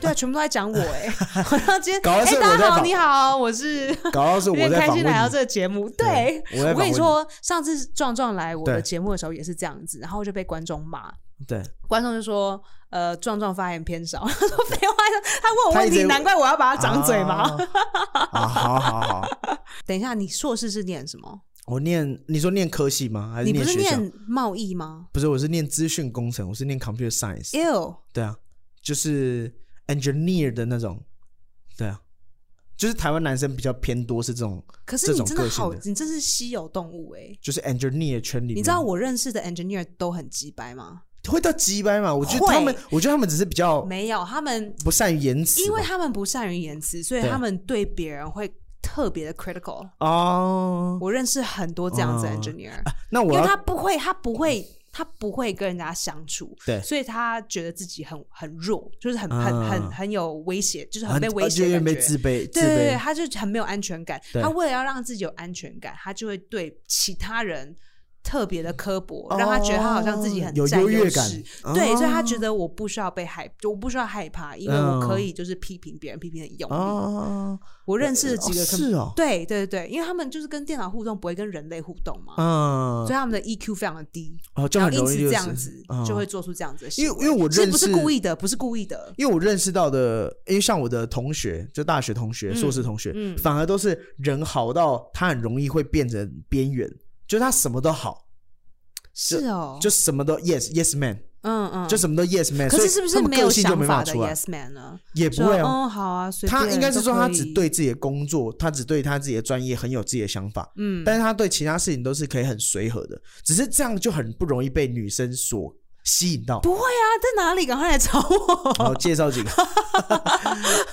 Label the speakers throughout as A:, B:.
A: 啊全部都在讲我 哎、好像今天
B: 搞
A: 哎、
B: 得是
A: 大
B: 我在
A: 家好，
B: 访
A: 你好，我是。
B: 搞到是
A: 有
B: 我
A: 点
B: 在
A: 开
B: 访问
A: 心来到
B: 你，
A: 这个节目，对
B: 我在
A: 我跟
B: 访问
A: 你
B: 你
A: 说，上次壮壮来我的
B: 对
A: 节目的时候也是这样子，然后就被观众骂，
B: 对，
A: 观众就说：“呃，壮壮发言偏少。” 他说：“废话，他问我
B: 他
A: 问
B: 一直
A: 题，难怪我要把他长嘴嘛。
B: 啊？啊，好好好，
A: 等一下，你硕士是念什么？
B: 我念，你说念科系吗？还
A: 你不
B: 念
A: 是
B: 学校？
A: 念贸易吗
B: 不是，我是念资讯工程，我是念 computer science。
A: ？Ew，
B: 对啊，就是 engineer 的那种。对啊，就是台湾男生比较偏多是这种，
A: 可是
B: 这
A: 你
B: 种
A: 真的
B: 个性
A: 好，
B: 的
A: 你真是稀有动物哎、
B: 就是 engineer 圈里面。
A: 你知道我认识的 engineer 都很鸡掰吗？
B: 会到鸡掰嘛？我觉得他们，我觉得他们只是比较
A: 没有，他们
B: 不善于言辞吧。
A: 因为他们不善于言辞，所以
B: 对
A: 他们对别人会特别的 critical。
B: 哦，
A: 我认识很多这样子的
B: 哦
A: engineer，、
B: 那我
A: 因为
B: 要
A: 他不会，他不会，他不会跟人家相处，
B: 对
A: 所以他觉得自己很很弱，就是很很、
B: 嗯
A: 很很有威胁，就是很
B: 很呃
A: 被威
B: 而且有
A: 胁的
B: 点
A: 感
B: 被
A: 觉。
B: 自卑，自
A: 对对对，
B: 卑。
A: 他就很没有安全感。
B: 对
A: 他为了要让自己有安全感，他就会对其他人特别的刻薄，让他觉得他好像自己很
B: 哦有
A: 占
B: 优越
A: 势
B: 感
A: 对，
B: 哦嗯
A: 所以他觉得我不需要被害，就我不需要害怕，因为我可以就是批评别人，批评很用力。
B: 哦，
A: 我认识的几个
B: 哦
A: 可
B: 是哦，
A: 对对对，因为他们就是跟电脑互动，不会跟人类互动嘛，
B: 嗯
A: 所以，他们的 EQ 非常的低，
B: 哦，就
A: 然
B: 很
A: 后
B: 容
A: 因此
B: 易就
A: 这
B: 是
A: 样子
B: 嗯
A: 就会做出这样子的行
B: 因
A: 为。
B: 为因为我
A: 是
B: 认
A: 不
B: 识
A: 是故意的？不是故意的。
B: 因为我认识到的，因为像我的同学，就大学同学、
A: 嗯
B: 硕士同学，
A: 嗯
B: 反而都是人好到他很容易会变成边缘，就是他什么都好，
A: 是哦，
B: 就什么都 yes yes man，、
A: 嗯嗯，
B: 就什么都 yes man，
A: 可
B: 所
A: 是
B: 以
A: 是不是
B: 他们
A: 没有
B: 个性就
A: 想
B: 没
A: 法
B: 办法
A: 的
B: 出来，
A: Yes Man 呢？
B: 也不
A: 说
B: 会哦。
A: 嗯，好啊，随
B: 他
A: 便
B: 应该是
A: 都
B: 说他
A: 可
B: 只
A: 以
B: 对自己的工作，他只对他自己的专业很有自己的想法，
A: 嗯，
B: 但是他对其他事情都是可以很随和的，只是这样就很不容易被女生所吸引到。
A: 不会啊，在哪里？赶快来找
B: 好，
A: 我。
B: 介绍 几个。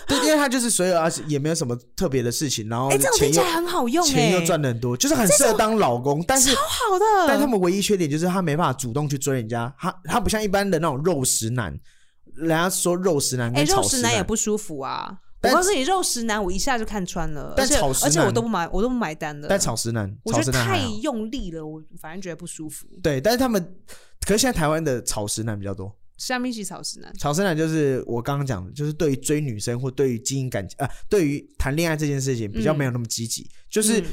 B: 对，因为他就是随和，而且也没有什么特别的事情，然后
A: 哎，这样
B: 钱
A: 听起
B: 又
A: 来很好用
B: 钱
A: 哎
B: 又，赚的很多，就是很适合当老公。但是，
A: 超好的。
B: 但他们唯一缺点就是他没办法主动去追人家，他他不像一般的那种肉食男，人家说肉食男
A: 哎，
B: 跟
A: 肉
B: 草
A: 食男
B: 男
A: 也，不舒服啊。我
B: 但
A: 告诉你，肉食男我一下就看穿了，而
B: 但
A: 且
B: 草食
A: 而且我
B: 男
A: 都不买，我都不买单的。
B: 但草食男，
A: 我
B: 草
A: 觉
B: 食
A: 得
B: 男还
A: 太
B: 好
A: 用力了，我反正觉得不舒服。
B: 对，但是他们，可是现在台湾的草食男比较多。
A: 下面一起草食男，
B: 草食男就是我刚刚讲的，就是对于追女生或对于经营感情，呃，对于谈恋爱这件事情比较没有那么积极，就是
A: 嗯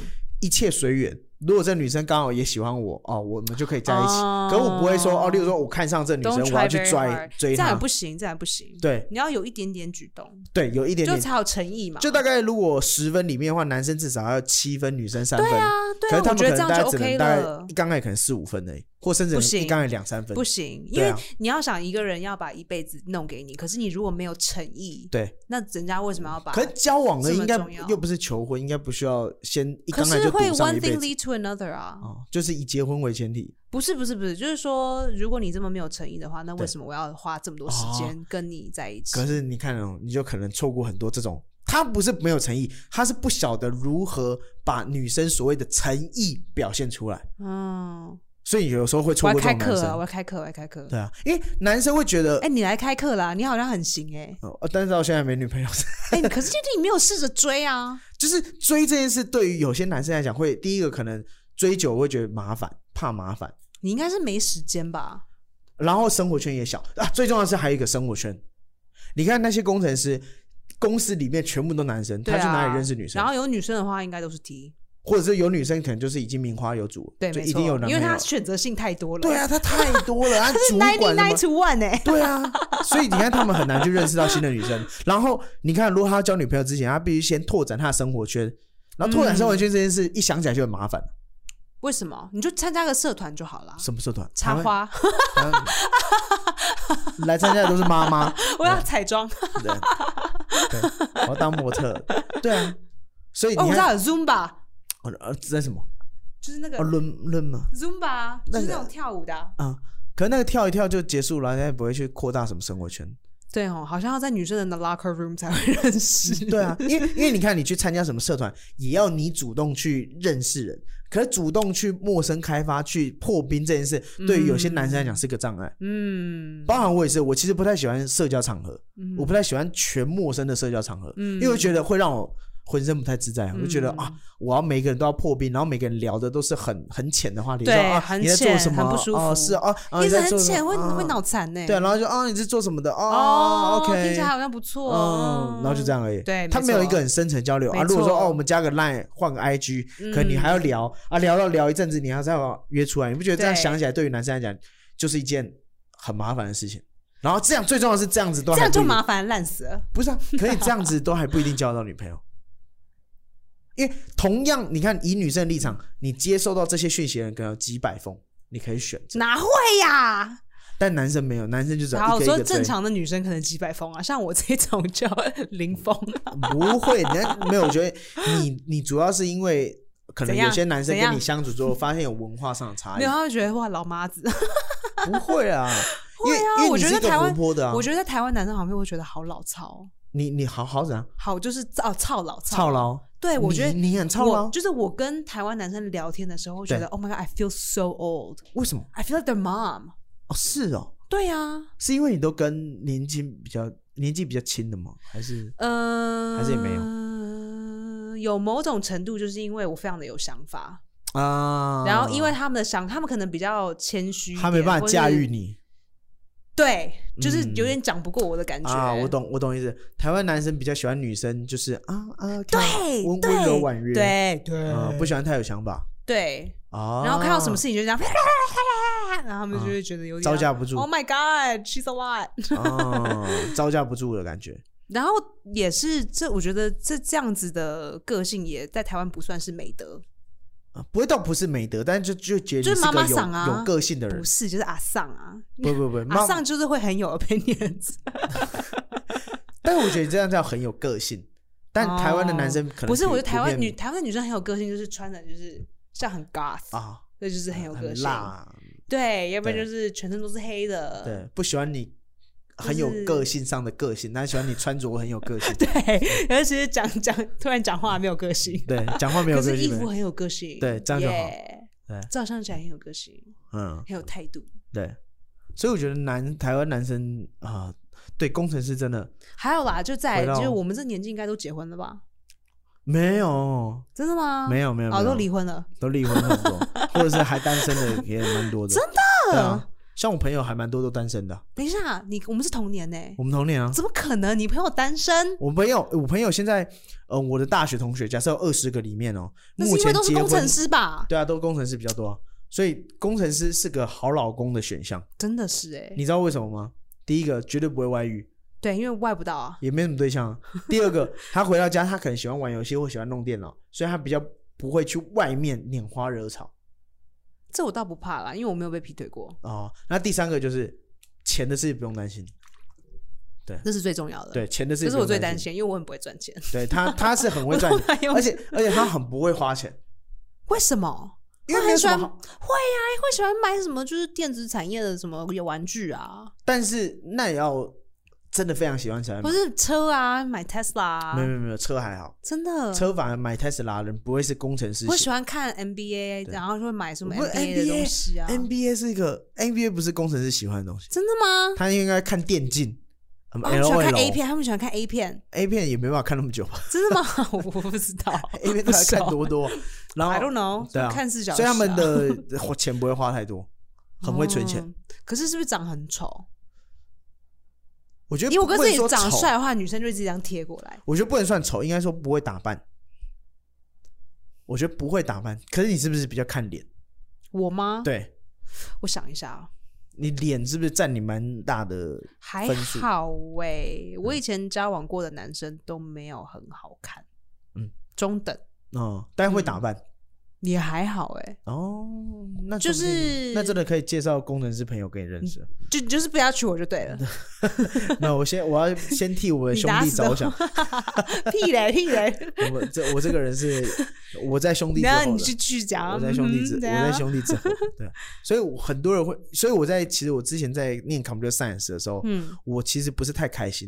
B: 一切随缘。如果这女生刚好也喜欢我，哦，我们就可以在一起。可我不会说，哦，例如说我看上这女生，
A: Don't
B: 我要
A: try
B: 去
A: very
B: 追
A: hard
B: 追
A: 这样也
B: 她
A: 不。行，这样也不行。
B: 对
A: 你要有一点点举动，
B: 对，有一点
A: 就
B: 点，
A: 才有诚意嘛。
B: 就大概如果十分里面的话，男生至少要七分，女生三分。
A: 对啊，对
B: 可
A: 啊，
B: 是他
A: 我
B: 们
A: 觉
B: 可能
A: 得这
B: 大
A: 样
B: 概只
A: 就 OK
B: 能大概
A: 了
B: 一。刚开始可能四五分而已，或甚至
A: 不行
B: 一刚开始两三分
A: 不。行，因
B: 对
A: 为
B: 啊
A: 你要想一个人要把一辈子弄给你，可是你如果没有诚意，
B: 对，
A: 那人家为什么要把？
B: 可是交往的
A: 这么
B: 应该
A: 重要
B: 又不是求婚，应该不需要先一
A: 可
B: 刚开始
A: 是
B: 就
A: 会
B: 赌上
A: one
B: 一辈
A: thing
B: 子。
A: lead to another 啊，
B: 哦，就是以结婚为前提。
A: 不是不是不是，就是说，如果你这么没有诚意的话，那为
B: 对哦
A: 什么我要花这么多时间跟你在一起？
B: 可是你看哦，你就可能错过很多这种。他不是没有诚意，他是不晓得如何把女生所谓的诚意表现出来，
A: 嗯，
B: 所以有时候会
A: 我
B: 错
A: 要
B: 过这
A: 开
B: 种男
A: 课啊，
B: 生。
A: 我要开课，我要开课。
B: 对啊，因为男生会觉得，
A: 哎、你来开课啦！你好像很行哎、
B: 呃但是到现在没女朋友，
A: 哎、你可是就是你没有试着追啊。
B: 就是追这件事，对于有些男生来讲，会第一个可能追久会觉得麻烦，怕麻烦，
A: 你应该是没时间吧？
B: 然后生活圈也小啊。最重要的是还有一个生活圈，你看那些工程师，公司里面全部都男生，
A: 对
B: 他
A: 啊，
B: 去哪里认识女生？
A: 然后有女生的话，应该都是 T。
B: 或者是有女生可能就是已经名花有主，
A: 对，
B: 就
A: 没
B: 一
A: 错，
B: 定有男朋
A: 因
B: 友。
A: 为他选择性太多了。
B: 对，啊，他太多 了，他
A: 是
B: 主
A: ninety
B: 管了
A: nine
B: 嘛
A: to one 哎。
B: 对啊，所以你看他们很难去认识到新的女生。 然后你看，如果他要交女朋友之前，他必须先拓展他的生活圈，然后拓展生活圈这件事一想起来就很麻烦。
A: 为什么？你就参加个社团就好啦。
B: 什么社团？
A: 插花，
B: 台湾。台湾 来参加的都是妈妈，
A: 我要彩妆。
B: 对，对我要当模特，对啊。所以
A: 哦，
B: 你
A: 我知
B: 看，
A: 道有 Zumba，
B: 哦呃，在什么？
A: 就是那个
B: 哦，论论吗？
A: Zumba，就
B: 那
A: 是
B: 个
A: 那种跳舞的啊。
B: 啊、可能那个跳一跳就结束了，人家也不会去扩大什么生活 圈。
A: 对哦，好像要在女生的 locker room 才会认识。
B: 对啊，因为因为你看，你去参加什么社团，也要你主动去认识人。可是主动去陌生开发、去破冰这件事，对于有些男生来讲是个障碍。
A: 嗯
B: 包含我也是，我其实不太喜欢社交场合，
A: 嗯
B: 我不太喜欢全陌生的社交场合，
A: 嗯
B: 因为我觉得会让我浑身不太自在，我就觉得啊
A: 嗯，
B: 我要每个人都要破冰，然后每个人聊的都是很很浅的话题，
A: 对
B: 说啊
A: 很
B: 你在做
A: 浅
B: 什么，
A: 很不舒
B: 哦
A: 服
B: 是啊，啊
A: 一
B: 你
A: 直
B: 在
A: 很
B: 做什么
A: 浅，会
B: 啊
A: 会脑残呢。
B: 对，然后就哦你是做什么的
A: 哦
B: ，OK，
A: 听起来好像不错，
B: 嗯，然后就这
A: 样，
B: 样而已。
A: 对
B: 他
A: 没
B: 没有一
A: 错
B: 个很深层交流啊。
A: 没
B: 如果说
A: 错嗯
B: 哦，我们加个 line 换个 IG，可能你还要聊啊，聊到聊一阵子，你还要再要约出来，你不觉得这样
A: 对
B: 想起来，对于男生来讲就是一件很麻烦的事情。然后这样最重要的是这样子都
A: 这
B: 还
A: 样
B: 不
A: 就
B: 一定
A: 麻烦烂死了。
B: 不是啊，可以这样子都还不一定交得到女朋 友。因为同样，你看以女生的立场，你接受到这些讯息的人可能有几百封，你可以选择，
A: 哪会呀？
B: 但男生没有，男生就只
A: 然后
B: 啊要一
A: 我
B: 个一个
A: 说
B: 追
A: 正常的女生可能几百封啊，像我这种就 零封啊。
B: 不会，那没有，我觉得你你主要是因为可能
A: 怎
B: 有
A: 样
B: 些男生
A: 怎
B: 跟
A: 样
B: 你相处之后，发现有文化上的差异
A: 没有，。他会觉得哇老妈子。
B: 不会 啊，因为
A: 会啊
B: 因为
A: 我
B: 你
A: 觉
B: 是
A: 得
B: 一个
A: 台
B: 活
A: 湾
B: 泼的啊，
A: 我觉得在台湾男生好像会觉得好老操哦，
B: 你你好好怎样
A: 好就是哦操老操。
B: 操劳？
A: 对，我觉得
B: 你你很操
A: 我
B: 劳，
A: 就是我跟台湾男生聊天的时候，会觉得
B: 对
A: Oh my God, I feel so old.
B: 为什么？
A: I feel like their mom.
B: 哦，是哦，
A: 对啊，
B: 是因为你都跟年纪比较年纪比较轻的吗？还是
A: 嗯、呃，
B: 还是也没
A: 有，有某种程度就是因为我非常的有想法，
B: 啊？
A: 然后因为他们的想，他们可能比较谦虚一点，
B: 他没办法
A: 或是
B: 驾驭，你
A: 对，就是
B: 嗯
A: 有点讲不过我的感觉
B: 啊，我。懂我懂意思。台湾男生比较喜欢女生，就是啊啊，看
A: 对，
B: 温温
A: 对
B: 柔婉约，
A: 对对、
B: 啊，不喜欢太有想法
A: 对，
B: 啊。
A: 然后看到什么事情就这样， 然后他们就会觉得有点
B: 招架不住
A: Oh my God, she's alive.
B: 哦，招架不住的感觉。
A: 然后也是这，我觉得这这样子的个性也在台湾不算是美德，
B: 啊不会倒不是美德，但是就就觉得你
A: 就是
B: 是
A: 妈
B: 个
A: 妈
B: 有
A: 桑啊
B: 有个性的人
A: 不。是就是阿丧啊，
B: 不不不，
A: 阿
B: 妈，
A: 丧就是会很有 opinions，
B: 但我觉得这样叫很有个性。但台湾的男生可能
A: 哦不是，
B: 普
A: 我觉得台湾
B: 普遍
A: 女台湾的女生很有个性，就是穿的就是像很 goth，
B: 啊，
A: 那就是很有个
B: 很
A: 性，
B: 辣，
A: 对，要不然
B: 对
A: 就是全身都是黑的，
B: 对，不喜欢你
A: 就
B: 很有
A: 是。
B: 个性上的个性，但喜欢你穿着很有个性
A: 对， 然后其实讲讲突然讲话没有个性，
B: 对，讲话没有
A: 可
B: 个
A: 是衣
B: 性
A: 服
B: 的。
A: 很有个性，
B: 对这样就好
A: yeah，
B: 对
A: 照相起来很有个性，
B: 嗯，
A: 很有态度，
B: 对。所以我觉得男台湾男生啊、对工程师真的
A: 还有啦，就在
B: 回到
A: 就是我们这年纪应该都结婚了吧？
B: 没有
A: 真的吗？
B: 没有没有没
A: 哦，
B: 有
A: 都离婚了。
B: 都离婚很多，或者是还单身的也蛮多的。真的？对啊，像我朋友还蛮多都单身的。
A: 等一下，你我们是同年呢、
B: 我们同年啊，
A: 怎么可能？你朋友单身？
B: 我朋友，我朋友现在，呃，我的大学同学，假设有二十个里面哦，
A: 那
B: 目
A: 是因为
B: 前
A: 都是
B: 结
A: 工程
B: 婚，
A: 师吧？
B: 对啊，都工程师比较多啊、所以工程师是个好老公的选项。
A: 真的是哎、
B: 你知道为什么吗？第一个绝对不会外遇，
A: 对，因为外不到啊。
B: 也没什么对象啊、第二个， 他回到家，他可能喜欢玩游戏或喜欢弄电脑，所以他比较不会去外面拈花惹草。
A: 这我倒不怕啦，因为我没有被劈腿过，
B: 哦，那第三个就是钱的事不用担心，
A: 这是最重要的。，
B: 对钱的事
A: 这是我最担
B: 担。
A: 心，因为我很不会赚钱。
B: 对他，他是很会赚
A: 我都
B: 钱
A: 没，有
B: 而且而且他很不会花钱，
A: 为什么？
B: 因为
A: 我
B: 没有
A: 很
B: 什
A: 喜
B: 么
A: 欢，
B: 好。
A: 会啊，会喜欢买什么就是电子产业的什么玩具啊，
B: 但是那也要真的非常喜欢才能
A: 不
B: 买。
A: 是车啊，买 Tesla，啊嗯
B: 没有没有没有，车还好，
A: 真的。
B: 车反而买 Tesla 的人不会是工程师型。
A: 我喜欢看 NBA，然后就会买什么
B: 不
A: NBA 的东西啊。
B: NBA 是一个 NBA 不是工程师喜欢的东西，
A: 真的吗？
B: 他应该看电竞。嗯
A: 哦他们喜欢看
B: LOL
A: A 片，他们喜欢看 A 片，
B: ，A 片也没办法看那么久 吧
A: 真的吗？我我不知道
B: ，A 片
A: 不
B: 大概看
A: 熟
B: 多多，然后
A: I don't know，
B: 对啊，
A: 看四小时啊
B: 所以他们的花钱不会花太多，很会存钱。
A: 哦可是是不是长很丑？
B: 我觉得
A: 因为我
B: 呃不
A: 跟
B: 会
A: 自己
B: 说
A: 长
B: 丑
A: 帅的话，女生就会直接这样贴过来。
B: 我觉得不能算丑，应该说不会打扮。我觉得不会打扮，可是你是不是比较看脸？
A: 我吗？，
B: 对
A: 我想一下啊，
B: 你脸是不是占你蛮大的？
A: 还
B: 分数
A: 好喂、我以前交往过的男生都没有很好看，
B: 嗯，
A: 中等
B: 嗯，但会打扮、
A: 也还好哎、
B: 哦。那
A: 就
B: 说不定
A: 是
B: 那真的可以介绍工程师朋友给你认 识。
A: 就就是不要娶我就对 了，
B: 那我先我要先替我的
A: 你
B: 兄
A: 打
B: 弟
A: 死都
B: 着想，
A: 屁嘞屁嘞，
B: 我这我这个人是我在 兄弟之
A: 然后
B: 后
A: 你
B: 的
A: 去。去讲啊，
B: 我在兄弟之，
A: 嗯
B: 我
A: 怎样
B: 在兄弟之后，对，所以我很多人会，所以我在其实我之前在念 computer science 的时候，
A: 嗯，
B: 我其实不是太开心，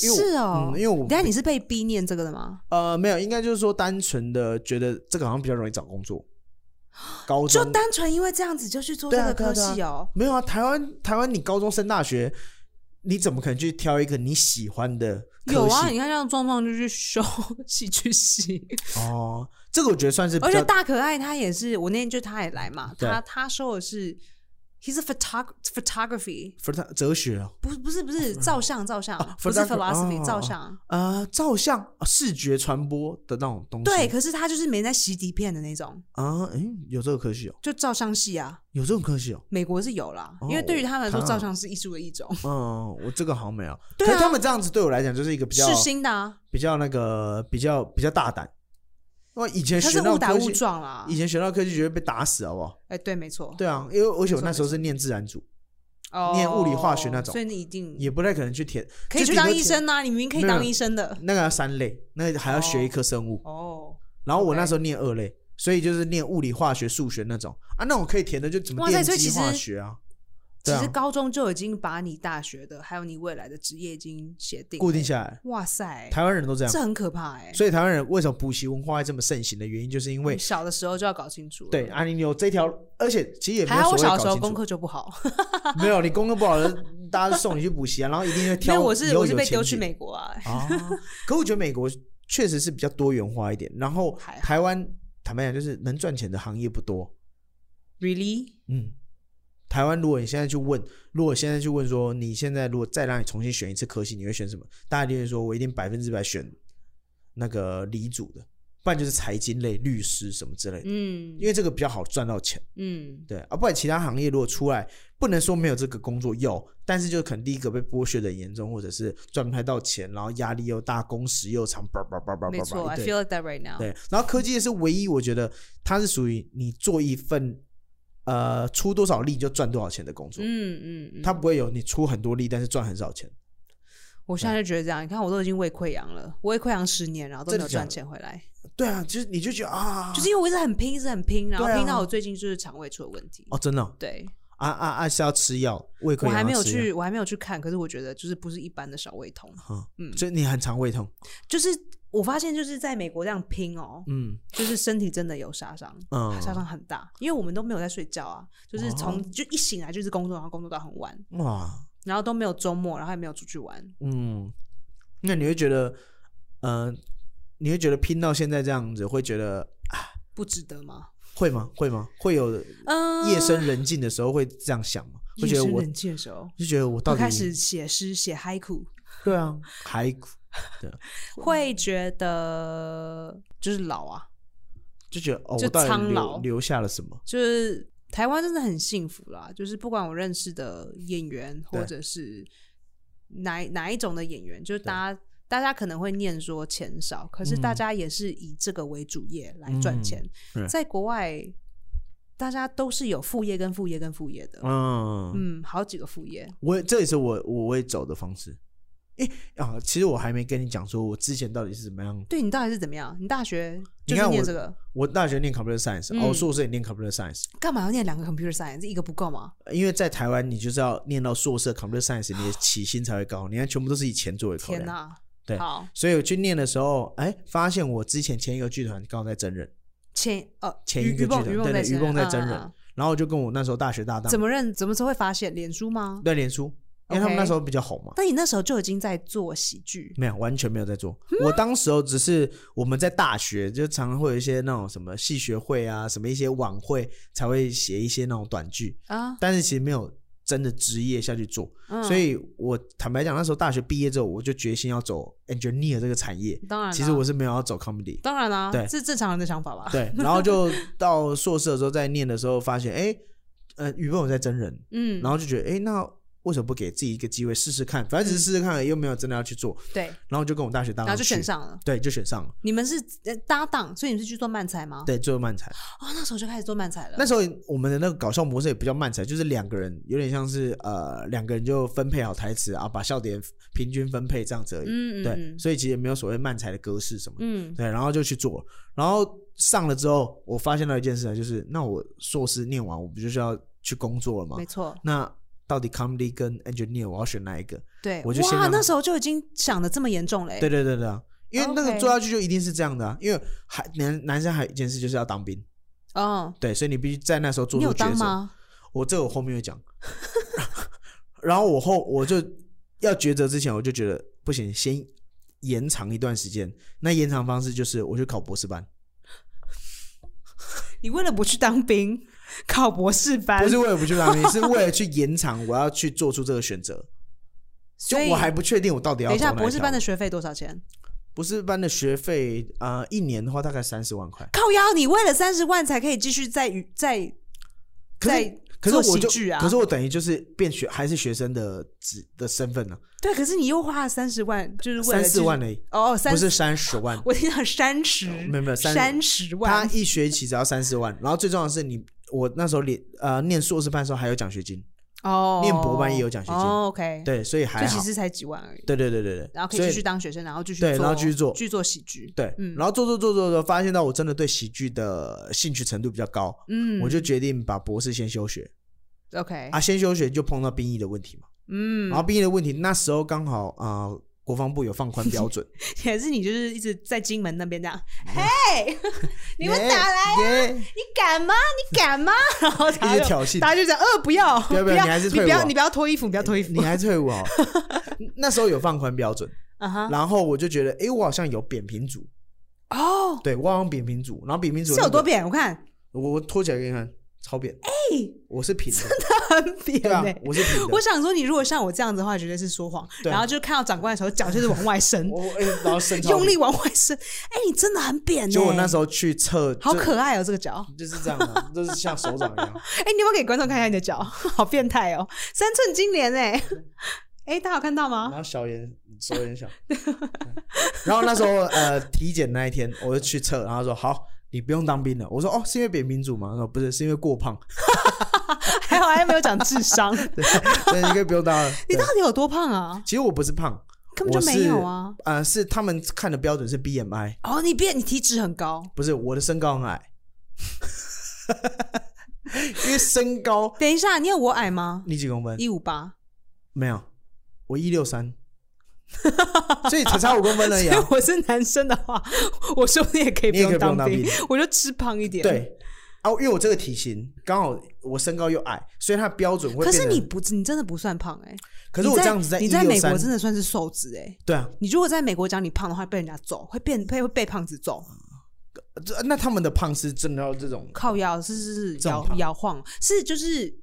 B: 因为我
A: 是哦，
B: 嗯因为我
A: 等一下你是被逼念这个的吗？
B: 呃，没有，应该就是说单纯的觉得这个好像比较容易找工作。高
A: 就
B: 中
A: 单纯因为这样子就去做这
B: 对啊
A: 个科
B: 对啊对
A: 系
B: 啊
A: 哦，
B: 没有啊，台湾台湾你高中升大学，你怎么可能去挑一个你喜欢的
A: 有
B: 科
A: 啊，
B: 系？
A: 你看像壮壮就去修戏剧系，
B: 哦，这个我觉得算是比
A: 而且
B: 较
A: 大可爱他也是，我那天就他也来嘛，
B: 对
A: 他他修的是，he's a photog photography，
B: 佛塔哲学哦
A: 不是不是不是照相照相，
B: 啊
A: 不是
B: photography，
A: philosophy、
B: 哦
A: 照相。
B: 啊，照相、啊视觉传播的那种东西。
A: 对，可是他就是没在洗底片的那种，
B: 啊，嗯，有这个科系哦，
A: 就照相系啊，
B: 有这种科系哦。
A: 美国是有啦，
B: 哦
A: 因为对于他们来说，
B: 看啊
A: 照相是艺术的一种，
B: 嗯，我这个好像没有。
A: 对
B: 可是
A: 啊
B: 他们这样子对我来讲就是一个比较
A: 是新的啊，
B: 比较那个比较比较大胆。因为以前
A: 他
B: 学
A: 是
B: 到
A: 误打
B: 科
A: 误
B: 技，
A: 撞啊啦
B: 以。前学到科技绝对被打死，好不好？
A: 哎，对，没错，
B: 对啊，因为而且我
A: 没错
B: 那时候是念自然组，
A: 哦
B: 念物理化学那种
A: 所以你一定
B: 也不太可能去填，
A: 嗯可以
B: 就
A: 去
B: 顶多
A: 当医
B: 填。
A: 生啊，你明明可以
B: 没有
A: 当医生的。
B: 那个要三类，那个还要学一科生物。
A: 哦，
B: 然后我
A: OK
B: 那时候念二类，所以就是念物理、化学、数学那种啊。那我可以填的就怎么
A: 哇塞
B: 电
A: 所以
B: 机
A: 其实
B: 化学啊，
A: 其
B: 对啊
A: 实高中就已经把你大学的还有你未来的职业已经写定了
B: 固定。下来。
A: 哇塞，
B: 台湾人都这样
A: 这，很可怕哎。
B: 所以台湾人为什么补习文化会这么盛行的原因，就是因为
A: 你小的时候就要搞清楚了。
B: 对啊，你有这条，而且其实也没
A: 还
B: 有
A: 好
B: 所
A: 我
B: 谓
A: 小
B: 搞
A: 的时候
B: 清
A: 功
B: 楚，
A: 课就不好，
B: 没有你功课不好的，大家送你去补习啊，然后一定会
A: 因为
B: 挑。以
A: 我 是
B: 后
A: 我是
B: 有
A: 被
B: 前
A: 丢去
B: 景
A: 美国啊。
B: 啊。可我觉得美国确实是比较多元化一点，然后
A: 还好
B: 台湾坦白讲，就是能赚钱的行业不多。
A: Really？
B: 嗯，台湾如果你现在去问，如果现在去问说你现在如果再让你重新选一次科系，你会选什么？大家一定会说我一定百分之百选那个理组的，不然就是财经类、律师什么之类的，
A: 嗯
B: 因为这个比较好赚到钱。
A: 嗯，
B: 对啊，不然其他行业如果出来，不能说没有这个工作有，但是就可能第一个被剥削的严重，或者是赚不太到钱，然后压力又大，工时又长，叭叭叭叭叭
A: 没错
B: 叭
A: ，I
B: 一堆。
A: feel like that right now。
B: 对，然后科技业是唯一我觉得它是属于你做一份，呃，出多少力就赚多少钱的工作，
A: 嗯嗯嗯，
B: 它不会有你出很多力但是赚很少钱。
A: 我现在就觉得这样，你看我都已经胃溃疡了，我胃溃疡十年，然后都
B: 真的
A: 没有
B: 假的
A: 赚钱回来，
B: 对啊，就是你就觉得啊，
A: 就是因为我一直很拼，一直很拼，然后
B: 对啊
A: 拼到我最近就是肠胃出了问题。
B: 哦，真的哦
A: 对，
B: 啊啊啊是要吃药，胃溃
A: 我
B: 疡
A: 还没
B: 要
A: 有
B: 啊吃药，
A: 去，我还没有去看，可是我觉得就是不是一般的小胃痛，
B: 嗯，所以你很常胃痛，
A: 就是我发现就是在美国这样拼哦，
B: 嗯
A: 就是身体真的有杀伤，
B: 嗯，哦
A: 杀伤很大，因为我们都没有在睡觉啊，就是从就一醒来就是工作，然后工作到很晚，
B: 哇，
A: 然后都没有周末，然后也没有出去玩，
B: 嗯，那你会觉得，呃，你会觉得拼到现在这样子，会觉得
A: 不值得吗？
B: 会吗？会吗？会有夜
A: 嗯，
B: 深人静的时候会这样想吗？会
A: 呃夜
B: 觉得
A: 深
B: 我
A: 人静的时候，
B: 就觉得我到
A: 我
B: 底
A: 开始写诗写 haiku，
B: 对啊，还对啊，
A: 会觉得就是老啊，
B: 就觉得哦，
A: 就
B: 我到底
A: 苍老
B: 留留下了什么？
A: 就是台湾真的很幸福啦，就是不管我认识的演员
B: 对
A: 或者是哪哪一种的演员，就是大家。大家可能会念说钱少，可是
B: 嗯
A: 大家也是以这个为主业来赚钱。
B: 对
A: 在国外，大家都是有副业跟副业跟副业的，
B: 嗯，
A: 嗯，好几个副业。
B: 我这也是我我会走的方式。诶啊，其实我还没跟你讲说，我之前到底是怎么样。
A: 对你到底是怎么样？你大学
B: 你
A: 就是
B: 看
A: 念
B: 我
A: 这个，
B: 我大学念 computer science，、
A: 嗯
B: 哦，我硕士也念 computer science，
A: 干嘛要念两个 computer science？一个不够吗？
B: 因为在台湾你就是要念到硕士 computer science，你的起薪才会高。你看，全部都是以钱作为考
A: 啊天
B: 量。
A: 哪！
B: 对
A: 好
B: 所以我去念的时候，哎，发现我之前前一个剧团刚好在真人，
A: 前呃
B: 前
A: 于
B: 一个剧
A: 于
B: 团
A: 梦于梦
B: 对对，于梦在真人，
A: 嗯嗯
B: 然后我就跟我那时候大学搭
A: 嗯
B: 档
A: 怎么认怎么时候会发现脸书吗？
B: 在脸书，因为他们
A: OK
B: 那时候比较红嘛。
A: 那你那时候就已经在做喜剧，
B: 没有，完全没有在做。
A: 嗯
B: 我当时候只是我们在大学，就常常会有一些那种什么戏学会啊，什么一些晚会才会写一些那种短剧，
A: 啊，
B: 但是其实没有真的职业下去做。
A: 嗯
B: 所以我坦白讲，那时候大学毕业之后，我就决心要走 engineer 这个产业。
A: 当然啦，
B: 其实我是没有要走 comedy，
A: 当然啦，
B: 对
A: 这是正常人的想法吧？
B: 对。然后就到硕士的时候，在念的时候发现，哎，呃，语文我在真人，
A: 嗯，
B: 然后就觉得，哎，那为什么不给自己一个机会试试看？反正只是试试看而已，又没有真的要去做。
A: 对，
B: 然后就跟我大学搭
A: 嗯然
B: 档
A: 后就
B: 去，
A: 选上了。
B: 对，就选上了。
A: 你们是呃搭档，所以你们是去做漫才吗？
B: 对，最后漫才。
A: 哦，那时候就开始做漫才了。
B: 那时候我们的那个搞笑模式也不叫漫才，就是两个人有点像是呃两个人就分配好台词啊，把笑点平均分配这样子而已。
A: 嗯嗯
B: 对，
A: 嗯
B: 所以其实也没有所谓漫才的格式什么的。
A: 嗯，
B: 对，然后就去做，然后上了之后，我发现到一件事啊，就是那我硕士念完，我不就是要去工作了吗
A: 没？错，
B: 那到底 comedy 跟 engineer 我要选哪一个？
A: 对，
B: 我就先
A: 哇，
B: 让
A: 那时候就已经想的这么严重嘞。
B: 对对对对啊，因为那个
A: OK
B: 做下去就一定是这样的啊，因为还男男生还有一件事就是要当兵，
A: 哦，
B: 对，所以你必须在那时候做
A: 你
B: 出
A: 有
B: 抉
A: 当
B: 择。
A: 吗？
B: 我这个我后面会讲。然后我后我就要抉择之前，我就觉得不行，先延长一段时间。那延长方式就是我去考博士班，
A: 你为了不去当兵，考博士班，
B: 不是为了不去当兵，是为了去延长我要去做出这个选 择。就
A: 所以
B: 我还不确定我到底要
A: 等一下，
B: 投哪
A: 博士
B: 条
A: 班的学费多少钱？
B: 博士班的学费，呃，一年的话大概三十万块。
A: 靠腰，你为了三十万才可以继续在娱在
B: 可是
A: 在
B: 可是
A: 做
B: 我
A: 喜
B: 就
A: 剧啊，
B: 可是我等于就是变学还是学生的职的身份呢、啊
A: 对，可是你又花了三十万，就是为
B: 三
A: 了继
B: 四
A: 续
B: 万而已，
A: 哦，三
B: 不是三十万。
A: 我听到三十，
B: 没有没有三十
A: 三十
B: 他
A: 万，
B: 一学期只要三四万，然后最重要的是你，我那时候连呃念硕士班的时候还有奖学金，
A: 哦，
B: 念博班也有奖学金
A: 哦，OK，，
B: 对，所以还
A: 就其
B: 好，
A: 实才几万而已，
B: 对对对对对，
A: 然后可
B: 所
A: 以继续
B: 以
A: 当学生，然后继续
B: 对
A: 做
B: 然后继续做
A: 去做喜剧，
B: 对，
A: 嗯
B: 然后做做做做做，发现到我真的对喜剧的兴趣程度比较高，
A: 嗯，
B: 我就决定把博士先休学
A: OK，
B: 啊，先休学就碰到兵役的问题嘛，
A: 嗯
B: 然，后兵役的问题那时候刚好啊、呃国防部有放宽标准，
A: 还是你就是一直在金门那边这样， 嘿， 你们打来，啊哎
B: 来嗯耶，
A: 你敢吗？你 敢吗？然后
B: 一
A: 他
B: 直
A: 就
B: 挑衅
A: 大，家就这样，呃，不要，
B: 不要不
A: 不
B: 要
A: 要，
B: 你还是退
A: 不要，
B: 我
A: 你不要脱衣服，你不要脱衣服
B: 你，还退伍 哦，那时候有放宽标准，
A: 啊哈，
B: 然后我就觉得，诶，我好像有扁平足。
A: 哦，
B: 对，我好像扁平足，然后扁平足
A: 是有
B: 那个
A: 多？扁？我看
B: 我我脱起来给你看，超扁。哎、我是平的，
A: 很扁欸
B: 对啊
A: 呢，，
B: 我是平的
A: 我。想说，你如果像我这样子的话，绝对啊是说谎。
B: 对啊
A: 然后就看到长官的时候，脚就是往外伸，
B: 我哎、然后身
A: 用力。往外伸。哎、你真的很扁呢、
B: 就我那时候去测，
A: 好
B: 就
A: 可爱哦，这个脚。
B: 就是这样的、就是像手掌一样。
A: 哎、你有没有给观众看一下你的脚？ 好变态哦，三寸金莲哎、哎、大家有看到
B: 然
A: 吗？
B: 后小眼手也很 小。对然后那时候呃体检那一天，我就去测，然后说好。你不用当兵了，我说哦，是因为扁平足吗？他说不是，是因为过胖，
A: 还好还没有讲智 商。
B: 对， 所以你可以不用当了。
A: 你
B: 对
A: 到底有多胖啊？
B: 其实我不是胖，
A: 根本就没有啊。
B: 我是呃，是他们看的标准是 BMI，
A: 哦，你变，你体脂很高。
B: 不是我的身高很矮， 因为身高
A: 等一下，你有我矮吗？
B: 你几公分？
A: 一五八，
B: 没有，我一六 三，所以才差五公分而已
A: 因为
B: 啊。
A: 我是男生的话， 我说不定也可以不
B: 你也可以
A: 用
B: 不用
A: 当
B: 当
A: 兵
B: 兵，
A: 我就吃胖一点。，
B: 对啊，因为我这个体型刚好我身高又矮，所以它的标准会
A: 可
B: 变
A: 是
B: 得
A: 你，不，你真的不算胖哎、
B: 可是我这样子在
A: 你
B: 一
A: 在
B: 六
A: 美
B: 三
A: 国，真的算是瘦子哎、
B: 对啊，
A: 你如果在美国讲你胖的话，被人家揍，会变被会被胖子揍，
B: 这那他们的胖是真的要这种
A: 靠腰是是是
B: 这种
A: 摇
B: 胖
A: 摇晃，是就是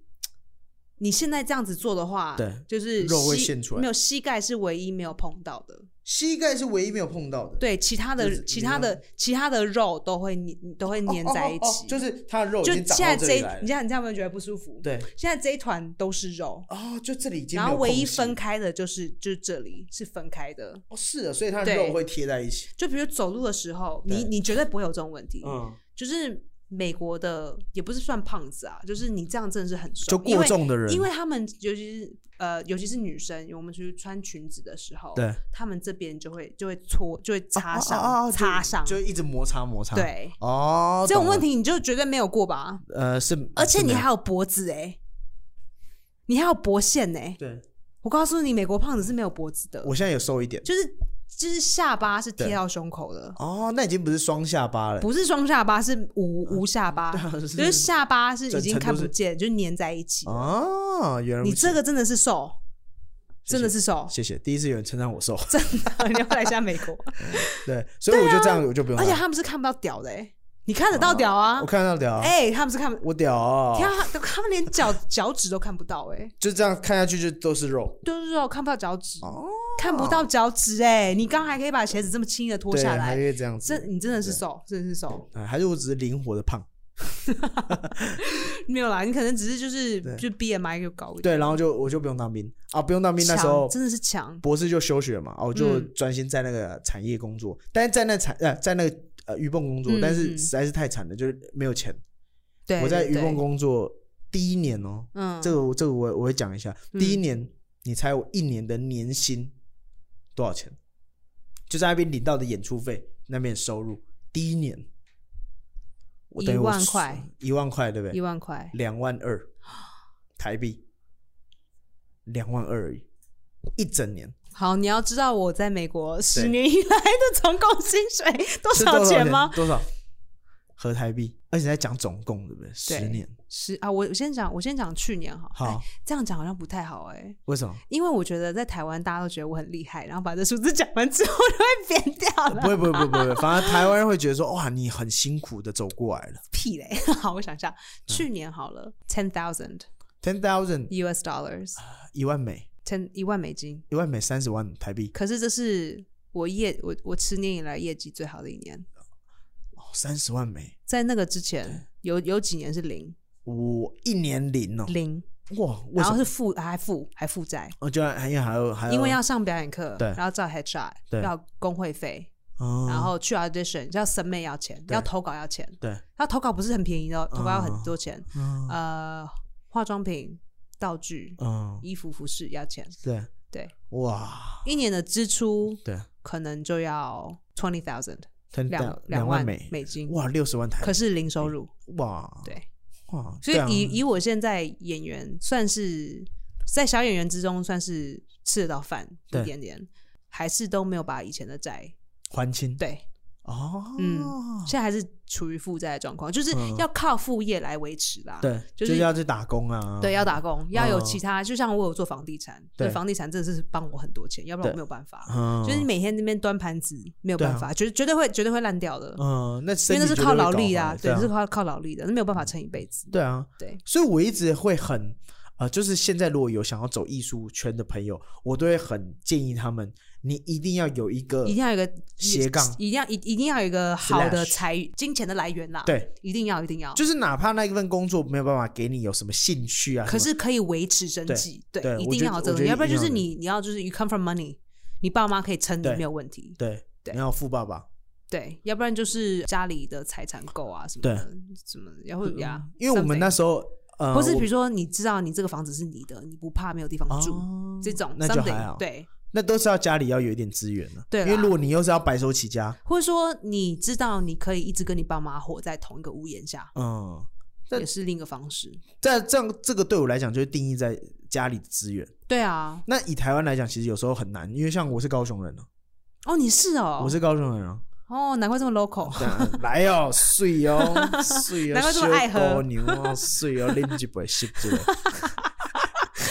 A: 你现在这样子做的话，
B: 对
A: 就是
B: 肉会
A: 膝
B: 现出来
A: 没有膝盖是唯一没有碰到的，
B: 膝盖是唯一没有碰到的，
A: 对，其他
B: 就
A: 的
B: 是
A: 其他的其他的肉都会粘都会
B: 哦，
A: 粘
B: 哦
A: 在一
B: 哦哦
A: 起，
B: 就是它的肉已
A: 就
B: 经长
A: 现在
B: 到
A: 这
B: 里
A: 一
B: 来
A: 你
B: 了，
A: 这样你这样有没有觉得不舒服？，
B: 对，
A: 现在这一团都是肉。
B: 哦，就这里已经
A: 然
B: 没
A: 后
B: 有
A: 唯一
B: 空隙
A: 分开的就是就是这里是分开的，
B: 哦，是的，所以它的
A: 对
B: 肉会贴在一起，
A: 就比如走路的时候，
B: 对
A: 你你绝对不会有这种问题，
B: 嗯，
A: 就是美国的也不是算胖子啊，就是你这样真的是很瘦，
B: 就过重的人，
A: 因为因为他们尤其是呃，尤其是女生，我们去穿裙子的时候，
B: 对，
A: 他们这边就会就会搓，就会擦伤，
B: 哦哦哦哦就
A: 擦伤，
B: 就一直摩擦摩擦，，
A: 对。
B: 哦，
A: 这种
B: 懂了
A: 问题你就绝对没有过吧？
B: 呃是，
A: 而且
B: 是没
A: 你
B: 有
A: 还有脖子哎、你还有脖线哎、
B: 对，
A: 我告诉你，美国胖子是没有脖子的，
B: 我现在有瘦一点。
A: 就是就是下巴是贴
B: 对
A: 到胸口的，
B: 哦，那已经不是双下巴了，
A: 不是双下巴，是无无下巴，
B: 对啊是
A: 就是下巴是已
B: 整
A: 经
B: 层
A: 看
B: 都
A: 不
B: 是
A: 见，就粘在一起了。
B: 哦，原来如
A: 你
B: 此
A: 这个真的是瘦，
B: 谢
A: 真的是瘦，
B: 谢谢，第一次有人称赞 我瘦，
A: 真的。你要不要来一下美 国？
B: 对，所以我就这样，我就不用
A: 而
B: 看。
A: 且他们是看不到屌的、欸，你看得
B: 哦
A: 到屌啊
B: 我？看到屌啊，
A: 哎、他们是看不，
B: 我屌啊，
A: 天啊，他他们连脚脚趾都看不到、欸，哎，
B: 就这样看下去就都是肉
A: 就是说看不到脚趾，
B: 哦，
A: 看不到脚趾、哎，你刚还可以把鞋子这么轻易的脱
B: 对，
A: 下
B: 还
A: 来，
B: 可以这样
A: 这
B: 子，
A: 你真的是瘦，真的是瘦，
B: 哎还是我只是灵活的胖，
A: 没有啦，你可能只是就是
B: 对
A: 就 BMI 就高一点，
B: 对，然后就我就不用当兵啊，不用当兵那时候
A: 强真的是强，
B: 博士就休学嘛，哦，我就
A: 嗯
B: 专心在那个产业工作，但是在那产呃在那个呃渔泵工作，
A: 嗯
B: 但是
A: 嗯
B: 实在是太惨了，就是没有钱。
A: 对，
B: 我在
A: 对
B: 渔泵，
A: 对
B: 工作第一年哦，
A: 嗯，
B: 这个我这个我我会讲一下。
A: 嗯
B: 第一年，你猜我一年的年薪多少钱？就在那边领到的演出费，那边收入，第一年，我等于我
A: 一万块，
B: 一万块对不
A: 一
B: 对？
A: 万块，
B: 两万二台币，两万二而已，一整年
A: 好，你要知道我在美国十
B: 对
A: 年以来的总共薪水多
B: 是多
A: 少钱吗？
B: 多少？合台币，而且在讲总共对不对？十年，
A: 是啊，我我先讲，我先讲去年哈，
B: 好
A: 哎这样讲好像不太好哎、
B: 为什么？
A: 因为我觉得在台湾大家都觉得我很厉害，然后把这数字讲完之后 就会扁掉
B: 呃不
A: 了。
B: 会不会不会不会，反而台湾人会觉得说哇，你很辛苦的走过来了
A: 屁嘞！好，我想
B: 嗯
A: 一下，去年好了，ten thousand
B: ，ten thousand
A: US dollars，
B: 一万美，
A: ten 一万美金。
B: 一万美三十万台币，
A: 可是这是我业我我十年以来业绩最好的一年，
B: 三十万美，
A: 在那个之前有有几年是零
B: 我一年零哦，
A: 零，
B: 哇，为
A: 然
B: 什么？
A: 后是负还负还负债，
B: 我就还因为还有还有，
A: 因为要上表演课，
B: 哎对
A: 然后照 headshot，
B: 对
A: 要工会费，
B: 哦，
A: 然后去 audition 要审美要钱，
B: 对
A: 要投稿要钱，
B: 对，
A: 他投稿不是很便宜的哦，投稿要很多钱，
B: 嗯
A: 呃，化妆品、道具、
B: 嗯，
A: 衣服、服饰要钱，
B: 对
A: 对，
B: 哇，
A: 一年的支出
B: 对
A: 可能就要 twenty thousand
B: ，ten
A: 两
B: 两
A: 万
B: 美，
A: 美金，
B: 哇，六十万台币
A: 可，是零收入，
B: 哇，
A: 对。
B: 哇，
A: 所
B: 对
A: 以
B: 啊
A: 以、以我现在演员算是在小演员之中算是吃得到饭
B: 对
A: 一点点，还是都没有把以前的债
B: 还清
A: 对，
B: 哦，
A: 嗯现在还是处于负债的状况，就是
B: 嗯
A: 要靠副业来维持啦。
B: 对，
A: 就
B: 就是是要去打工啊，
A: 对，要打工，要有
B: 嗯
A: 其他，就像我有做房地产，
B: 对
A: 对房地产真的是帮我很多钱，要不然我
B: 对
A: 没有办法。
B: 嗯，啊
A: 就是你每天那边端盘子没有办法，绝绝对会绝对会烂掉的，
B: 嗯，那
A: 因
B: 生
A: 为那
B: 意
A: 是
B: 绝对
A: 靠
B: 会
A: 劳
B: 搞
A: 力
B: 坏
A: 啊，
B: 对
A: 对，
B: 啊
A: 是靠靠劳力的，那没有办法撑一辈子。
B: 对啊，
A: 对，
B: 所以我一直会很呃，就是现在如果有想要走艺术圈的朋友，我都会很建议他们，你一定要有一个
A: 一定要有一个
B: 斜杠
A: 一定要一一定要有一个好的
B: Slash
A: 财金钱的来源啦。，
B: 对，
A: 一定要一定要，
B: 就是哪怕那一份工作没有办法给你有什么兴趣啊，
A: 可
B: 什么
A: 是可以维持生计，对，
B: 对
A: 一
B: 我
A: 定
B: 觉
A: 要有
B: 得
A: 这
B: 我
A: 个，
B: 觉得
A: 要不然
B: 一定
A: 就
B: 要
A: 是
B: 有
A: 你你要就是 you come from money，你爸妈可以撑你
B: 对
A: 没有问题，
B: 对，
A: 对
B: 你要有富爸爸，
A: 对，要不然就是家里的财产够啊什么的，什么然后呀，
B: 嗯因为我们那时候呃，
A: something 或是
B: 我
A: 比如说你知道你这个房子是你的，你不怕没有地方住
B: 哦
A: 这种
B: 那就还
A: something，
B: 好，，
A: 对，
B: 那都是要家里要有一点资源了、
A: 对
B: 因
A: 啦
B: 为如果你又是要白手起家，
A: 或者说你知道你可以一直跟你爸妈活在同一个屋檐下，
B: 嗯，但
A: 也是另一个方式。
B: 但这样这个对我来讲就是定义在家里的资源。
A: 对啊，
B: 那以台湾来讲，其实有时候很难，因为像我是高雄人啊，
A: 哦，你是哦，
B: 我是高雄人啊，
A: 哦，难怪这么 local。
B: 对啊来哦，水 哦，水哦，
A: 难怪这么爱喝
B: 小姑娘哦，水哦，拎一杯吸 一杯，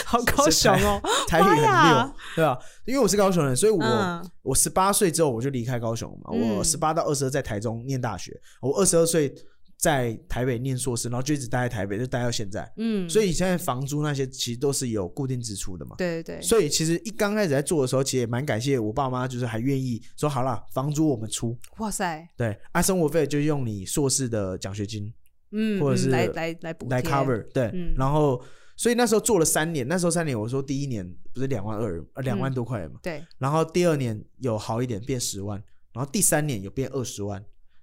A: 好高雄 哦，
B: 台语很
A: 妈
B: 溜
A: 呀，
B: 对吧？因为我是高雄人，所以我、
A: 嗯
B: 我十八岁之后我就离开高雄嘛，
A: 嗯
B: 我十八到二十二在台中念大学，我二十二岁在台北念硕士，然后就一直待在台北，就待到现在。
A: 嗯，
B: 所以现在房租那些其实都是有固定支出的嘛。
A: 对对对，
B: 所以其实一刚开始在做的时候，其实也蛮感谢我爸妈，就是还愿意说好啦，房租我们出，
A: 哇塞，
B: 对啊，生活费就用你硕士的奖学金
A: 嗯，
B: 或者
A: 嗯
B: 是
A: 来来来补
B: 来
A: 贴
B: cover，对，
A: 嗯
B: 然后所以那时候做了三年，那时候三年我说第一年不是两万二，呃两
A: 嗯
B: 万多块嘛，
A: 对，
B: 然后第二年有好一点变十万，然后第三年有变二十万。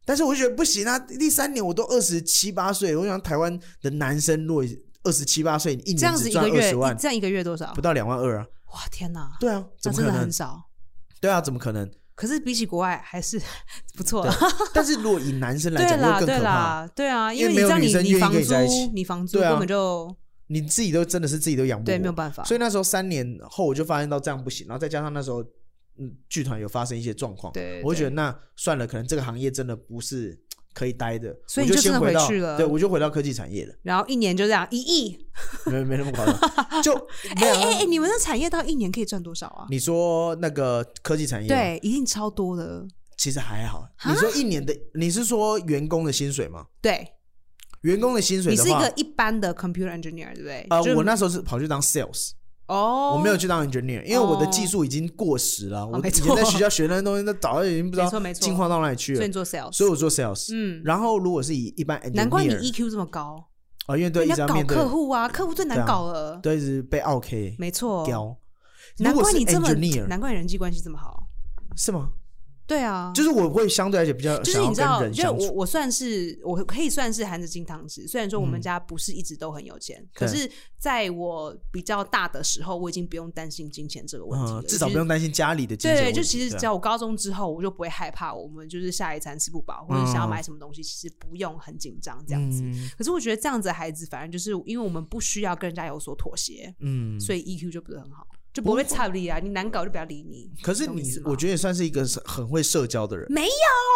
B: 但是我就觉得不行啊！第三年我都二十七八岁，我想台湾的男生若二十七八岁，你一
A: 这样
B: 年
A: 子
B: 只
A: 一个
B: 赚二
A: 月，
B: 十万
A: 一，这样一个月多少
B: 不？到两万二啊！
A: 哇，天哪，
B: 对啊，
A: 那
B: 怎么
A: 真
B: 可
A: 的很
B: 能？
A: 少。
B: 对啊，怎么可能？
A: 可是比起国外还是 不错啦，
B: 但是如果以男生来
A: 对
B: 讲，就
A: 啦
B: 更
A: 对
B: 可怕。
A: 啦对啊，因
B: 因为没
A: 为你
B: 有
A: 知道
B: 女
A: 你
B: 生
A: 你
B: 愿意
A: 房
B: 跟你在一
A: 租
B: 起
A: 你房租
B: 对啊
A: 根本就
B: 你自己都真的是自己都养不
A: 对
B: 活，
A: 没有办法，
B: 所以那时候三年后我就发现到这样不行，然后再加上那时候嗯剧团有发生一些状况，
A: 对对
B: 我就觉得
A: 对
B: 那算了，可能这个行业真的不是可以待的，
A: 所以
B: 我
A: 你
B: 就
A: 就
B: 先
A: 真的回
B: 到
A: 去了
B: 对我就回到科技产业了，
A: 然后一年就这样一亿，
B: 没没那么夸张，就没
A: 哎
B: 有啊。
A: 哎哎，你们的产业到一年可以赚多少啊？
B: 你说那个科技产业，，
A: 对，啊一定超多的，
B: 其实还好。你说一年的，你是说员工的薪水吗？
A: 对。
B: 员工的薪水
A: 你
B: 的
A: 是一
B: 话
A: 个，一般的 computer engineer，对不对？
B: 呃
A: 就，是
B: 我那时候是跑去当 sales，
A: 哦，
B: 我没有去当 engineer，因为我的技术已经过时了。我以前在学校学那些东西，那早就已经不知
A: 没错
B: 道
A: 没错
B: 进化到哪里去
A: 所
B: 了
A: 以你。做 sales，
B: 所以我做 sales，
A: 嗯
B: 然后如果是以一般 engineer，
A: 难怪你 EQ 这么高，
B: 啊，因为对一
A: 你要
B: 直要
A: 搞
B: 面对
A: 客户啊，客户最
B: 对
A: 难
B: 啊
A: 搞了，
B: 对一直被 OK
A: 没错，
B: 刁。
A: 难
B: 如果
A: 怪
B: 是
A: 你这么，
B: engineer
A: 难怪人际关系这么好，
B: 是吗？
A: 对啊，
B: 就是是我会相对来讲比较
A: 就是
B: 想
A: 你知
B: 要
A: 道，
B: 跟人
A: 就是
B: 相
A: 我
B: 处，
A: 我算是我可以算是含着金汤匙，虽然说我
B: 嗯
A: 们家不是一直都很有钱，可是在我比较大的时候，我已经不用担心金钱这个问题了，
B: 嗯，至少
A: 就是
B: 不用担心家里的经济
A: 对，
B: 问
A: 就
B: 题
A: 其实
B: 对啊
A: 只要我高中之后，我就不会害怕，我们就是下一餐吃不饱，或者想要买什么东西，其实不用很紧张这样子。
B: 嗯
A: 可是我觉得这样子的孩子，反而就是因为我们不需要跟人家有所妥协，
B: 嗯，
A: 所以 EQ 就不是很好。就不会差你啊，你难搞就不要理你。
B: 可是
A: 懂
B: 你
A: 意思，吗
B: 我觉得你算是一个是很会社交的人，
A: 没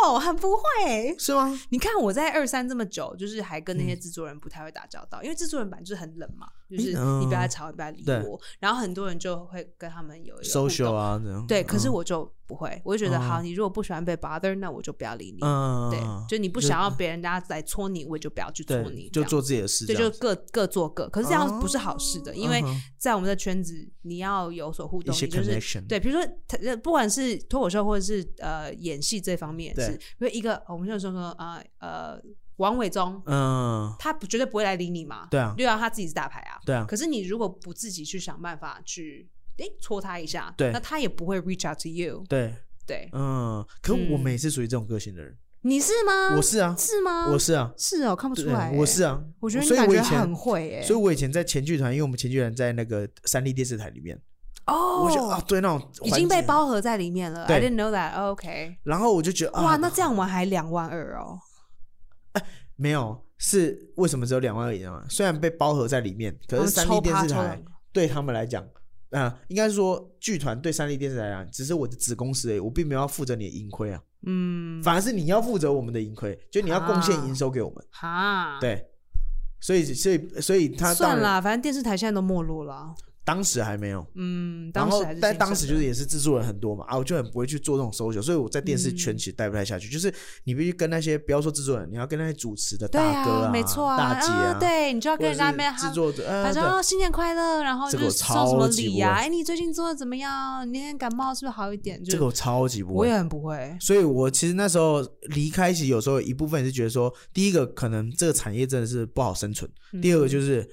A: 有，很不会。欸
B: 是吗？
A: 你看我在二三这么久，就是还跟那些制作人不太会打交道，因为制作人本来就是很冷嘛，就是
B: 嗯
A: 你不要吵，你不要理
B: 对
A: 我。然后很多人就会跟他们有一个
B: social
A: 互动，
B: 啊，这样
A: 对。可是
B: 嗯
A: 我就不会，我就觉得
B: 嗯
A: 好，你如果不喜欢被 bother，那我就不要理你。
B: 嗯，
A: 对，就你不
B: 就
A: 想要别人家来戳你，我也就不要去戳
B: 对，，
A: 你这
B: 就
A: 样
B: 做自己的事这
A: 对，
B: 样
A: 就
B: 子，
A: 各各做各。可是这样不是好事的，因为
B: 嗯哼
A: 在我们的圈子，你要有所互动，
B: 一些
A: 你就是
B: connection
A: 对，比如说他，呃不管是脱口秀或者是呃演戏这方面也是，
B: 对
A: 因为一个我们就说说呃呃王伟忠，
B: 嗯，
A: 他不绝对不会来理你嘛，
B: 对啊
A: 对啊，他自己是打牌啊，
B: 对啊，
A: 可是你如果不自己去想办法去诶戳他一下，
B: 对
A: 那他也不会 reach out to you，
B: 对，
A: 对，
B: 嗯，可我
A: 嗯
B: 每次属于这种个性的人，
A: 你是吗？
B: 我是啊，
A: 是吗？
B: 我是啊，
A: 是哦，看不出
B: 对
A: 来、，
B: 我是，啊，
A: 我觉得你
B: 所以
A: 感
B: 我
A: 觉
B: 以前
A: 很会欸诶、
B: 所以我以前在前剧团，因为我们前剧团在那个三立电视台里面，
A: 哦，
B: 我就啊，对那种
A: 已经被
B: 环境，
A: 包合在里面了，I
B: 对
A: didn't know that，OK、OK
B: 然后我就觉得啊，
A: 哇，那这样我们还两万二哦。
B: 没有是为什么只有两万而已吗？虽然被包合在里面，可
A: 我
B: 是
A: 们
B: 三
A: 抽
B: 立电
A: 趴
B: 视
A: 抽
B: 台
A: 两个
B: 对他们来讲，啊、应该是说剧团对三立电视台来讲，只是我的子公司而已，我并没有要负责你的盈亏啊，
A: 嗯，啊
B: 反而是你要负责我们的盈亏，就你要贡献营收给我们，
A: 哈，，
B: 对。所以，所以，所以他当
A: 啊算
B: 然
A: 啦，反正电视台现在都没落了。
B: 当时还没有，
A: 嗯，
B: 然
A: 当
B: 后
A: 时还是
B: 但
A: 兴盛
B: 当时
A: 的
B: 就是也是制作人很多嘛，啊，我就很不会去做这种 social，所以我在电视
A: 嗯
B: 圈其实待不太下去。就是你必须跟那些不要说制作人，你要跟那些主持的
A: 对
B: 大哥
A: 啊，没错啊，
B: 大姐
A: 啊，对你就要
B: 或
A: 跟
B: 者
A: 人家那边
B: 是制
A: 喊。
B: 作者，呃
A: 反正
B: 对
A: 哦新年快乐，然后
B: 这
A: 就
B: 个
A: 是
B: 我
A: 送什么
B: 超级
A: 礼
B: 不
A: 呀、
B: 会
A: 哎，你最近做的怎么样？你那天感冒是不是好一点？就
B: 这个我超级不
A: 我
B: 会
A: 也。很不会。
B: 所以我其实那时候离开，其实有时候有一部分也是觉得说，第一个可能这个产业真的是不好生存，
A: 嗯
B: 第二个就是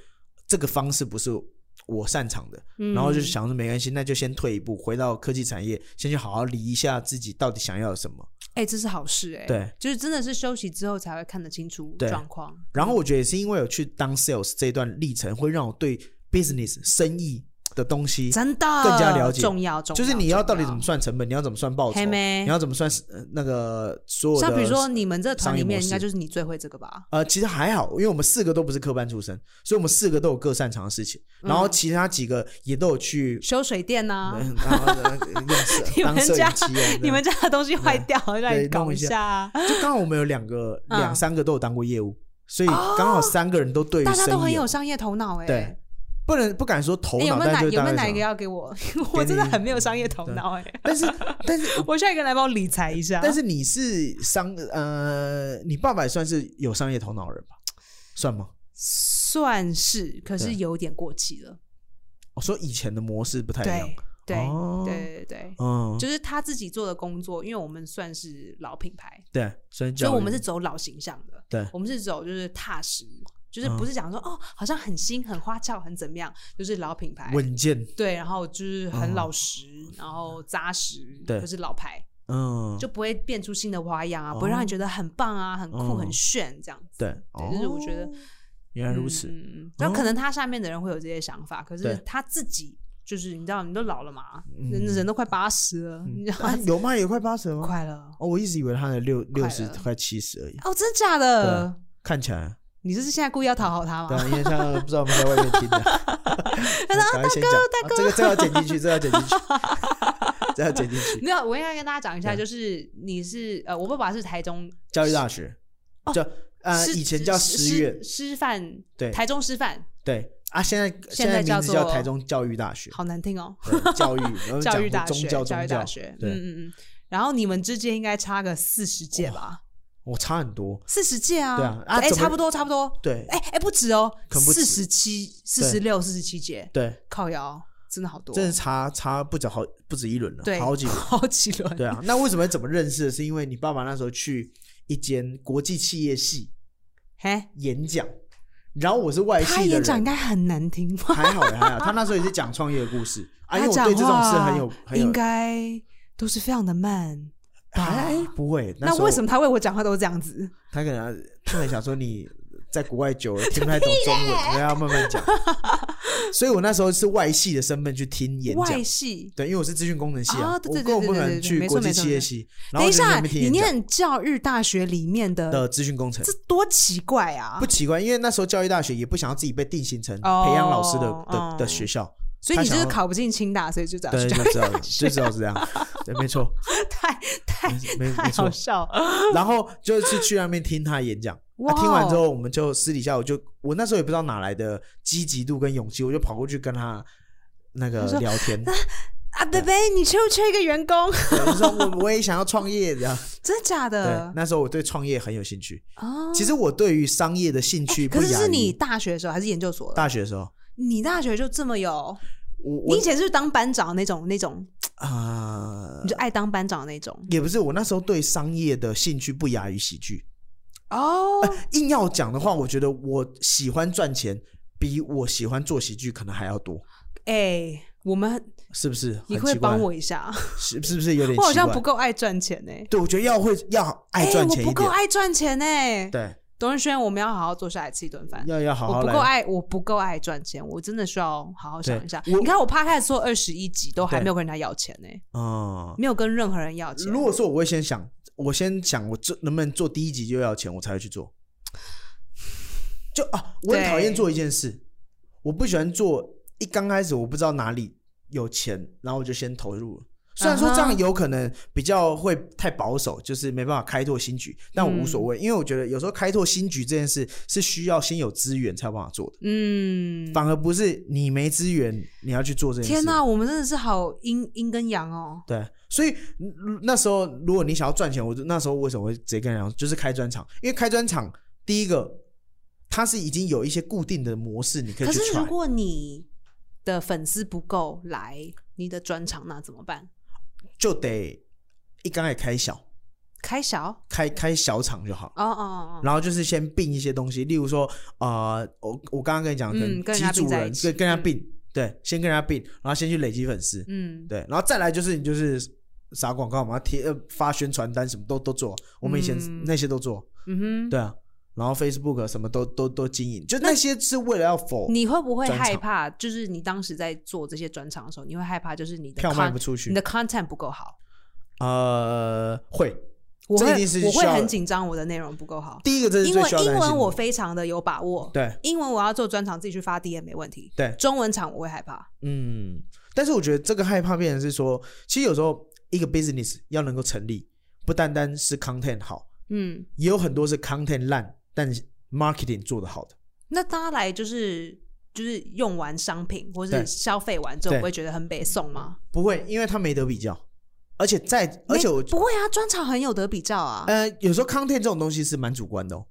B: 这个方式不是我擅长的，
A: 嗯
B: 然后就想说没关系，那就先退一步，回到科技产业，先去好好理一下自己到底想要什么。
A: 哎、这是好事哎、
B: 对，
A: 就是真的是休息之后才会看得清楚
B: 对
A: 状况。
B: 然后我觉得也是因为有去当 sales 这一段历程，会让我对 business 生意的东西，
A: 真的
B: 更加了解
A: 重要重要，
B: 就是你要
A: 重
B: 到底怎么算成本，你要怎么算报酬，
A: 嘿咩
B: 你要怎么算呃那个所有的。
A: 像比如说你们这团里面，
B: 商业模式
A: 应该就是你最会这个吧？
B: 呃，其实还好，因为我们四个都不是科班出身，所以我们四个都有各擅长的事情，
A: 嗯
B: 然后其他几个也都有去。
A: 修水电呐、
B: 嗯然后 呃用摄
A: 啊 你们
B: 当摄
A: 家
B: 影机啊，
A: 你们家的东西坏掉，让你
B: 对
A: 搞
B: 弄一下
A: 下啊。
B: 就刚好我们有两个、
A: 嗯哦
B: 两三个都有当过业务，所以刚好三个人都对于
A: 大
B: 生
A: 家
B: 意
A: 都很
B: 有
A: 有商业头脑哎、
B: 对，不能不敢说头
A: 哎有
B: 脑，
A: 没有
B: 但
A: 哪
B: 就
A: 有
B: 大概
A: 没有哪一
B: 想
A: 个要给我？ 我真的很没有商业头脑哎、
B: 但是 但是
A: 我需要一个人来帮我理财一下。
B: 但是你是商呃，你爸爸也算是有商业头脑的人吧？算吗？
A: 算是，可是
B: 对
A: 有点过气了。
B: 我哦说以前的模式不太一样
A: 对，对、
B: 哦
A: 对对对对，
B: 嗯，
A: 就是他自己做的工作，因为我们算是老品牌，
B: 对，所以
A: 所
B: 教
A: 以
B: 育
A: 我们是走老形象的。
B: 对
A: 我们是走就是踏实，就是
B: 嗯
A: 不是讲说、哦，好像很新、很花俏、很怎么样，就是老品牌。
B: 稳健，
A: 对，然后就是很
B: 嗯
A: 老实，然后扎实，
B: 对
A: 就是老牌，
B: 嗯，
A: 就不会变出新的花样啊，
B: 哦
A: 不会让你觉得很棒啊、很酷、
B: 嗯
A: 很炫这样子。
B: 对，
A: 对，就是我觉得
B: 哦原来如此，哦
A: 嗯，嗯那可能他下面的人会有这些想法，可是
B: 对
A: 他自己就是你知道，你都老了嘛，
B: 嗯
A: 人人都快八十了，你知道
B: 啊
A: 吗？
B: 有吗？有快八十了吗？
A: 快了
B: 哦，我一直以为他才六
A: 快
B: 六十
A: 了
B: 快七十而已，
A: 哦，真的假的？
B: 看起来，
A: 你这是现在故意要讨好他吗
B: 对？啊，因为他不知道我们在外面听 的，赶快先讲，啊这个这个要剪进去，这个要剪 进去，这个要剪进去，
A: 没有，我应该跟大家讲一下，
B: 对
A: 就是你是呃，我爸爸是台中
B: 教育大学，
A: 哦
B: 叫呃
A: 师
B: 以前叫
A: 师
B: 师院
A: 师，师范，
B: 对
A: 台中师范，
B: 对啊，现在
A: 现
B: 现
A: 在
B: 在
A: 叫
B: 名
A: 做
B: 字叫台中教育大学，
A: 好难听哦，
B: 对 教育然后
A: 教育
B: 讲
A: 大
B: 宗
A: 学，
B: 教
A: 教育
B: 宗
A: 大
B: 教
A: 学，嗯
B: 对，
A: 嗯嗯。然后你们之间应该差个四十届吧？
B: 我差很多，
A: 四十届啊，
B: 对啊啊
A: 哎，
B: 怎么
A: 差不多，差不多，
B: 对
A: 哎哎，不止哦，
B: 可能不止
A: 四十七、四十六、四十七节，
B: 对，
A: 靠摇真的好多，哦
B: 真的差差不止好不止一轮了
A: 对，，
B: 好几轮，
A: 好几轮，
B: 对啊，那为什么怎么认识的？是因为你爸爸那时候去一间国际企业系
A: 嘿，
B: 演讲，然后我是外
A: 他
B: 系的
A: 演讲
B: 人，
A: 应该很难听吧？
B: 还好还好，他那时候也是讲创业的故事，啊，因为
A: 他
B: 我
A: 讲
B: 对这种事很
A: 话
B: 有很
A: 应
B: 有，
A: 该都是非常的慢吧
B: 哎？不会，
A: 那为什
B: 么
A: 么他为我讲话都是这样子？
B: 他可能他可能想说你在国外久了听不太懂中 文，所以要慢慢讲，所以我那时候是外系的身份去听演讲
A: 外。戏。
B: 对，因为我是资讯工程系
A: 啊
B: 啊，
A: 对
B: 我
A: 对
B: 根本
A: 对
B: 不
A: 对
B: 可
A: 对
B: 能
A: 对
B: 去
A: 没
B: 国
A: 错没
B: 际
A: 错
B: 企
A: 没
B: 业
A: 错
B: 系。然
A: 等
B: 后
A: 一
B: 我就在
A: 下，
B: 那边听
A: 你
B: 演讲
A: 念教育大学里面的，
B: 的资讯工程
A: 这，多奇怪啊
B: 不！奇怪，因为那时候教育大学也不想要自己被定型成
A: 哦
B: 培养老师的、
A: 哦
B: 的的学校，
A: 所以
B: 他
A: 你
B: 想
A: 就是
B: 要
A: 考不进清大，所以就找
B: 对，
A: 去
B: 就知道 就知道是这样，对，没错。
A: 太太
B: 没没
A: 太
B: 错
A: 好笑了。
B: 然后就是去那边听他演讲，
A: 哇哦
B: 他、听完之后，我们就私底下我就我那时候也不知道哪来的积极度跟勇气，我就跑过去跟他那个聊 天，
A: 啊，贝贝，你缺不缺一个员工？
B: 对我就说我我也想要创业这样。
A: 真的假
B: 对
A: 的，？
B: 那时候我对创业很有兴趣。
A: 哦，
B: 其实我对于商业的兴趣不
A: 哎可
B: 亚于
A: 是是你大学的时候还是研究所的？
B: 大学的时候，
A: 你大学就这么有？
B: 我
A: 你
B: 我
A: 以前是不是当班长那种那种，
B: 啊、
A: 你就爱当班长那种？
B: 也不是我那时候对商业的兴趣不亚于喜剧。呃
A: 哦，
B: 硬要讲的话，我觉得我喜欢赚钱比我喜欢做喜剧可能还要多，
A: 哎，我们
B: 是不是？
A: 你
B: 很
A: 会不会
B: 奇怪
A: 帮，我一下？
B: 是是不是有点奇
A: 我
B: 怪？
A: 好像不够爱赚钱欸呢。
B: 对，我觉得要会要爱赚钱
A: 哎
B: 一
A: 我不够
B: 点，
A: 爱赚钱呢。
B: 对，
A: 董仁轩，我们要好好坐下来吃一顿饭。
B: 要要好好
A: 我不
B: 来
A: 够。爱，我不够爱赚钱，我真的需要好好想一下。
B: 对我
A: 你看我 p 开始做二十一集，都还
B: 对
A: 没有跟人家要钱呢、
B: 嗯，
A: 没有跟任何人要钱。
B: 如果说我会先想，我先想我这能不能做第一集就要钱，我才会去做。就啊，我很
A: 对
B: 讨厌做一件事，我不喜欢做。一刚开始我不知道哪里有钱，然后我就先投入了。虽然说这
A: 嗯
B: 样
A: 哼
B: 有可能比较会太保守，就是没办法开拓新局，但我无
A: 嗯
B: 所谓，因为我觉得有时候开拓新局这件事是需要先有资源才有办法做的，
A: 嗯，
B: 反而不是你没资源你要去做这件事。
A: 天哪、我们真的是好阴阴跟阳哦。
B: 对，所以嗯那时候如果你想要赚钱，我就那时候为什么会直接跟人讲，就是开专场，因为开专场第一个它是已经有一些固定的模式，你可以
A: 可
B: 去
A: 是如
B: try。
A: 果你的粉丝不够来你的专场，那怎么办？
B: 就得一刚开始开小，
A: 开小？
B: 开开小场就好。
A: 哦哦哦哦，
B: 然后就是先并一些东西，例如说，呃，我我刚刚跟你讲，可
A: 嗯
B: 能
A: 跟人
B: 机
A: 家并
B: 主
A: 在
B: 人
A: 一起
B: 跟跟人家
A: 嗯
B: 并，对，先跟人家并，然后先去累积粉丝，
A: 嗯，
B: 对，然后再来就是你就是撒广告嘛，贴呃发宣传单什么都都做，我们以前
A: 嗯
B: 那些都做，
A: 嗯哼。
B: 对啊，然后 Facebook 什么都都都经营，就那些是为了要否
A: 你会不会
B: 专场
A: 害怕？就是你当时在做这些专场的时候，你会害怕，就是你的
B: 票卖
A: con-
B: 不出去
A: 你的 content 不够好。
B: 呃会
A: 我
B: 这
A: 会
B: 一定是
A: 我
B: 需
A: 会
B: 要
A: 很紧张，我的内容不够好。
B: 第一个这是
A: 英
B: 最
A: 文
B: 需要担心
A: 英
B: 的
A: 文我非常的有把握，
B: 对
A: 英文我要做专场自己去发 DM 没问题。
B: 对
A: 中文场我会害怕，
B: 嗯，但是我觉得这个害怕变成是说，其实有时候一个 business 要能够成立，不单单是 content 好，
A: 嗯，
B: 也有很多是 content 烂，但 marketing 做得好的。
A: 那大家来就是就是用完商品或是
B: 对
A: 消费完之后，
B: 对
A: 不会觉得很北宋吗？
B: 不会，因为他没得比较，而且在而且我
A: 没不会啊，专场很有得比较啊。
B: 呃有时候 content 这种东西是蛮主观的哦，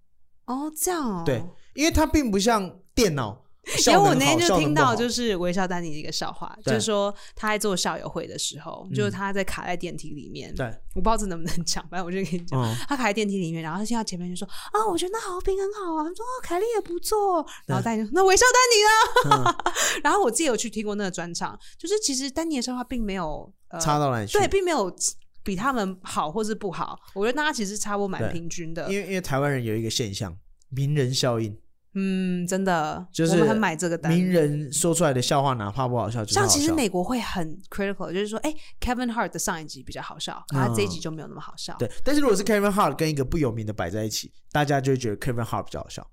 A: 哦，这样哦。
B: 对，因为它并不像电脑。
A: 因为
B: 效
A: 我
B: 能
A: 那天
B: 好
A: 就
B: 效
A: 听
B: 能不
A: 到
B: 好
A: 就是微笑丹尼的一个笑话，就
B: 对嗯
A: 是说他在做校友会的时候，就是他在卡在电梯里面，
B: 对，
A: 我不知道这能不能讲，反正我就跟你讲，
B: 嗯
A: 他卡在电梯里面，然后他听到前面就说啊，我觉得那好评很好啊，他说哦，凯莉也不错，然后丹尼就说那微笑丹尼呢？啊
B: 嗯
A: 然后我自己有去听过那个专场，就是其实丹尼的笑话并没有呃，
B: 差到哪里去？
A: 对，并没有比他们好或是不好，我觉得大家其实差不多蛮
B: 对
A: 平均的
B: 因，为因为台湾人有一个现象，名人效应，
A: 嗯，真的，
B: 就是
A: 我们很买这个单，
B: 名人说出来的笑话，哪怕不好笑，就是好
A: 像其实
B: 笑
A: 美国会很 critical，就是说，哎、k e v i n Hart 的上一集比较好笑，然后他这一集就没有那么好笑。
B: 嗯对，但是如果是 Kevin Hart 跟一个不有名的摆在一起，大家就会觉得 Kevin Hart 比较好笑，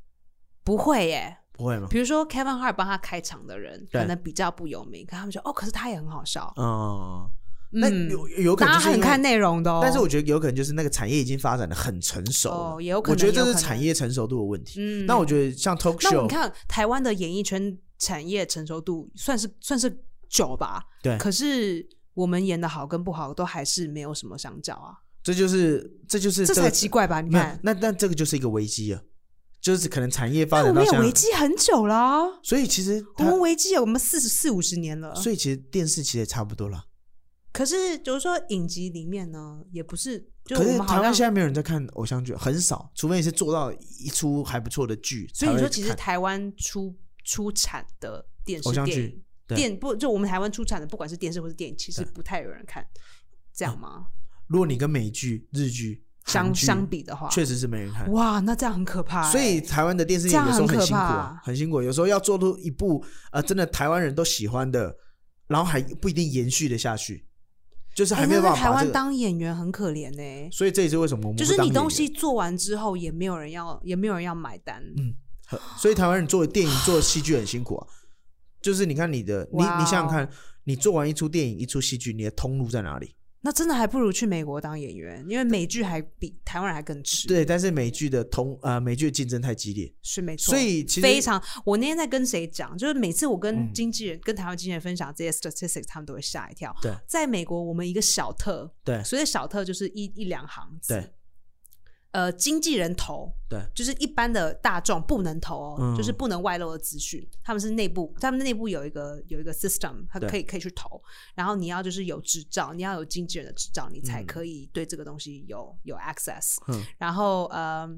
A: 不会耶。
B: 不会吗？
A: 比如说 Kevin Hart 帮他开场的人，
B: 对
A: 可能比较不有名，可他们说，哦，可是他也很好笑。
B: 嗯，那
A: 嗯，
B: 有有可
A: 大
B: 能
A: 家
B: 就是因
A: 很
B: 为
A: 看内容的哦。
B: 但是我觉得有可能就是那个产业已经发展的很成熟了，
A: 哦也有可能
B: 我觉得
A: 有
B: 这
A: 可
B: 是
A: 能
B: 产业成熟度的问题。
A: 嗯
B: 那我觉得像 talk
A: 那我们
B: show，
A: 看台湾的演艺圈产业成熟度算是算是久吧，
B: 对，
A: 可是我们演的好跟不好都还是没有什么相较啊，
B: 这就是这就是
A: 这
B: 个
A: 才奇怪吧？你
B: 没有
A: 看，，
B: 那那这个就是一个危机啊，就是可能产业发
A: 那
B: 展
A: 我
B: 到
A: 们
B: 现
A: 哦有
B: 在
A: 危，机很久了啊，
B: 所以其实它
A: 我们危机有我们四十四五十年了，
B: 所以其实电视其实也差不多了。
A: 可是，就是说影集里面呢，也不是，就
B: 可
A: 我
B: 是
A: 们
B: 台
A: 好
B: 湾
A: 像，
B: 现
A: 所
B: 在没有人在看偶像剧，很少，除非你是做到一出还不错的剧。
A: 以你
B: 才
A: 说
B: 会
A: 其实
B: 看
A: 台湾出出产的电视
B: 偶像
A: 电
B: 剧
A: 影
B: 对
A: 电不就我们台湾出产的，不管是电视或是电影，其实不太有人看，这样吗？
B: 如果你跟美剧、日剧、嗯韩
A: 相
B: 剧
A: 相，比的话，
B: 确实是没人看。
A: 哇，那这样很可怕欸、
B: 所以台湾的电视
A: 这
B: 业
A: 样
B: 有时候很
A: 很可
B: 辛苦
A: 怕
B: 啊，很辛苦。有时候要做出一部呃，真的台湾人都喜欢的，然后还不一定延续的下去，就是
A: 哎
B: 还没有
A: 那
B: 办
A: 在台
B: 法把
A: 湾
B: 这个。
A: 当演员很可怜呢、
B: 所以这也是为什么我们
A: 就
B: 不
A: 是
B: 当
A: 你
B: 演员
A: 东西，做完之后，也没有
B: 嗯
A: 人要，也没有人要买单。
B: 所以台湾人做电影、做戏剧很辛苦啊。就是你看你的，你
A: 哇哦
B: 你想想看，你做完一出电影、一出戏剧，你的通路在哪里？
A: 那真的还不如去美国当演员，因为美剧还比台湾人还更吃，
B: 对，但是美剧的同呃美剧的竞争太激烈，
A: 是没错。
B: 所以其实
A: 非常，我那天在跟谁讲，就是每次我跟
B: 嗯
A: 经纪人、跟台湾经纪人分享这些 statistics，他们都会吓一跳。
B: 对
A: 在美国，我们一个小特，
B: 对
A: 所谓小特就是一一两行字，
B: 对
A: 呃，经纪人投，
B: 对
A: 就是一般的大众不能投哦，
B: 嗯
A: 就是不能外露的资讯。他们是内部，他们内部有一个有一个 system，它
B: 对
A: 可以可以去投。然后你要就是有执照，你要有经纪人的执照，你才
B: 嗯
A: 可以对这个东西有有 access。
B: 嗯
A: 然后呃，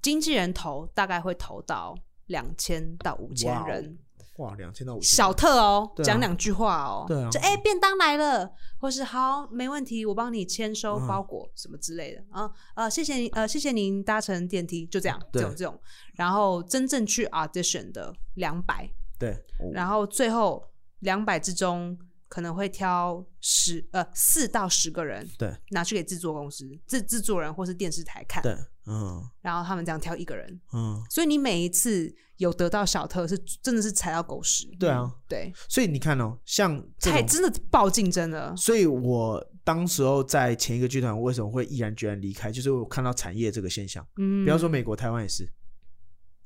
A: 经纪人投大概会投到两千到五千
B: 哇哦
A: 人。
B: 哇两千到五
A: 小特哦，
B: 对啊
A: 讲、两句话哦，
B: 对啊
A: 就哎、便当来了，或是好没问题，我帮你签收
B: 嗯
A: 包裹、什么之类的啊呃，谢谢您呃谢谢您搭乘电梯，就这样这
B: 对
A: 种这种，然后真正去 audition 的两百，
B: 对，
A: 然后最后两百之中可能会挑十呃四到十个人
B: 对
A: 拿去给制作公司制制作人或是电视台看，
B: 对，嗯
A: 然后他们这样挑一个人，
B: 嗯，
A: 所以你每一次有得到小特是真的是踩到狗屎，嗯
B: 对啊，
A: 对。
B: 所以你看哦，像这
A: 太
B: 种
A: 真的爆竞争了，
B: 所以我当时候在前一个剧团，我为什么会毅然决然离开？就是我看到产业这个现象，
A: 嗯，
B: 不要说美国，台湾也是，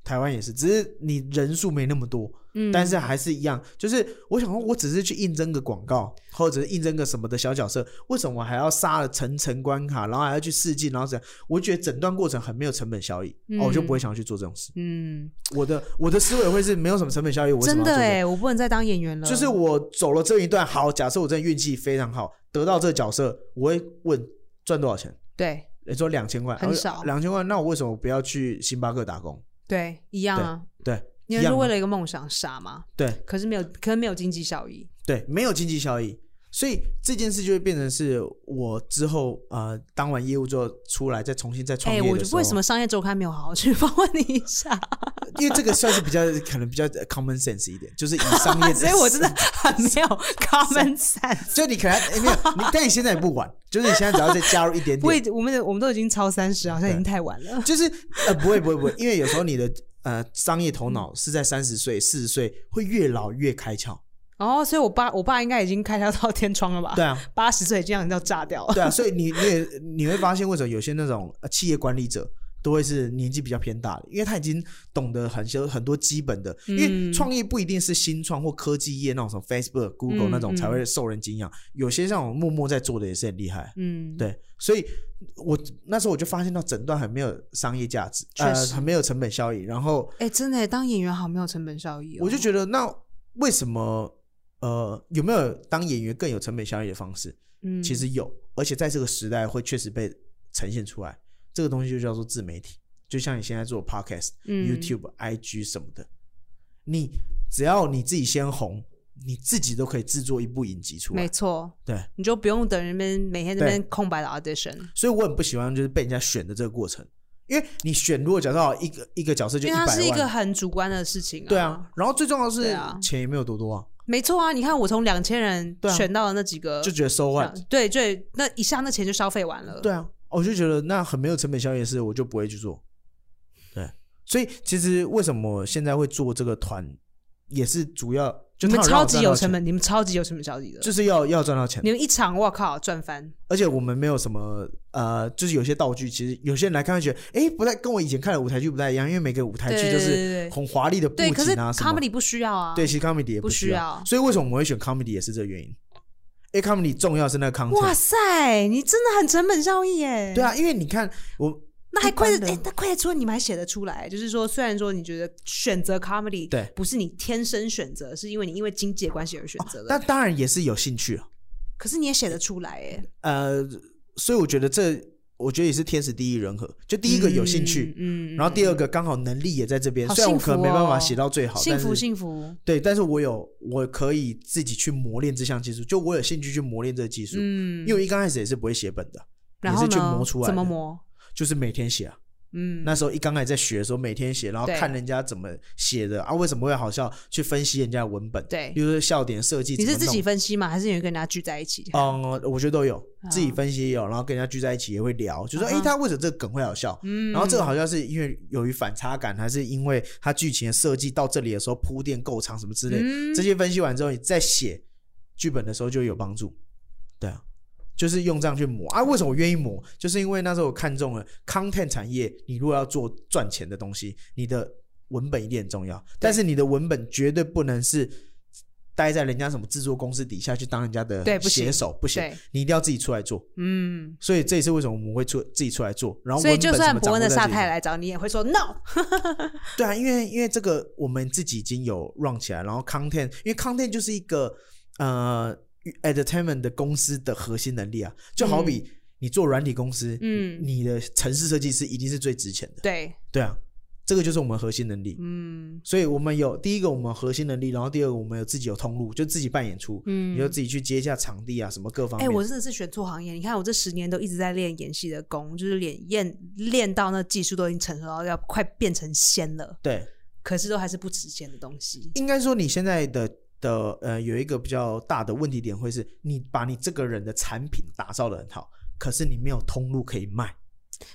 B: 台湾也是，只是你人数没那么多，
A: 嗯，
B: 但是啊还是一样。就是我想说，我只是去应征个广告，或者是应征个什么的小角色，为什么还要杀了层层关卡，然后还要去试镜，然后怎样？我觉得整段过程很没有成本效益，
A: 嗯
B: 哦，我就不会想要去做这种事。
A: 嗯，
B: 我的我的思维会是没有什么成本效益，我为什么要
A: 真
B: 做
A: 的
B: 这个
A: 哎，我不能再当演员了，
B: 就是我走了这一段，好，假设我真的运气非常好，得到这个角色，我会问赚多少钱？
A: 对
B: 也说两千块，哦
A: 很少
B: 两千块，那我为什么不要去星巴克打工？
A: 对一样啊，
B: 对，
A: 你
B: 一
A: 们是
B: 样
A: 为
B: 啊，
A: 了一个梦想傻吗？
B: 对
A: 可是没有，可能没有经济效益，
B: 对，没有经济效益，所以这件事就会变成是我之后呃当完业务之后出来再重新再创
A: 哎，
B: 业的
A: 我
B: 时
A: 就
B: 候，啊
A: 为什么商业周刊没有好好去 访问你一下？
B: 因为这个算是比较可能比较 common sense 一点，就是以商业的，
A: 所以我真 的很没有 common sense。
B: 就你可能、哎没有你，但你现在也不晚，就是你现在只要再加入一 点点，
A: 我已我们的我们都已经超三十，好啊像已经
B: 对
A: 太晚了。
B: 就是呃，不会不会不会，因为有时候你的呃商业头脑是在三十岁、四十岁会越老越开窍。
A: 哦，所以我爸我爸应该已经开销到天窗了吧？
B: 对，啊，
A: 八十岁已经让人要炸掉了。
B: 对啊，所以你你也你会发现，为什么有些那种呃企业管理者。都会是年纪比较偏大的，因为他已经懂得很多很多基本的，因为
A: 嗯
B: 创业不一定是新创或科技业那种什么 Facebook、Google
A: 嗯
B: 那种才
A: 嗯
B: 会受人敬仰，有些像我默默在做的也是很厉害。
A: 嗯，
B: 对，所以我那时候我就发现到整段很没有商业价值，
A: 确
B: 呃，
A: 实
B: 很没有成本效益，然后
A: 哎，真的耶当演员好没有成本效益哦。
B: 我就觉得那为什么呃有没有当演员更有成本效益的方式？
A: 嗯，
B: 其实有，而且在这个时代会确实被呈现出来。这个东西就叫做自媒体，就像你现在做 podcast、
A: 嗯
B: YouTube、IG 什么的，你只要你自己先红，你自己都可以制作一部影集出
A: 没
B: 来。
A: 错，
B: 对，
A: 你就不用等人们每天那边空白的啊 audition，
B: 所以我很不喜欢就是被人家选的这个过程，因为你选如果假设好一个一个角色就
A: 因为
B: 一
A: 它是一
B: 百
A: 个
B: 万，
A: 很主观的事情、啊。
B: 对啊，，然后最重要的
A: 对
B: 是
A: 啊
B: 钱也没有多多啊，
A: 没错啊。你看我从两千人
B: 对啊
A: 选到的那几个，
B: 就觉得
A: 啊
B: 收万。
A: 对对，那一下那钱就消费完了。
B: 对啊，我就觉得那很没有成本效益的事，我就不会去做。对，所以其实为什么现在会做这个团，也是主要就
A: 你
B: 他
A: 们超级有成
B: 本，
A: 本，你们超级有成本效益的，
B: 就是要要赚到钱
A: 你。们一场哇靠赚翻，
B: 而且我们没有什么呃，就是有些道具，其实有些人来看会觉得，哎，不太跟我以前看的舞台剧不太一样，因为每个舞台
A: 对
B: 剧
A: 对
B: 就
A: 对对
B: 是很华丽的布
A: 对，可是
B: 景啊什么。
A: comedy 不需要啊。
B: 对，其实 comedy 也
A: 不需
B: 需
A: 要
B: 所以为什么我们会选 comedy 也是这个原因。因为 comedy 重要是那个 content。
A: 哇塞，你真的很成本效益耶！
B: 对，啊，因为你看我
A: 那还
B: 一般
A: 亏得
B: 的
A: 哎，那亏得出来你们还写得出来，就是说，虽然说你觉得选择 comedy
B: 对哦
A: 不是你天生选择，是因为你因为经济的关系而选择的，
B: 那当然也是有兴趣啊。
A: 可是你也写得出来哎，
B: 呃，所以我觉得这，我觉得也是天时地利人和。就第一个有兴趣，
A: 嗯，嗯
B: 然后第
A: 嗯
B: 二个刚好能力也在这边，
A: 好
B: 虽然我
A: 幸福
B: 可能没办
A: 哦
B: 法写到最好，
A: 幸福
B: 但是
A: 幸福，
B: 对，但是我有我可以自己去磨练这项技术，就我有兴趣去磨练这个技术，
A: 嗯
B: 因为我一刚开始也是不会写本的，
A: 然后
B: 也是去
A: 呢
B: 磨出来的
A: 怎么磨？
B: 就是每天写啊，
A: 嗯，
B: 那时候一刚开始在学的时候，每天写，然后
A: 对
B: 看人家怎么写的啊，为什么会好笑，去分析人家的文本，
A: 对
B: 比如说笑点设计，
A: 你
B: 怎
A: 是
B: 么
A: 自
B: 弄
A: 己分析吗？还是你会跟人家聚在一起？
B: 嗯，我觉得都有，自己
A: 啊
B: 分析也有，然后跟人家聚在一起也会聊，就说
A: 啊
B: 诶，
A: 哈
B: 他为什么这个梗会好笑？
A: 嗯，
B: 然后这个好像是因为由于反差感，还是因为它剧情的设计到这里的时候铺垫够长什么之类，
A: 嗯
B: 这些分析完之后，你再写剧本的时候就有帮助。对啊，就是用这样去磨啊。为什么我愿意磨？就是因为那时候我看中了 content 产业，你如果要做赚钱的东西，你的文本一定很重要，但是你的文本绝对不能是。待在人家什么制作公司底下去当人家的
A: 对不行
B: 写手不行
A: 对，
B: 你一定要自己出来做。
A: 嗯，
B: 所以这也是为什么我们会出自己出来做。然后
A: 所以
B: 文
A: 就
B: 本什
A: 算
B: 么
A: 伯
B: 掌握
A: 恩的
B: 在
A: 萨
B: 自己
A: 泰来找你，也会说 no。
B: 对啊，因为因为这个我们自己已经有 run 起来，然后 content，因为 content 就是一个呃 entertainment 的公司的核心能力啊，就好比你做软体公司，
A: 嗯
B: 你的城市设计师一定是最值钱的，
A: 对，
B: 对啊，这个就是我们核心能力。
A: 嗯
B: 所以我们有第一个我们核心能力，然后第二个我们有自己有通路，就自己办演出，
A: 嗯
B: 你就自己去接一下场地啊，什么各方
A: 哎、
B: 面。
A: 我真的是选错行业。你看，我这十年都一直在练演戏的功，就是练练练到那技术都已经成熟到要快变成仙了，
B: 对，
A: 可是都还是不值钱的东西。
B: 应该说你现在的的呃有一个比较大的问题点会是，你把你这个人的产品打造的很好，可是你没有通路可以卖。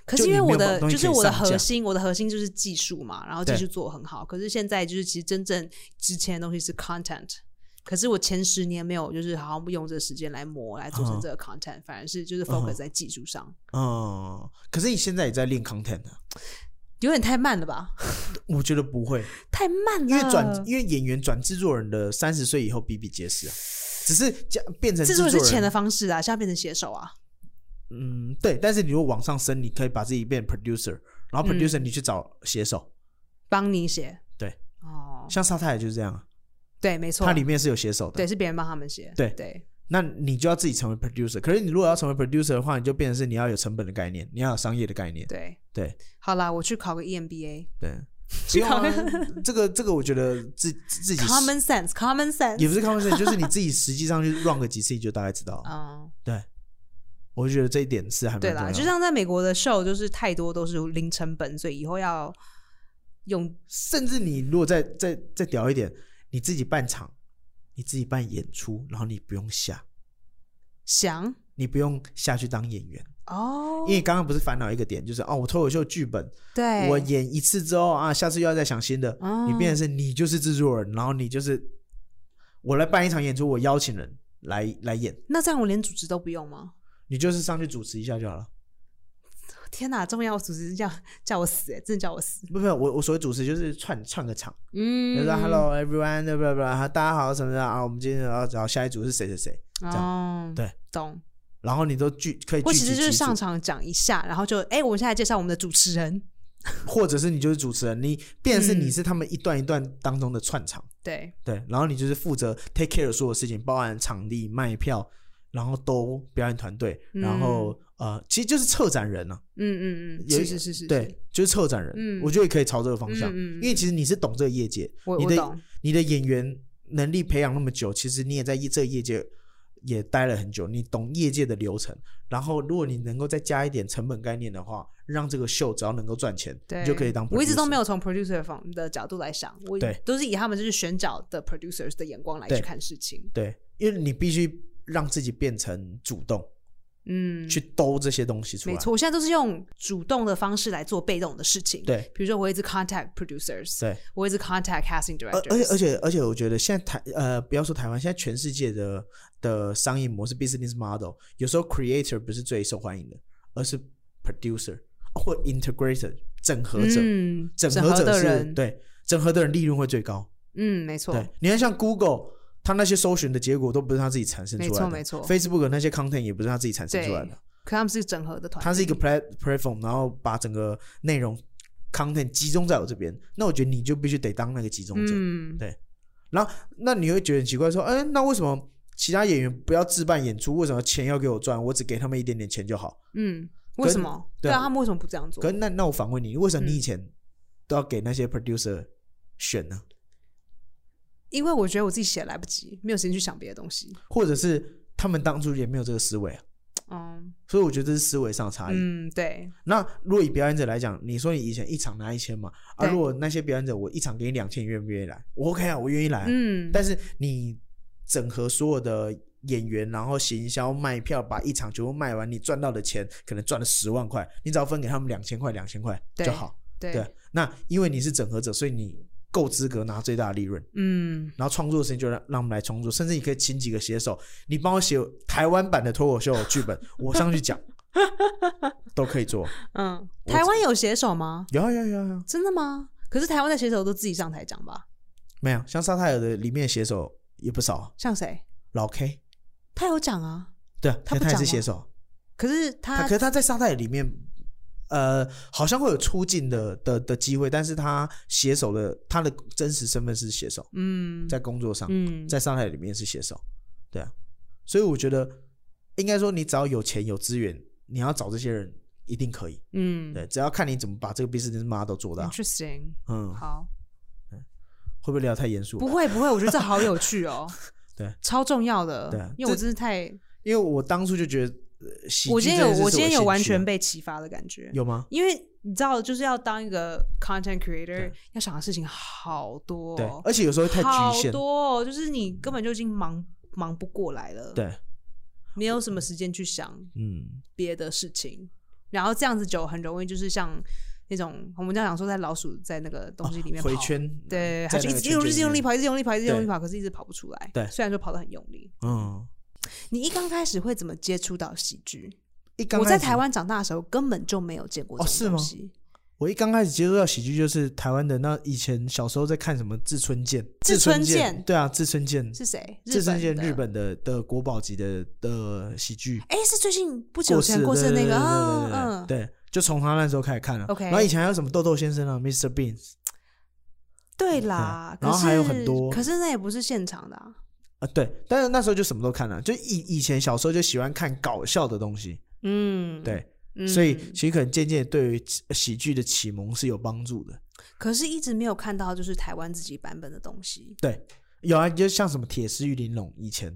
A: 可
B: 就是
A: 因
B: 你
A: 为
B: 没
A: 我
B: 有把
A: 的
B: 东西
A: 就是
B: 可以
A: 我的
B: 上
A: 核
B: 架
A: 心，我的核心就是技术嘛，然后技
B: 对
A: 术做得很好。可是现在就是其实真正值钱的东西是 content。可是我前十年没有，就是好好用这个时间来磨，来做成
B: 嗯
A: 这个 content，、反而是就是
B: 嗯
A: focus 在技术上，
B: 嗯，可是你现在也在练 content 啊？
A: 有点太慢了吧？
B: 我觉得不会，
A: 太慢了。
B: 因为转因为演员转制作人的三十岁以后比比皆是啊，只是加变成
A: 制
B: 制
A: 作
B: 作
A: 人
B: 人
A: 是钱的方式啊，现在变成写手啊。
B: 嗯对，但是你如果往上升，你可以把自己变 producer，然后
A: 嗯
B: producer 你去找写手，
A: 帮你写。
B: 对，
A: 哦，
B: 像沙太也就是这样啊，
A: 对，没错，
B: 它里面是有写手的，
A: 对是别人帮他们写。
B: 对
A: 对，
B: 那你就要自己成为 producer。可是你如果要成为 producer 的话，你就变成是你要有成本的概念，你要有商业的概念。
A: 对，
B: 对
A: 好啦，我去考个 E EMBA。
B: 对，不用啊，这个这个我觉得自自己
A: Common sense，common sense。
B: 也不是 common sense，就是你自己实际上去 run 个几次，你就大概知道。
A: 嗯，
B: 对，我就觉得这一点是还蛮
A: 对
B: 重要
A: 啦，
B: 的。
A: 就像在美国的 show，就是太多都是零成本，所以以后要用
B: 甚至你如果再再再屌一点，你自己办场，你自己办演出，然后你不用下，
A: 想
B: 你不用下去当演员，
A: 哦
B: 因，为刚刚不是烦恼一个点，就是哦，我脱口秀剧本
A: 对，
B: 我演一次之后啊，下次又要再想新的。
A: 嗯
B: 你变成是你就是制作人，然后你就是我来办一场演出，我邀请人来来演，
A: 那这样我连主持都不用吗？
B: 你就是上去主持一下就好了。
A: 天哪，重要主持叫叫我死、欸，真的叫我死。
B: 不不，我我所谓主持就是串串个场，
A: 嗯，
B: 就是说 Hello everyone，不不不，大家好什么的啊，我们今天要找下一组是谁谁谁，样
A: 哦，
B: 对，
A: 懂。
B: 然后你都聚可以
A: 我
B: 聚
A: 其
B: 集
A: 实就是
B: 几组
A: 上，场讲一下，然后就哎、我们现在介绍我们的主持人，
B: 或者是你就是主持人，你变成是
A: 嗯
B: 你是他们一段一段当中的串场。
A: 对，
B: 对，然后你就是负责 take care 所有事情，包含场地、卖票，然后都表演团队，然后、呃，其实就是策展人啊，
A: 嗯嗯嗯，
B: 有
A: 是
B: 一
A: 是嗯是是，
B: 对，就是策展人，
A: 嗯
B: 我觉得也可以朝这个方向，
A: 嗯嗯嗯
B: 因为其实你是懂这个业界，
A: 我
B: 你
A: 我
B: 的
A: 懂
B: 你的演员能力培养那么久，其实你也在业这个业界也待了很久，你懂业界的流程，然后如果你能够再加一点成本概念的话，让这个秀只要能够赚钱，
A: 对，
B: 你就可以当。
A: 我一直都没
B: 有。
A: 有从 producer 方的角度来想，我
B: 对
A: 都是以他们就是选角的 producers 的眼光来
B: 对
A: 去看事情。
B: 对，因为你必须让自己变成主动，
A: 嗯，
B: 去啊兜这些东西出来。
A: 没错，我现在都是用主动的方式来做被动的事情。
B: 对，
A: 比如说我一直 contact producers，
B: 对，
A: 我一直 contact casting
B: 而
A: directors，
B: 而且而且而且，我觉得现在台呃，不要说台湾，现在全世界的的商业模式 business model，有时候 creator 不是最受欢迎的，而是 producer 或 integrator 整合者，
A: 嗯，
B: 整
A: 整
B: 合
A: 合
B: 者
A: 的
B: 是
A: 人，，
B: 对整合的人利润会最高。
A: 嗯，没错，
B: 对，你看像 Google。他那些搜寻的结果都不是他自己产生出来的，
A: 没错没错
B: Facebook 那些 content 也不是他自己产生出来的
A: 对，可他们是整合的团，
B: 它是一个 plat platform，然后把整个内容 content 集中在我这边，那我觉得你就必须得当那个集中者。
A: 嗯，
B: 然后那你会觉得很奇怪，说，哎，那为什么其他演员不要自办演出？为什么钱要给我赚？我只给他们一点点钱就好？
A: 嗯，为什么？
B: 对
A: 对
B: 啊
A: 啊，他们为什么不这样做
B: 可？是那那我反问你，为什么你
A: 嗯
B: 以前都要给那些 producer 选呢？
A: 因为我觉得我自己写来不及，没有时间去想别的东西。
B: 或者是他们当初也没有这个思维啊？
A: 嗯
B: 所以我觉得这是思维上的差异。
A: 嗯，对，
B: 那如果以表演者来讲，你说你以前一场拿一千嘛，啊，
A: 对
B: 如果那些表演者我一场给你两千，你愿不愿意来？我 OK 啊，我愿意来啊、
A: 嗯，
B: 但是你整合所有的演员，然后行销卖票，把一场全部卖完，你赚到的钱可能赚了十万块，你只要分给他们两千块，两千块
A: 对
B: 就好。
A: 对，
B: 对，那因为你是整合者，所以你够资格拿最大的利润。
A: 嗯，
B: 然后创作的时间就让让我们来创作，甚至你可以请几个写手，你帮我写台湾版的脱口秀剧本，我上去 讲，都可以做。
A: 嗯，台湾有写手吗？
B: 有啊有啊有啊有啊，
A: 真的吗？可是台湾的写手都自己上台讲吧？
B: 没有像沙泰尔的里面的写手也不少，啊
A: 像谁？
B: 老 K，
A: 他有讲啊，
B: 对啊，
A: 他
B: 因为
A: 不
B: 他也是
A: 讲吗
B: 写手，
A: 可是
B: 他
A: 他
B: 可是他在沙泰尔里面，呃，好像会有出镜的的的机会，但是他写手的他的真实身份是写手，
A: 嗯
B: 在工作上，
A: 嗯
B: 在沙泰尔里面是写手，对啊，所以我觉得应该说你只要有钱有资源，你要找这些人一定可以，
A: 嗯
B: 对，只要看你怎么把这个 business model 做大，
A: ，interesting，
B: 嗯，
A: 好，
B: 会不会聊太严肃？，
A: 不会不会，我觉得这好有趣哦
B: 对，
A: 超重要的，
B: 对啊
A: 因为我
B: 这
A: 真是太，
B: 因为我当初就觉得，呃喜
A: 我
B: 剧
A: 今天
B: 这
A: 有
B: 件事是我
A: 今天
B: 兴
A: 有
B: 趣啊
A: 完全被启发的感觉，
B: 有吗？
A: 因为你知道，就是要当一个 content creator，
B: 对
A: 要想的事情好多、
B: 对
A: 哦，，
B: 而且有时候会太局
A: 好
B: 限，
A: 多、哦，就是你根本就已经忙忙不过来了，，
B: 对，
A: 没有什么时间去想
B: 嗯，
A: 别的事情，然后这样子久很容易就是像那种我们这样讲说，在老鼠在那个东西里面、
B: 哦回。圈，在
A: 对，它就
B: 那
A: 一
B: 个
A: 直
B: 圈
A: 用
B: 圈
A: 力，一直用
B: 里
A: 力
B: 面，
A: 跑，一直用力跑，一直用力
B: 对
A: 跑，可是一直跑不出来。
B: 对
A: 虽然说跑得很用力。
B: 嗯，
A: 你一刚开始会怎么接触到喜剧？
B: 一刚
A: 我在
B: 开始
A: 台，湾长大的时候根本就没有见过
B: 哦
A: 这种
B: 是吗
A: 东西。
B: 我一刚开始接触到喜剧就是台湾的那以前小时候在看什么《志村健》，
A: 志村健
B: 健，对啊，《志村健》
A: 是谁？
B: 志村健
A: 的
B: 日本的的国宝级的的喜剧，
A: 哎，是最近不久
B: 过
A: 前
B: 世
A: 过世的那
B: 对对
A: 个，
B: 对对
A: 嗯
B: 对
A: 嗯，
B: 对，对就从他那时候开始看了。
A: OK
B: 然后以前还有什么豆豆先生啊，Mr. Bean
A: 对啦。
B: 对然后
A: 可是
B: 还有很多
A: 可是那也不是现场的啊。
B: 啊，对，但是那时候就什么都看了，就以以前小时候就喜欢看搞笑的东西，
A: 嗯，
B: 对，
A: 嗯
B: 所以其实可能渐渐对于喜喜剧的启蒙是有帮助的。
A: 可是一直没有看到就是台湾自己版本的东西。
B: 对，有啊，就像什么铁丝玉玲珑，以前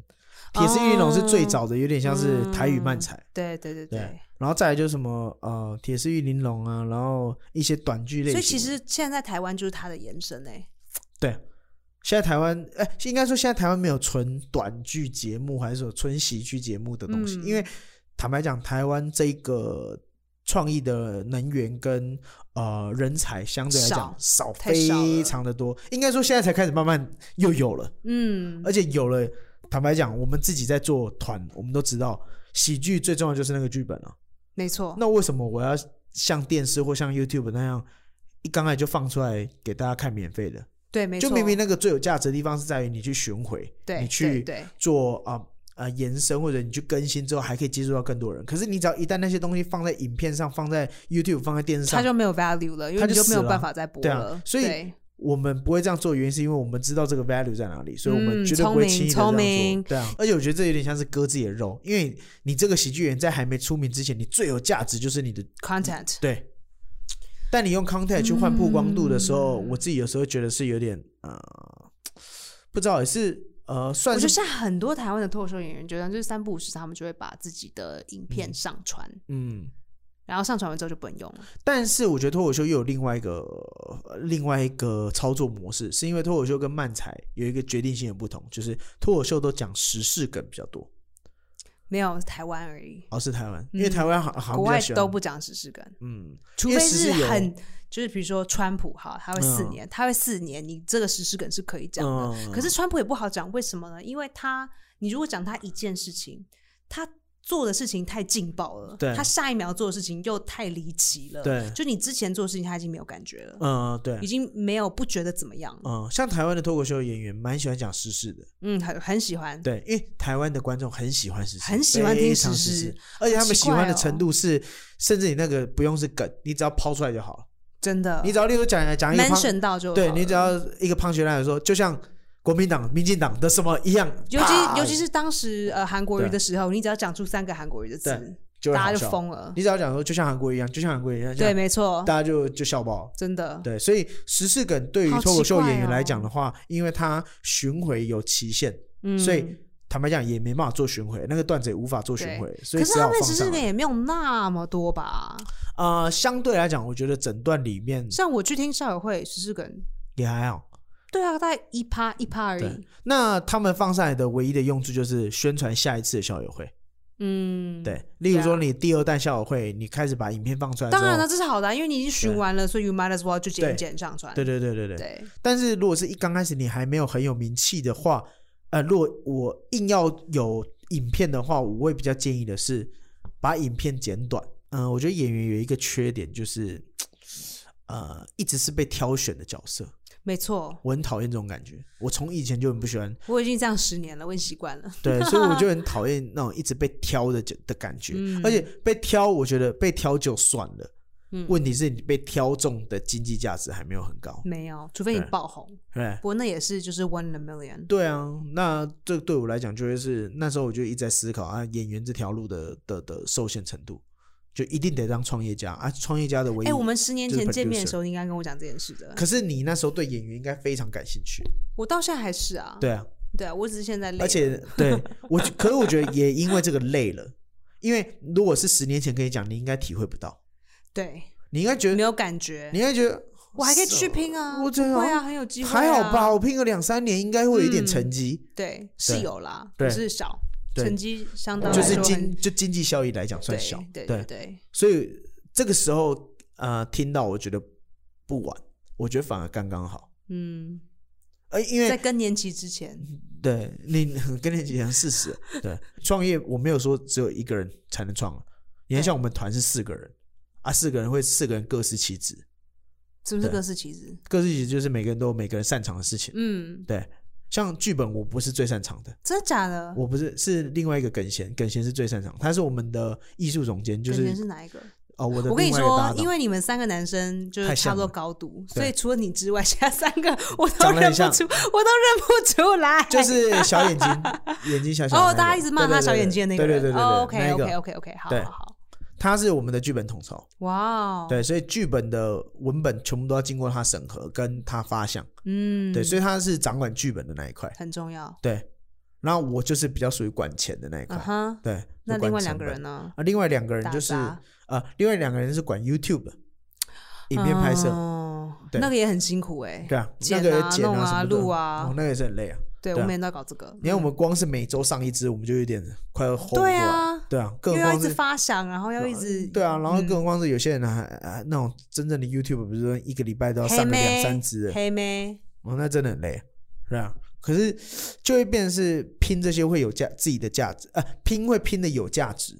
B: 铁丝玉玲珑是最早的，有点像是台语漫才。
A: 对对哦嗯对
B: 对，啊然后再来就是什么呃，铁丝玉玲珑啊，然后一些短剧类型
A: 所
B: 的。
A: 以其实现在台湾就是它的延伸欸诶。
B: 对，现在台湾哎、应该说现在台湾没有纯短剧节目，还是说纯喜剧节目的东西，
A: 嗯
B: 因为坦白讲，台湾这个创意的能源跟呃人才相对来讲少
A: 太少了
B: 非常的多，应该说现在才开始慢慢又有了，
A: 嗯
B: 而且有了，坦白讲，我们自己在做团，我们都知道喜剧最重要就是那个剧本啊，
A: 没错。
B: 那为什么我要像电视或像 YouTube 那样？一刚才就放出来给大家看免费的，
A: 对，没错。
B: 就明明那个最有价值的地方是在于你去巡回，
A: 对
B: 你去
A: 对
B: 做啊啊、呃延伸或者你去更新之后，还可以接触到更多人。可是你只要一旦那些东西放在影片上、放在 YouTube、放在电视
A: 对，它
B: 上，
A: 就没有 value 了，因
B: 它
A: 为你
B: 就
A: 就没有
B: 死了
A: 办法再播
B: 对啊
A: 了。
B: 所以
A: 对
B: 我们不会这样做，原因是因为我们知道这个 value 在哪里，所以我们
A: 嗯
B: 绝对不
A: 聪
B: 会
A: 明
B: 轻易的这样
A: 聪
B: 做。
A: 明
B: 对啊，而且我觉得这有点像是割自己的肉，因为你这个喜剧演员在还没出名之前，你最有价值就是你的
A: content
B: 对。但你用 content 去换曝光度的时候，
A: 嗯
B: 我自己有时候觉得是有点呃，不知道也是呃，算
A: 我
B: 是
A: 觉得现在很多台湾的脱口秀演员，觉得就是三不五时，他们就会把自己的影片上传，
B: 嗯。
A: 然后上传完之后就不能用了。
B: 但是我觉得脱口秀又有另外一个呃另外一个操作模式，是因为脱口秀跟漫才有一个决定性的不同，就是脱口秀都讲时事梗比较多，
A: 没有台湾而已，
B: 而、哦是台湾，因为台湾好好像
A: 嗯国
B: 比较
A: 外
B: 喜欢
A: 都不讲时事感，
B: 嗯，
A: 除
B: 因为
A: 非
B: 时
A: 是
B: 事有
A: 很就是比如说川普哈，他会四
B: 嗯
A: 年，他会四年，你这个时事梗是可以讲的。
B: 嗯
A: 可是川普也不好讲，为什么呢？因为他你如果讲他一件事情，他做的事情太劲爆了，
B: 对
A: 他下一秒做的事情又太离奇了，
B: 对
A: 就你之前做的事情他已经没有感觉了，
B: 嗯、对
A: 已，经没有不觉得怎么样，
B: 嗯、像台湾的脱口秀演员蛮喜欢讲时事的，
A: 嗯，很很喜欢，
B: 对，因为台湾的观众很喜欢时事，
A: 很喜欢听
B: 非常
A: 时
B: 时
A: 事，
B: 而且他们
A: 奇
B: 喜欢
A: 怪
B: 的
A: 哦
B: 程度是，甚至你那个不用是梗，你只要抛出来就好了，
A: 真的
B: 你只要例如讲讲一个胖
A: 哦 mention 到就
B: 对
A: 好
B: 你
A: 了
B: 只要一个胖学来说，就像国民党、民进党的什么一样，
A: 尤
B: 啪
A: 其尤其是当时呃韩国
B: 对
A: 瑜的时候，你只要讲出三个韩国瑜的词，
B: 就会
A: 大家
B: 好
A: 就
B: 笑。
A: 疯了。
B: 你只要讲说，就像韩国一样，就像韩国一样，这
A: 对，
B: 样
A: 没错，
B: 大家就就笑爆。
A: 真的。
B: 对，所以时事梗对于
A: 好
B: 脱口秀
A: 奇怪
B: 演员
A: 哦
B: 来讲的话，因为它巡回有期限，
A: 嗯，
B: 所以坦白讲也没办法做巡回，那个段子也无法做巡
A: 对
B: 回，所以
A: 可是
B: 只
A: 他
B: 好
A: 们
B: 放
A: 知识
B: 上来
A: 点也没有那么多吧？
B: 呃，相对来讲，我觉得整段里面
A: 像我去听校友会十四个人，
B: 也还好。
A: 对啊，大概一趴一趴而
B: 对
A: 已。
B: 那他们放上来的唯一的用处就是宣传下一次的校友会。
A: 嗯，
B: 对，例如说
A: Yeah
B: 你第二代校友会，你开始把影片放出来之后，
A: 当然了，这是好的啊、因为你已经
B: 对
A: 巡完了，所以 you might as well
B: 对
A: 就剪一剪上传。
B: 对对对对对。
A: 对
B: 但是如果是一刚开始你还没有很有名气的话，呃，如果我硬要有影片的话，我会比较建议的是把影片剪短。嗯、我觉得演员有一个缺点就是，呃，一直是被挑选的角色，
A: 没错，
B: 我很讨厌这种感觉。我从以前就很不喜欢
A: 我已经这样十年了，我已经习惯了。
B: 对，所以我就很讨厌那种一直被挑的就的感觉，
A: 嗯
B: 而且被挑，我觉得被挑就算了，
A: 嗯
B: 问题是你被挑中的经济价值还没有很高，
A: 没有，除非你
B: 对
A: 爆红，
B: 对
A: 不过那也是就是 one in a million。
B: 对啊，那这对我来讲就会是那时候我就一直在思考啊，演员这条路的的的受限程度，就一定得当创业家啊，创业家的唯一。
A: 哎、我们十年
B: 就是
A: 前见面
B: producer
A: 的时候，你应该跟我讲这件事的。
B: 可是你那时候对演员应该非常感兴趣，
A: 我到现在还是啊，
B: 对啊，
A: 对啊，我只是现啊在累了，
B: 而且对我觉，可是我觉得也因为这个累了，因为如果是十年前跟你讲，你应该体会不到，
A: 对
B: 你应该觉得
A: 没有感觉
B: 你，应该觉得
A: 我还可以继续拼啊，
B: 我觉得
A: 会啊，很有机会、啊，
B: 还好吧，？我拼个两三年应该会有一点成绩，
A: 对，是有啦，
B: 对
A: 只是少，
B: 对
A: 成绩相当
B: 就
A: 来
B: 是
A: 说很
B: 经就经济效益来讲算
A: 对
B: 小，
A: 嗯对对对，
B: 所以这个时候呃听到我觉得不晚，我觉得反而刚刚好，
A: 嗯，
B: 呃，因
A: 在
B: 为嗯
A: 更年期之前，
B: 对你跟你讲事 实，对创业我没有说只有一个人才能创，你看像我们团是四个人啊，四个人会四个人各司其职，
A: 是不是
B: 对
A: 各司其职？
B: 各司其职就是每个人都有每个人擅长的事情，
A: 嗯，
B: 对，像剧本我不是最擅长的。
A: 真的假的？
B: 我不是，是另外一个耿贤，耿贤是最擅长，他是我们的艺术总监，就
A: 本田
B: 是
A: 是哪一个？
B: 哦，我的
A: 我跟你
B: 另外一个搭
A: 说
B: 档，
A: 因为你们三个男生就
B: 太
A: 是
B: 像
A: 差不多
B: 了
A: 高度，
B: 对
A: 所以除了你之外， 其他三 个我都
B: 长得很
A: 认不
B: 像
A: 出，我都认不出来。
B: 就是小 眼睛，眼睛小小的那个。
A: 哦，大家一直骂
B: 对
A: 他小眼睛的那个
B: 对
A: 人。
B: 对对对对
A: 哦
B: 对
A: ，OK
B: 那
A: OK
B: 个
A: OK OK，好
B: 对
A: 好好，
B: 他是我们的剧本统筹，
A: 哇哦，，
B: 对，所以剧本的文本全部都要经过他审核，跟他发想，
A: 嗯，
B: 对，所以他是掌管剧本的那一块，
A: 很重要。
B: 对。然后我就是比较属于管钱的那一块
A: 嗯，哼，
B: 对。
A: 那
B: 就管
A: 另外
B: 成
A: 两个
B: 本
A: 人呢？
B: 啊，另外两个人就是
A: 打杂
B: 呃，另外两个人是管 YouTube 影片拍摄，
A: 哦
B: 对
A: 那个也很辛苦哎。
B: 对啊，
A: 剪
B: 那
A: 啊
B: 个剪
A: 弄啊
B: 什么的
A: 录啊
B: 哦，那个也是很累啊。
A: 对，
B: 对啊
A: 我每天都要搞这个。
B: 你看，我们光是每周上一支，我们就有点快要 hold 不过
A: 对
B: 来
A: 啊，
B: 对啊，更
A: 又
B: 何
A: 要一
B: 况
A: 直
B: 是
A: 发想，然后要一直
B: 对啊，然后
A: 嗯
B: 更何况是有些人还啊那种真正的 YouTube 不是说一个礼啊拜都要
A: 黑
B: 上个两
A: 妹
B: 三支的，
A: 黑妹，
B: 哦，那真的很累，是啊。可是就会变成是拼这些会有价自己的价值，呃，拼会拼的有价值，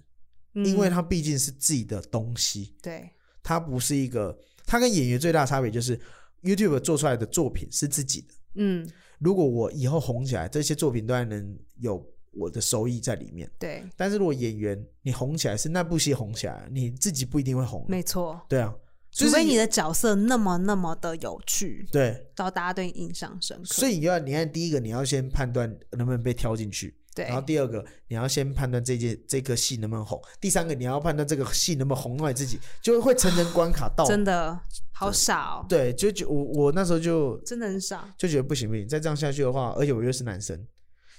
A: 嗯
B: 因为它毕竟是自己的东西，
A: 对
B: 它不是一个，它跟演员最大的差别就是 YouTube 做出来的作品是自己的。
A: 嗯
B: 如果我以后红起来，这些作品都还能有我的收益在里面。
A: 对，
B: 但是如果演员你红起来是那部戏红起来，你自己不一定会红。
A: 没错。
B: 对啊，
A: 除
B: 就是
A: 非你的角色那么那么的有趣，
B: 对，
A: 到大家对你印象深刻。
B: 所以你要你看第一个你要先判断能不能被挑进去，
A: 对
B: 然后第二个你要先判断这件这个戏能不能红，第三个你要判断这个戏能不能红到你自己，就会层层关卡到。
A: 真的好少，哦
B: 对，就就我我那时候就
A: 真的很少。
B: 就觉得不行不行，再这样下去的话，而且我又是男生，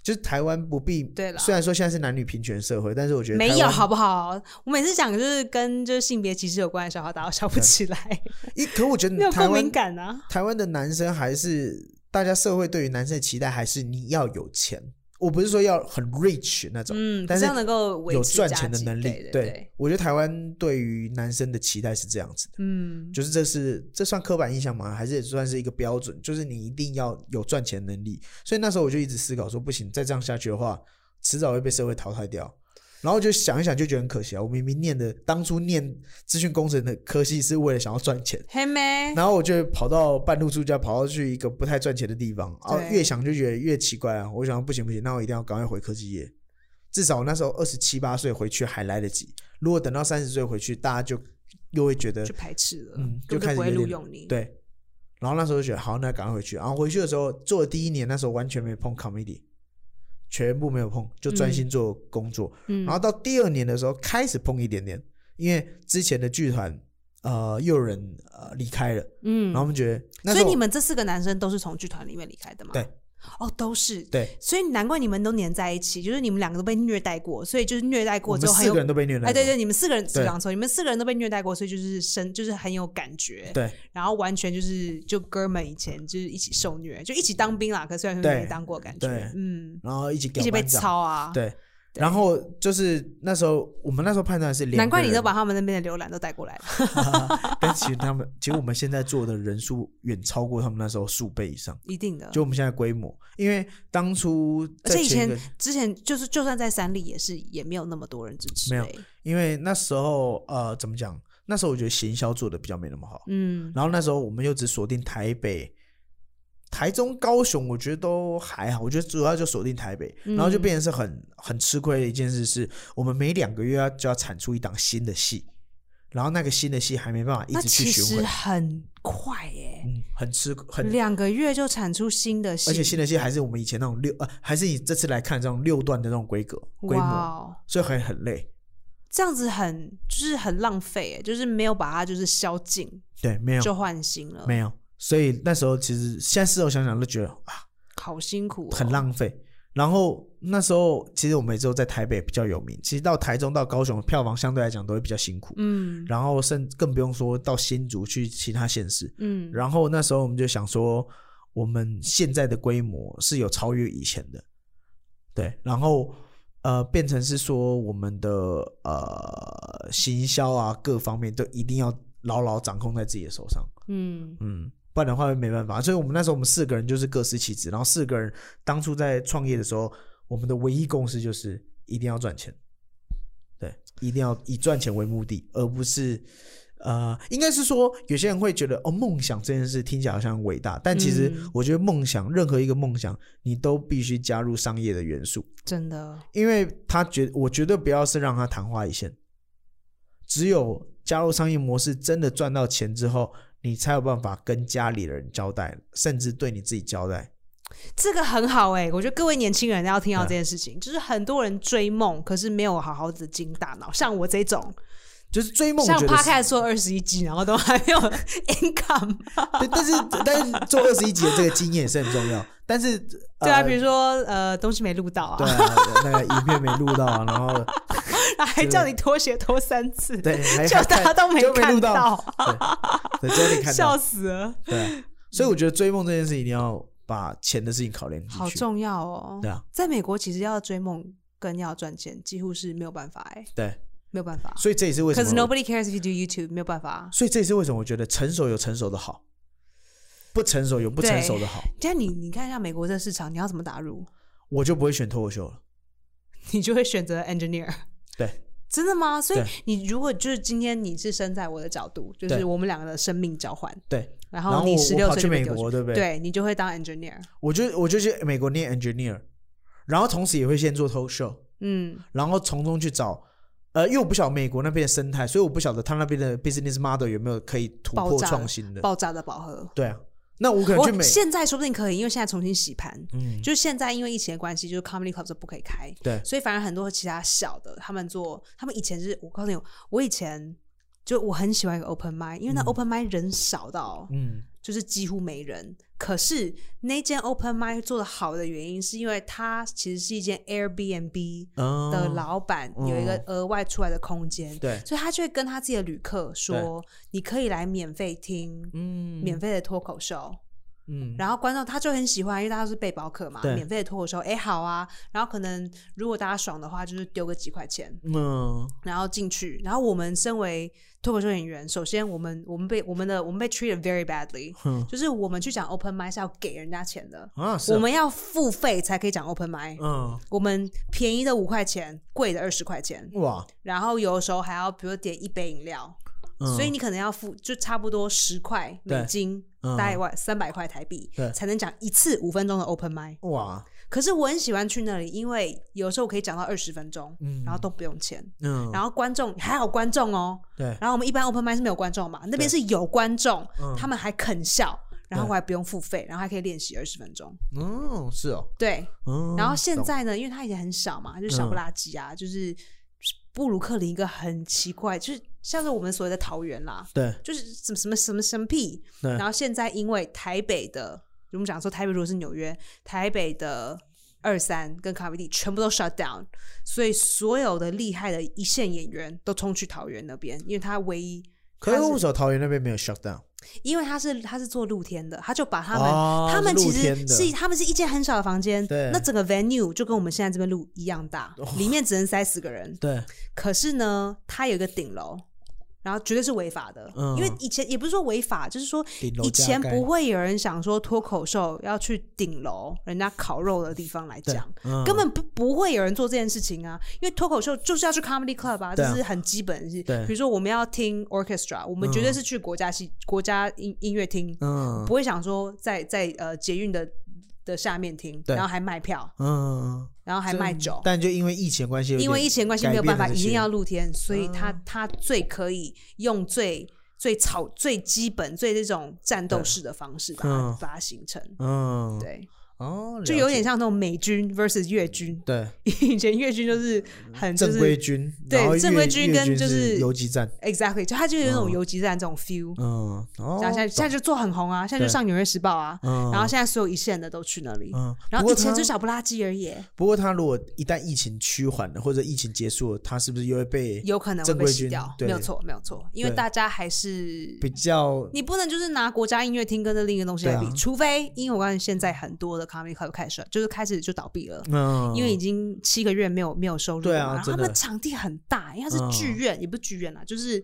B: 就是台湾不必
A: 对啦
B: 虽然说现在是男女平权社会，但是我觉得
A: 没
B: 台
A: 有
B: 湾
A: 好不好？我每次讲就是跟就是性别歧视有关的笑话，大家都笑不起来，
B: 一可我觉
A: 没有
B: 得嗯台
A: 共
B: 湾
A: 鸣感啊。
B: 台湾的男生还是大家社会对于男生的期待还是你要有钱，我不是说要很 rich 那种，
A: 嗯，
B: 但
A: 这
B: 是
A: 样能够维
B: 有
A: 持
B: 赚
A: 家
B: 钱的
A: 计
B: 能力。
A: 对对，
B: 我觉得台湾对于男生的期待是这样子的，
A: 嗯，
B: 就是这是这算刻板印象吗？还是也算是一个标准？就是你一定要有赚钱能力。所以那时候我就一直思考说，不行，再这样下去的话，迟早会被社会淘汰掉。然后就想一想，就觉得很可惜啊！我明明念的当初念资讯工程的科系是为了想要赚钱，
A: 黑妹，
B: 然后我就跑到半路出家，跑到去一个不太赚钱的地方，啊，
A: 对
B: 越想就觉得越奇怪啊！我想不行不行，那我一定要赶快回科技业，至少我那时候二十七八岁回去还来得及。如果等到三十岁回去，大家就又会觉得
A: 就排斥了，
B: 嗯，就
A: 根本
B: 开始
A: 不会
B: 有
A: 录
B: 点
A: 用你。，
B: 对。然后那时候就觉得好，那赶快回去。然后回去的时候做的第一年，那时候完全没碰 comedy，全部没有碰，就专心做工作。
A: 嗯
B: 然后到第二年的时候开始碰一点点，因为之前的剧团呃又有人呃离开了。
A: 嗯
B: 然后我们觉得，那
A: 所以
B: 时候
A: 你们这四个男生都是从剧团里面离开的吗？
B: 对，
A: 哦，都是。
B: 对，
A: 所以难怪你们都黏在一起，就是你们两个都被虐待过，所以就是虐待
B: 我
A: 过之
B: 们
A: 后很
B: 四
A: 有
B: 个人都被虐待过。
A: 哎，对对，你们四个人
B: 对
A: 讲错，你们四个人都被虐待过，所以就是深，就是很有感觉。
B: 对
A: 然后完全就是就哥们以前就是一起受虐，就一起当兵啦，可虽然说
B: 对
A: 没当过，感觉
B: 对
A: 嗯，
B: 然后一起
A: 一
B: 给
A: 起被
B: 班长。
A: 操啊。
B: 对，然后就是那时候我们那时候判断是两个人，
A: 难怪你都把他们那边的浏览都带过来了。
B: 但其实他们，其实我们现在做的人数远超过他们那时候数倍以上。
A: 一定的。
B: 就我们现在规模，因为当初
A: 而
B: 在
A: 嗯且以
B: 前一
A: 前
B: 个
A: 之前就是，就算在三立也是，也没有那么多人支持、
B: 没有
A: 欸
B: 因为那时候呃，怎么讲？那时候我觉得行销做的比较没那么好，
A: 嗯，
B: 然后那时候我们又只锁定台北、台中、高雄，我觉得都还好。我觉得主要就锁定台北，
A: 嗯
B: 然后就变成是很很吃亏的一件事是，我们每两个月要就要产出一档新的戏，然后那个新的戏还没办法一
A: 那
B: 直去
A: 其
B: 巡
A: 实
B: 回，
A: 很快耶、
B: 嗯，很吃很
A: 两个月就产出新的戏，
B: 而且新的戏还是我们以前那种六呃，还是你这次来看这种六段的那种规格规模，
A: 哇，哦
B: 所以很很累。
A: 这样子很就是很浪费、欸，就是没有把它就是消尽
B: 对，没有
A: 就换新了，
B: 没有，所以那时候其实现在事后想想都觉得啊，
A: 好辛苦、哦
B: 很。浪费。然后那时候其实我们也只有在台北比较有名，其实到台中到高雄票房相对来讲都会比较辛苦，
A: 嗯
B: 然后甚更不用说到新竹去其他县市。
A: 嗯，
B: 然后那时候我们就想说，我们现在的规模是有超越以前的，对，然后呃，变成是说我们的呃行销啊各方面都一定要牢牢掌控在自己的手上，
A: 嗯
B: 嗯，不然的话没办法。所以我们那时候我们四个人就是各司其职，然后四个人当初在创业的时候，我们的唯一共识就是一定要赚钱，对，一定要以赚钱为目的，而不是呃，应该是说有些人会觉得哦，梦想这件事听起来好像很伟大，但其实
A: 嗯
B: 我觉得梦想，任何一个梦想，你都必须加入商业的元素。
A: 真的，
B: 因为他绝我绝对不要是让他昙花一现，只有加入商业模式，真的赚到钱之后，你才有办法跟家里的人交代，甚至对你自己交代。
A: 这个很好哎、我觉得各位年轻人要听到
B: 嗯
A: 这件事情，就是很多人追梦，可是没有好好的经大脑，像我这种，
B: 就是追梦，我
A: 像
B: 觉得
A: p
B: 是
A: 开始做二十一集，然后都还没有 income，
B: 对，但是但是做二十一集的这个经验也是很重要。但是
A: 对啊，
B: 呃
A: 比如说呃东西没录到
B: 对
A: 啊，
B: 啊，那个影片没录到啊，然后
A: 还叫你拖鞋拖三次，
B: 对，还
A: 就大家都
B: 没
A: 没
B: 录
A: 看
B: 到，
A: 到，
B: 对，只有你看
A: 笑
B: 到，
A: 死了，
B: 对。所以我觉得追梦这件事一定要把钱的事情考量进去，
A: 好重要哦。
B: 对啊，
A: 在美国其实要追梦跟要赚钱几乎是没有办法哎、
B: 对。
A: 没有办法。
B: 所以这也是为什
A: Cause
B: 么
A: nobody cares if you do YouTube，没有办法。
B: 所以这也是为什么我觉得成熟有成熟的好，不成熟有不成熟的好，
A: 这样你你看一下美国这市场，你要怎么打入？
B: 我就不会选脱口秀了。
A: 你就会选择 engineer。
B: 对，
A: 真的吗？所以
B: 对
A: 你如果就是今天你是身在我的角度，就
B: 对
A: 是我们两个的生命交换，
B: 对，然
A: 然后
B: 后
A: 哦你
B: 我
A: 十六
B: 我跑
A: 岁
B: 去
A: 就被
B: 美
A: 丢
B: 国对不对
A: 对你就会当 engineer。
B: 我就我就去美国念 engineer，然后同时也会先做脱口秀，
A: 嗯，
B: 然后从中去找。呃，因为我不晓得美国那边的生态，所以我不晓得他那边的 business model 有没有可以突
A: 爆
B: 破
A: 炸
B: 创新的。
A: 爆炸的饱和。
B: 对啊，那我可能去
A: 我
B: 美，
A: 现在说不定可以，因为现在重新洗盘。
B: 嗯，
A: 就是现在因为疫情的关系，就是 comedy club 是不可以开，
B: 对
A: 所以反而很多其他小的，他们做，他们以前是我告诉你，我以前就我很喜欢一个 open mic，因为那 open mic 人少到，
B: 嗯，
A: 就是几乎没人。可是那间 open mic 做的好的原因，是因为它其实是一间 Airbnb
B: 哦
A: 的老板有一个额外出来的空间，
B: 对
A: 所以他就会跟他自己的旅客说，你可以来免费听
B: 嗯
A: 免费的脱口秀。
B: 嗯，
A: 然后观众他就很喜欢，因为大家都是背包客嘛，
B: 对
A: 免费的脱口秀，哎好啊。然后可能如果大家爽的话，就是丢个几块钱，
B: 嗯，
A: 然后进去。然后我们身为脱口秀演员，首先我们我们被我们的我们被 treated very badly，、
B: 哼
A: 就是我们去讲 open mic 是要给人家钱的，
B: 嗯啊，是啊
A: 我们要付费才可以讲 open mic。
B: 嗯
A: 我们便宜的五块钱，贵的二十块钱，
B: 哇，
A: 然后有的时候还要比如点一杯饮料，
B: 嗯
A: 所以你可能要付就差不多十块美
B: 对
A: 金，
B: 嗯
A: 大概万三百块台币
B: 对，
A: 才能讲一次五分钟的 open mic。
B: 哇，
A: 可是我很喜欢去那里，因为有时候我可以讲到二十分钟，
B: 嗯
A: 然后都不用钱，
B: 嗯，
A: 然后观众还有观众哦。
B: 对，
A: 然后我们一般 open mic 是没有观众嘛，那边是有观众
B: 嗯，
A: 他们还肯笑，然后
B: 对
A: 我还不用付费，然后还可以练习二十分钟。
B: 嗯，是哦，
A: 对，
B: 嗯，
A: 然后现
B: 懂
A: 在呢，因为他以前很小嘛，就是小
B: 嗯
A: 不拉几啊，就是布鲁克林一个很奇怪，就是像是我们所谓的桃园啦，
B: 对
A: 就是什么什么什么生僻。
B: 对
A: 然后现在因为台北的我们讲说台北如果是纽约，台北的二三跟卡米蒂全部都 shut down，所以所有的厉害的一线演员都冲去桃园那边，因为他唯一。
B: 可是为什么桃园那边没有 shut down？
A: 因为他是他是做露天的，他就把他们、
B: 哦
A: 他们
B: 是
A: 其
B: 露
A: 实
B: 天的
A: 是他们是一间很小的房间
B: 对，哦
A: 那整个 venue 就跟我们现在这边录一样大，里面只能塞十个人。
B: 对，
A: 可是呢，它有一个顶楼，然后绝对是违法的，
B: 嗯
A: 因为以前也不是说违法，就是说
B: 顶楼
A: 以
B: 加
A: 前
B: 盖
A: 不会有人想说脱口秀要去顶楼人家烤肉的地方来
B: 对
A: 讲。
B: 嗯
A: 根本不不会有人做这件事情啊，因为脱口秀就是要去 comedy club 啊，
B: 对
A: 这
B: 啊
A: 是很基本的事。
B: 对
A: 比如说我们要听 orchestra，我们绝对是去国家戏、国家音音乐厅，
B: 嗯
A: 不会想说在在呃捷运的的下面听，
B: 对
A: 然后还卖票，
B: 嗯，
A: 然后还卖酒，
B: 但就因为疫情关系，有
A: 因为
B: 点
A: 疫情关系没有办法，
B: 改变了这些啊
A: 一定要露天，所以他他最可以用最最草最基本最这种战斗式的方式把它
B: 嗯
A: 把它形成。
B: 嗯
A: 对，
B: 哦，了
A: 就有
B: 解
A: 点像那种美军 versus 越军，
B: 对
A: 以前越军就是很就
B: 正规
A: 是
B: 军，
A: 对
B: 然后
A: 正规
B: 越
A: 军
B: 越
A: 跟
B: 军
A: 就是是
B: 游击战，
A: exactly，就他就有那种
B: 嗯
A: 游击战这种 feel，
B: 嗯，哦，
A: 然后现在现在就做很红啊，现在就
B: 对
A: 上《纽约时报》啊，
B: 嗯
A: 然后现在所有一线的都去那里，
B: 嗯，
A: 然
B: 不
A: 后以
B: 过
A: 前
B: 他
A: 就小不拉几而已，
B: 不过他如果一旦疫情趋缓了，或者疫情结束了，他是不是又会被
A: 有可能会
B: 正
A: 被
B: 规
A: 洗
B: 军
A: 掉，
B: 对
A: 没有错，没有错，因为
B: 对
A: 大家还是
B: 比较
A: 你不能就是拿国家音乐厅跟这另一个东西来比，
B: 对啊
A: 除非因为我发现现在很多的 comedy club 开始就是开始就倒闭了。
B: 嗯，
A: 因为已经七个月没有没有收入
B: 对
A: 了
B: 啊
A: 嘛，然后
B: 真
A: 他
B: 的
A: 们场地很大，因为它是剧院，也不是剧院啦，就是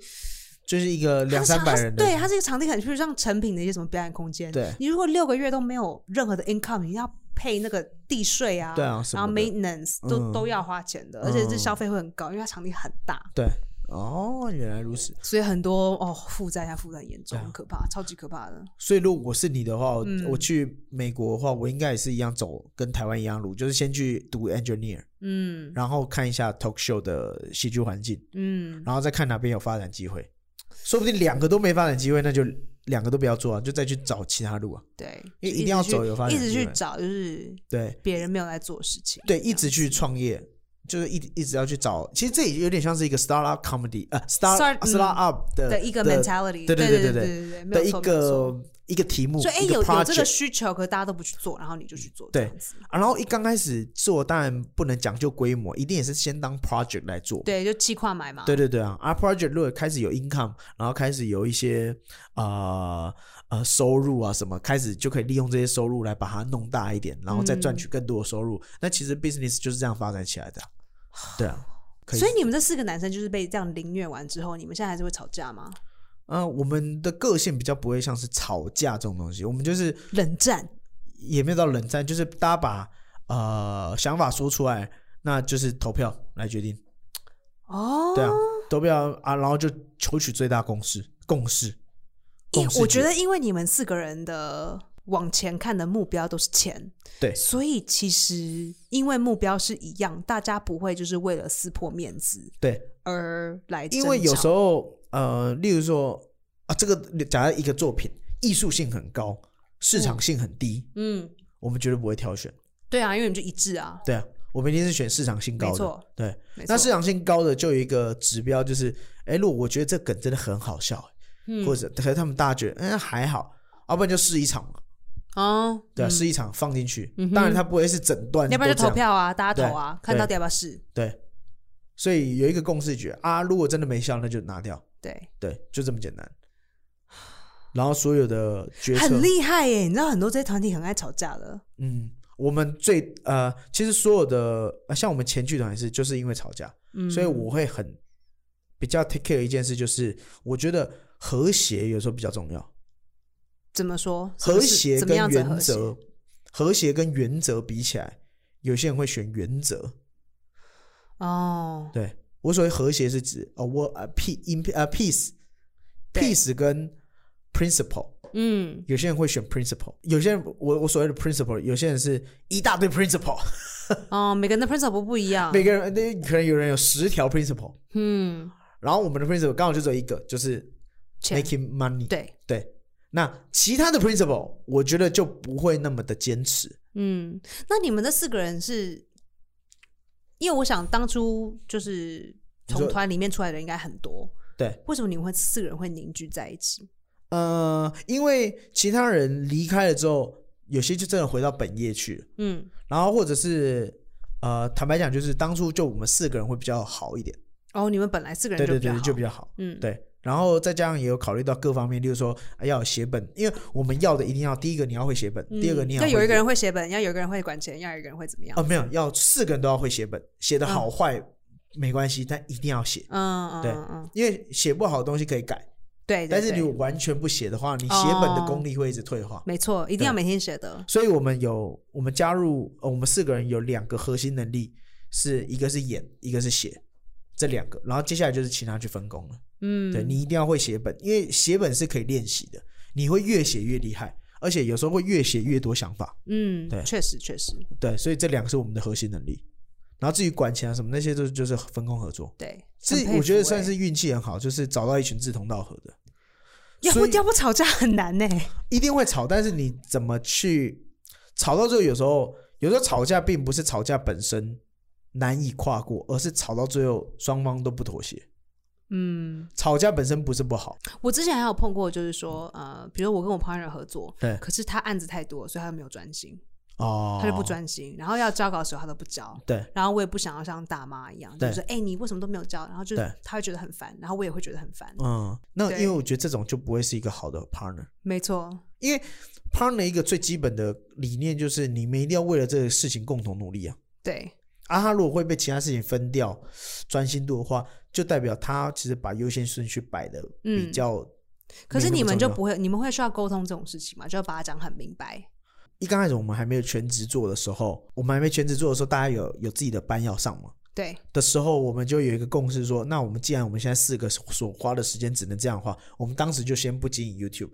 B: 就是一个
A: 它
B: 两
A: 的
B: 三
A: 场
B: 百
A: 它是
B: 人的，
A: 对，它是一个场地很，就是像成品的一些什么表演空间。
B: 对
A: 你如果六个月都没有任何的 income，你要配那个地税啊，
B: 对啊什
A: 然后
B: 么的
A: maintenance 都、
B: 嗯
A: 都要花钱的，而且这
B: 嗯
A: 消费会很高，因为它场地很大，
B: 对，哦，原来如此。
A: 所以很多哦负债，它负债很严
B: 对
A: 重，
B: 啊
A: 很可怕，超级可怕的。
B: 所以如果我是你的话，我
A: 嗯
B: 我去美国的话，我应该也是一样走跟台湾一样路，就是先去读 engineer，
A: 嗯
B: 然后看一下 talk show 的戏剧环境，
A: 嗯，
B: 然后再看哪边有发展机会。说不定两个都没发展机会，那就两个都不要做啊，就再去找其他路啊。
A: 对，
B: 一
A: 就
B: 一定要
A: 直去
B: 走有发展
A: 一直
B: 机
A: 去
B: 会
A: 找就是
B: 对
A: 别人没有在做的事情。
B: 对，一直去创业，就是一一直要去找。其实这也有点像是一个 startup comedy，呃，start
A: Start- 嗯
B: start up 的
A: 的一个
B: 的
A: mentality，
B: 对
A: 对
B: 对对
A: 对对对没
B: 的
A: 有
B: 一
A: 错没有
B: 个一个题目，
A: 所以哎、
B: 一个
A: 有有这
B: project
A: 个需求，可大家都不去做，然后你就去做这
B: 对
A: 样子。
B: 啊然后一刚开始做，当然不能讲究规模，一定也是先当 project 来做。
A: 对，就气跨买嘛。
B: 对对对啊，啊 project 如果开始有 income，然后开始有一些呃呃收入啊什么，开始就可以利用这些收入来把它弄大一点，然后再赚
A: 嗯
B: 取更多的收入。那其实 business 就是这样发展起来的啊，对啊。可
A: 所以你们这四个男生就是被这样凌虐完之后，你们现在还是会吵架吗？
B: 嗯、呃我们的个性比较不会像是吵架这种东西，我们就是
A: 冷战，
B: 也没有到冷战，就是大家把呃想法说出来，那就是投票来决定。
A: 哦，
B: 对啊，投票啊，然后就求取最大共识，共识。
A: 因
B: 共识
A: 我
B: 决
A: 觉得因为你们四个人的往前看的目标都是钱，
B: 对
A: 所以其实因为目标是一样，大家不会就是为了撕破面子
B: 对，
A: 而来争吵，
B: 因为有时候呃，例如说啊，这个假如一个作品艺术性很高，市场性很低，
A: 嗯，
B: 我们绝对不会挑选。
A: 对啊，因为你们就一致啊，
B: 对啊，我们一定是选市场性高
A: 没
B: 的
A: 错。
B: 对，
A: 没错
B: 那市场性高的就有一个指标，就是哎，如果我觉得这梗真的很好笑，
A: 嗯
B: 或者可是他们大家觉得嗯还好，要不然就试一场嘛。
A: 哦，
B: 对啊，试一场放进去，当然它不会是整段，
A: 嗯要不然就投
B: 票。
A: 票啊，大家投啊，
B: 对
A: 看到底要不要试，
B: 对，所以有一个共识觉啊，如果真的没效，那就拿掉，
A: 对，
B: 对，就这么简单。然后所有的决策，
A: 很厉害耶，你知道很多这些团体很爱吵架的，
B: 嗯，我们最呃，其实所有的、呃、像我们前剧团也是，就是因为吵架，
A: 嗯，
B: 所以我会很比较 take care 一件事，就是我觉得和谐有时候比较重要，
A: 怎么说什
B: 和
A: 么是
B: 谐
A: 怎么
B: 跟
A: 样子
B: 原
A: 和谐
B: 则，和谐跟原则比起来，有些人会选原则，
A: 哦，
B: 对我所谓和谐是指哦，我呃 p in 呃 peace
A: 对
B: peace 跟 principle，
A: 嗯，
B: 有些人会选 principle，有些人我我所谓的 principle，有些人是一大堆 principle，、
A: 哦，每个人的 principle 不一 样，
B: 每个人那可能有人有十条 principle，
A: 嗯，
B: 然后我们的 principle 刚好就只有一个，就是
A: 钱
B: making money，
A: 对，
B: 对，那其他的 principle 我觉得就不会那么的坚持，
A: 嗯，那你们这四个人是，因为我想当初就是
B: 你说
A: 从团里面出来的人应该很多，
B: 对，
A: 为什么你们会四个人会凝聚在一起？
B: 呃，因为其他人离开了之后，有些就真的回到本业去了。
A: 嗯，
B: 然后或者是呃，坦白讲，就是当初就我们四个人会比较好一点，
A: 哦，你们本来四个人
B: 对
A: 就
B: 对
A: 比较
B: 对，
A: 好
B: 就比较好，
A: 嗯，
B: 对。然后再加上也有考虑到各方面，例如说啊要有写本，因为我们要的一定要第一个你要会写本，
A: 嗯
B: 第二个你要
A: 要
B: 会
A: 有一个人会写本，要有一个人会管钱，要有一个人会嗯怎么样
B: 哦，？没有，要四个人都要会写本，写的好坏没关系，但一定要写，
A: 嗯嗯
B: 对
A: 嗯嗯，
B: 因为写不好的东西可以改，
A: 对，对
B: 但是
A: 对
B: 你完全不写的话，你写本的功力会一直退化。
A: 没错，一定要每天写的。
B: 所以我们有我们加入、呃我们四个人有两个核心能力，是一个是演，一个是写，这两个。然后接下来就是其他去分工了。
A: 嗯，
B: 对你一定要会写本，因为写本是可以练习的，你会越写越厉害，而且有时候会越写越多想法。
A: 嗯，
B: 对
A: 确实确实，
B: 对，所以这两个是我们的核心能力。然后至于管钱啊什么那些，都就是分工合作。
A: 对，很佩
B: 这
A: 服
B: 我觉得算
A: 欸
B: 是运气很好，就是找到一群志同道合的，
A: 要
B: 所
A: 不
B: 以
A: 要不吵架很难呢。嗯
B: 一定会吵，但是你怎么去吵到最后，有时候有时候吵架并不是吵架本身难以跨过，而是吵到最后双方都不妥协。
A: 嗯，
B: 吵架本身不是不好，
A: 我之前还有碰过，就是说，呃，比如我跟我 partner 合作，
B: 对
A: 可是他案子太多，所以他没有专心，
B: 哦，
A: 他就不，专心，然后要交稿的时候他都不交。
B: 对
A: 然后我也不想要像大妈一样，就
B: 对
A: 是说哎、你为什么都没有交？然后就
B: 对
A: 他会觉得很烦，然后我也会觉得很烦。
B: 嗯，那
A: 对
B: 因为我觉得这种就不会是一个好的 partner，
A: 没错，
B: 因为 partner 一个最基本的理念就是你们一定要为了这个事情共同努力啊。
A: 对，
B: 啊，他如果会被其他事情分掉专心度的话，就代表他其实把优先顺序摆的比
A: 嗯
B: 较、
A: 可是
B: 没那么
A: 你们
B: 重
A: 就
B: 要
A: 不会，你们会需要沟通这种事情嘛？就要把它讲很明白。
B: 一刚开始我们还没有全职做的时候，我们还没全职做的时候，大家有有自己的班要上嘛
A: 对，
B: 的时候，我们就有一个共识说，那我们既然我们现在四个所花的时间只能这样的话，我们当时就先不经营 YouTube，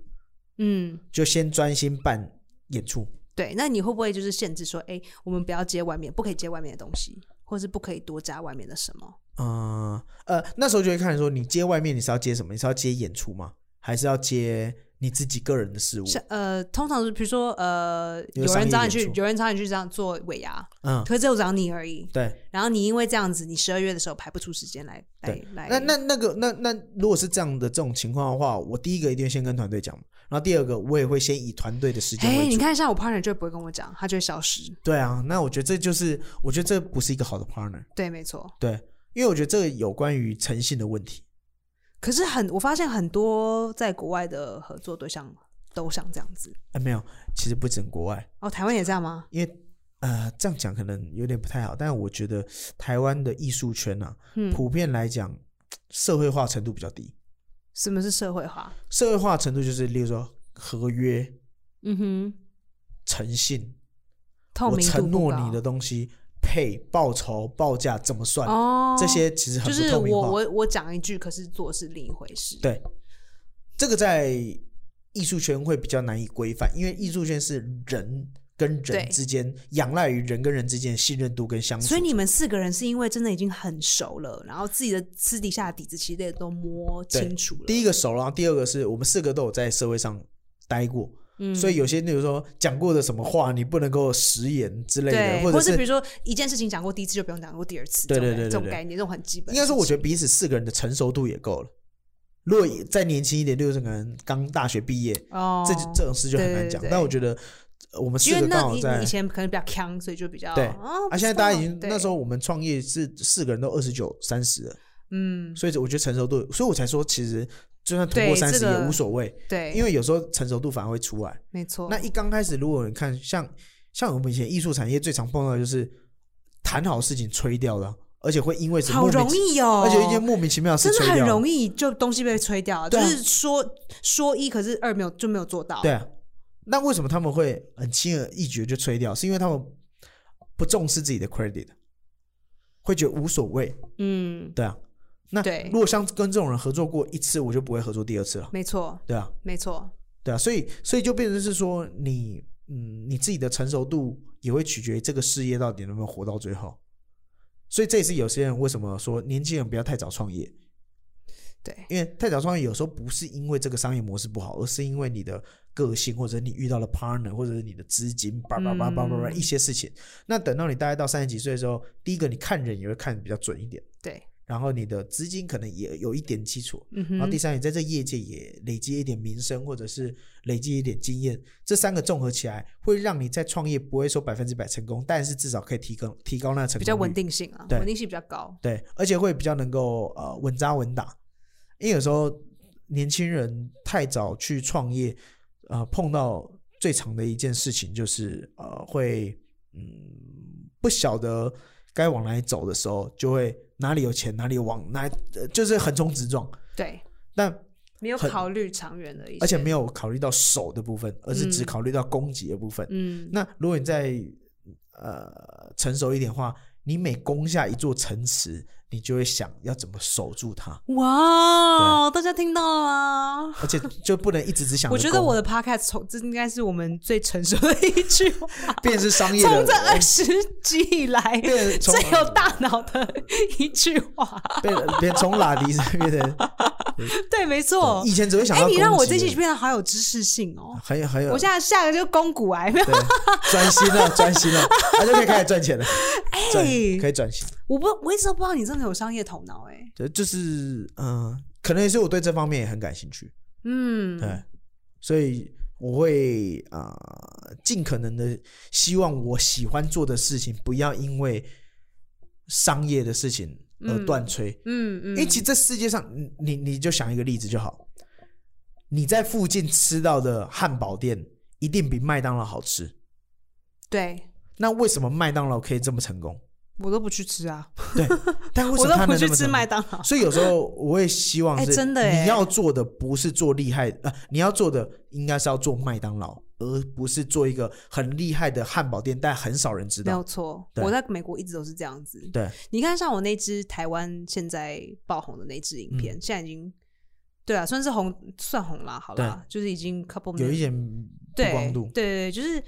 A: 嗯，
B: 就先专心办演出。
A: 对。那你会不会就是限制说，哎、我们不要接外面，不可以接外面的东西，或是不可以多加外面的什么？
B: 嗯呃，那时候就会看说，你接外面你是要接什么？你是要接演出吗？还是要接你自己个人的事物？
A: 是呃，通常是比如说呃，
B: 有
A: 有
B: 商
A: 人
B: 业
A: 找你
B: 演
A: 去
B: 出，
A: 有人找你去这样做尾牙，
B: 嗯，
A: 可是只有找你而已。
B: 对。
A: 然后你因为这样子，你十二月的时候排不出时间来来
B: 对
A: 来。
B: 那那那个那那如果是这样的这种情况的话，我第一个一定先跟团队讲嘛，然后第二个我也会先以团队的时间
A: 哎，
B: 为
A: 你
B: 主。
A: 看一下我 partner 就不会跟我讲，他就会消失。
B: 对啊，那我觉得这就是我觉得这不是一个好的 partner，
A: 对，没错。
B: 对，因为我觉得这个有关于诚信的问题。
A: 可是很，我发现很多在国外的合作对象都想这样子。
B: 啊，没有，其实不止国外，
A: 哦，台湾也这样吗？
B: 因为呃这样讲可能有点不太好，但我觉得台湾的艺术圈啊，
A: 嗯
B: 普遍来讲社会化程度比较低。
A: 什么是社会化？
B: 社会化程度就是例如说合约、
A: 嗯哼，
B: 诚信、
A: 透
B: 我
A: 明度
B: 承
A: 不
B: 诺
A: 高
B: 你的东西配报酬报价怎么算，
A: 哦，
B: 这些其实很
A: 就
B: 不
A: 是
B: 透明
A: 我
B: 化。
A: 我我讲一句，可是做是另一回事。
B: 对，这个在艺术圈会比较难以规范，因为艺术圈是人跟
A: 对
B: 人之间，仰赖于人跟人之间的信任度跟相处。
A: 所以你们四个人是因为真的已经很熟了，然后自己的私底下的底子其实也都摸清楚了。
B: 第一个熟，然后第二个是我们四个都有在社会上待过。
A: 嗯
B: 所以有些，例如说讲过的什么话，你不能够食言之类
A: 对，
B: 的，
A: 或
B: 者
A: 比如说一件事情讲过第一次就不用讲过第二次，
B: 对
A: 这种
B: 对对对
A: 这种
B: 对
A: 概念，这种很基本的事情。
B: 应该说，我觉得彼此四个人的成熟度也够了。如果再年轻一点，六十个人刚大学毕业，
A: 得哦，
B: 这就这种事就很
A: 对
B: 难
A: 对
B: 讲
A: 对。
B: 但我觉得呃我们四
A: 因为
B: 个刚
A: 那
B: 好
A: 你
B: 在
A: 你以前可能比较强，所以就比较
B: 对
A: 哦
B: 啊，现在大家已经
A: 不知道
B: 那时
A: 对
B: 候我们创业是四个人都二十九、三十了，
A: 嗯，
B: 所以我觉得成熟度，所以我才说其实就算突
A: 对
B: 破三十
A: 这个
B: 也无所谓，
A: 对，
B: 因
A: 为
B: 为有时候成熟度反而会出来。
A: 没错，
B: 那一刚开始，如果你看像像我们以前艺术产业最常碰到的就是谈好事情吹掉了，而且会因为什么
A: 好
B: 莫名
A: 容
B: 其，
A: 易哦，
B: 而且一件莫名其妙的事
A: 真的
B: 吹
A: 很
B: 掉了，
A: 容易就东西被吹掉，就
B: 对啊
A: 是说说一，可是二没有就没有做到。
B: 对啊。那为什么他们会很轻而易举就吹掉？是因为他们不重视自己的 credit，会觉得无所谓。
A: 嗯，
B: 对啊，那
A: 对
B: 如果像跟这种人合作过一次，我就不会合作第二次了。
A: 没错，
B: 对啊，
A: 没错，
B: 对啊，所以所以就变成是说你，嗯，你自己的成熟度也会取决于这个事业到底能不能活到最后。所以这也是有些人为什么说年轻人不要太早创业，
A: 对，
B: 因为太早创业有时候不是因为这个商业模式不好，而是因为你的个性，或者你遇到了 partner，或者是你的资金，叭叭叭叭叭叭
A: 嗯
B: 一些事情。那等到你大概到三十几岁的时候，第一个你看人也会看得比较准一点。
A: 对，
B: 然后你的资金可能也有一点基础，
A: 嗯
B: 然后第
A: 哼，
B: 三，你在这业界也累积一点名声，或者是累积一点经验，这三个综合起来，会让你在创业不会说百分之百成功，但是至少可以提高提高那个成功，
A: 比较稳，定性啊，
B: 对
A: 稳定性比较高。
B: 对，而且会比较能够呃稳扎稳打，因为有时候年轻人太早去创业，呃，碰到最常的一件事情就是呃会嗯不晓得该往哪里走的时候，就会哪里有钱哪里往哪里、呃就是横冲直撞，
A: 对，
B: 但。
A: 没有
B: 很
A: 考虑长远的一些，
B: 而且没
A: 有，
B: 有考虑到手的部分，而是只
A: 嗯
B: 考虑到供给的部分。
A: 嗯，
B: 那如果你再呃成熟一点的话，你每攻下一座城池，你就会想要怎么守住它，
A: 哇，大家听到了吗？
B: 而且就不能一直只想着
A: 我
B: 攻。
A: 觉 得我的 podcast 从这应该是我们最成熟的一句 话，
B: 便是商业
A: 从这二
B: 的，
A: 十集以来
B: 变 从
A: 最有大脑的一句话。
B: 变变从拉迪这边 的，
A: 对，没错。
B: 以前只会想
A: 哎、
B: 到
A: 你让
B: 攻
A: 我
B: 击
A: 这期
B: 而已
A: 变得好有知识性哦！
B: 很有很有
A: 我，现在下个就是肱骨癌，没有？
B: 对，专心 了，专心了，啊他就可以开始赚钱了，赚
A: 哎
B: 可以转型。
A: 我不，我一直都不知道你真的有商业头脑哎、
B: 对，就是嗯、呃可能也是我对这方面也很感兴趣。
A: 嗯，
B: 对，所以我会啊，呃尽、可能的希望我喜欢做的事情，不要因为商业的事情而断吹。
A: 嗯嗯，
B: 因为其实这世界上，你你你就想一个例子就好，你在附近吃到的汉堡店一定比麦当劳好吃。
A: 对
B: 那为什么麦当劳可以这么成功？
A: 我都不去吃啊，
B: 对，但为什
A: 我
B: 么
A: 都
B: 它
A: 不
B: 能
A: 去
B: 这么
A: 吃
B: 成功
A: 麦？当 劳。
B: 所以有时候我会希望
A: 哎
B: 是，
A: 真的哎
B: 你要做的不是做厉害，呃，你要做的应该是要做麦当劳，而不是做一个很厉害的汉堡店，但很少人知
A: 没有
B: 道。
A: 错，
B: 对
A: 我在美国一直都是这样子。
B: 对，
A: 你看，像我那支台湾现在爆红的那支影
B: 嗯
A: 片，现在已经对啊，算是红，算红啦，好啦，就是已经 couple
B: 有一
A: million-
B: 点曝
A: 对
B: 光
A: 对
B: 度，
A: 对，就是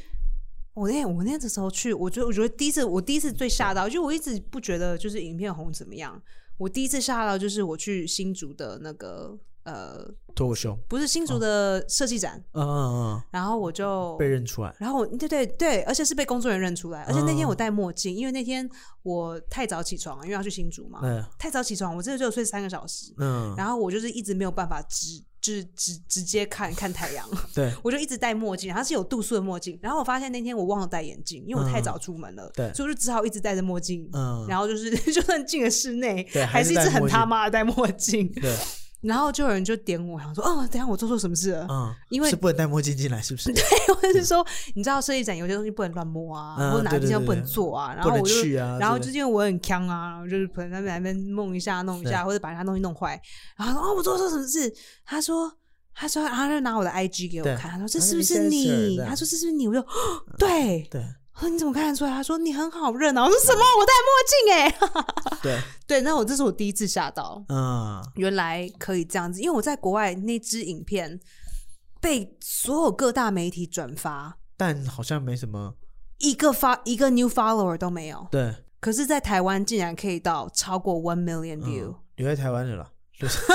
A: 我那我那的时候去，我觉得我觉得第一次我第一次最吓到，就我一直不觉得就是影片红怎么样，我第一次吓到就是我去新竹的那个呃，
B: 脱口秀，
A: 不是新竹的设计展，
B: 嗯嗯
A: 然后我就
B: 嗯，哦被认出来，
A: 然后我对对对，而且是被工作人员认出来，而且那天
B: 嗯
A: 我戴墨镜，因为那天我太早起床，因为要去新竹嘛，
B: 嗯
A: 太早起床，我真的就睡三个小时，
B: 嗯，
A: 然后我就是一直没有办法直直直直接看看太阳，
B: 对
A: 我就一直戴墨镜，它是有度数的墨镜，然后我发现那天我忘了戴眼镜，因为我太早出门了，
B: 嗯对
A: 所以我就只好一直戴着墨镜，
B: 嗯，
A: 然后就是就算进了室内，
B: 对还
A: 还
B: 是
A: 是一
B: 戴
A: 直很
B: 墨
A: 他
B: 镜
A: 妈的戴墨镜，
B: 对，
A: 然后就有人就点我，想说，哦，等一下我做错什么事了，
B: 嗯，
A: 因为
B: 是不能戴墨镜进来，是不是？
A: 或者是说，你知道设计展有些东西不能乱摸啊，
B: 嗯
A: 或者哪
B: 对
A: 个
B: 对
A: 地方不
B: 对
A: 能做啊，然
B: 不
A: 后
B: 能
A: 我就
B: 去啊
A: 然后
B: 之
A: 就是
B: 类
A: 因为我很强啊，然后就是可能在那边弄一下弄一下，或者把人家东西弄坏，然后说哦我做错什么事？他说。他说，他就拿我的 IG 给我
B: 对
A: 看，他说这
B: 他
A: 是
B: 说
A: 不
B: 你
A: 是
B: sensor，
A: 你？
B: 这样嗯
A: 他说这是不是你？我就哦 对，
B: 对
A: 我说你怎么看得出来？他说你很好认啊。我说什么？我戴墨镜哎、欸
B: 对，
A: 对，那我这是我第一次吓到，
B: 嗯，
A: 原来可以这样子，因为我在国外那支影片被所有各大媒体转发，
B: 但好像没什么，
A: 一个发一个 new follower 都没有，
B: 对，
A: 可是，在台湾竟然可以到超过 one million
B: 嗯
A: view，、
B: 留在台湾了啦，就是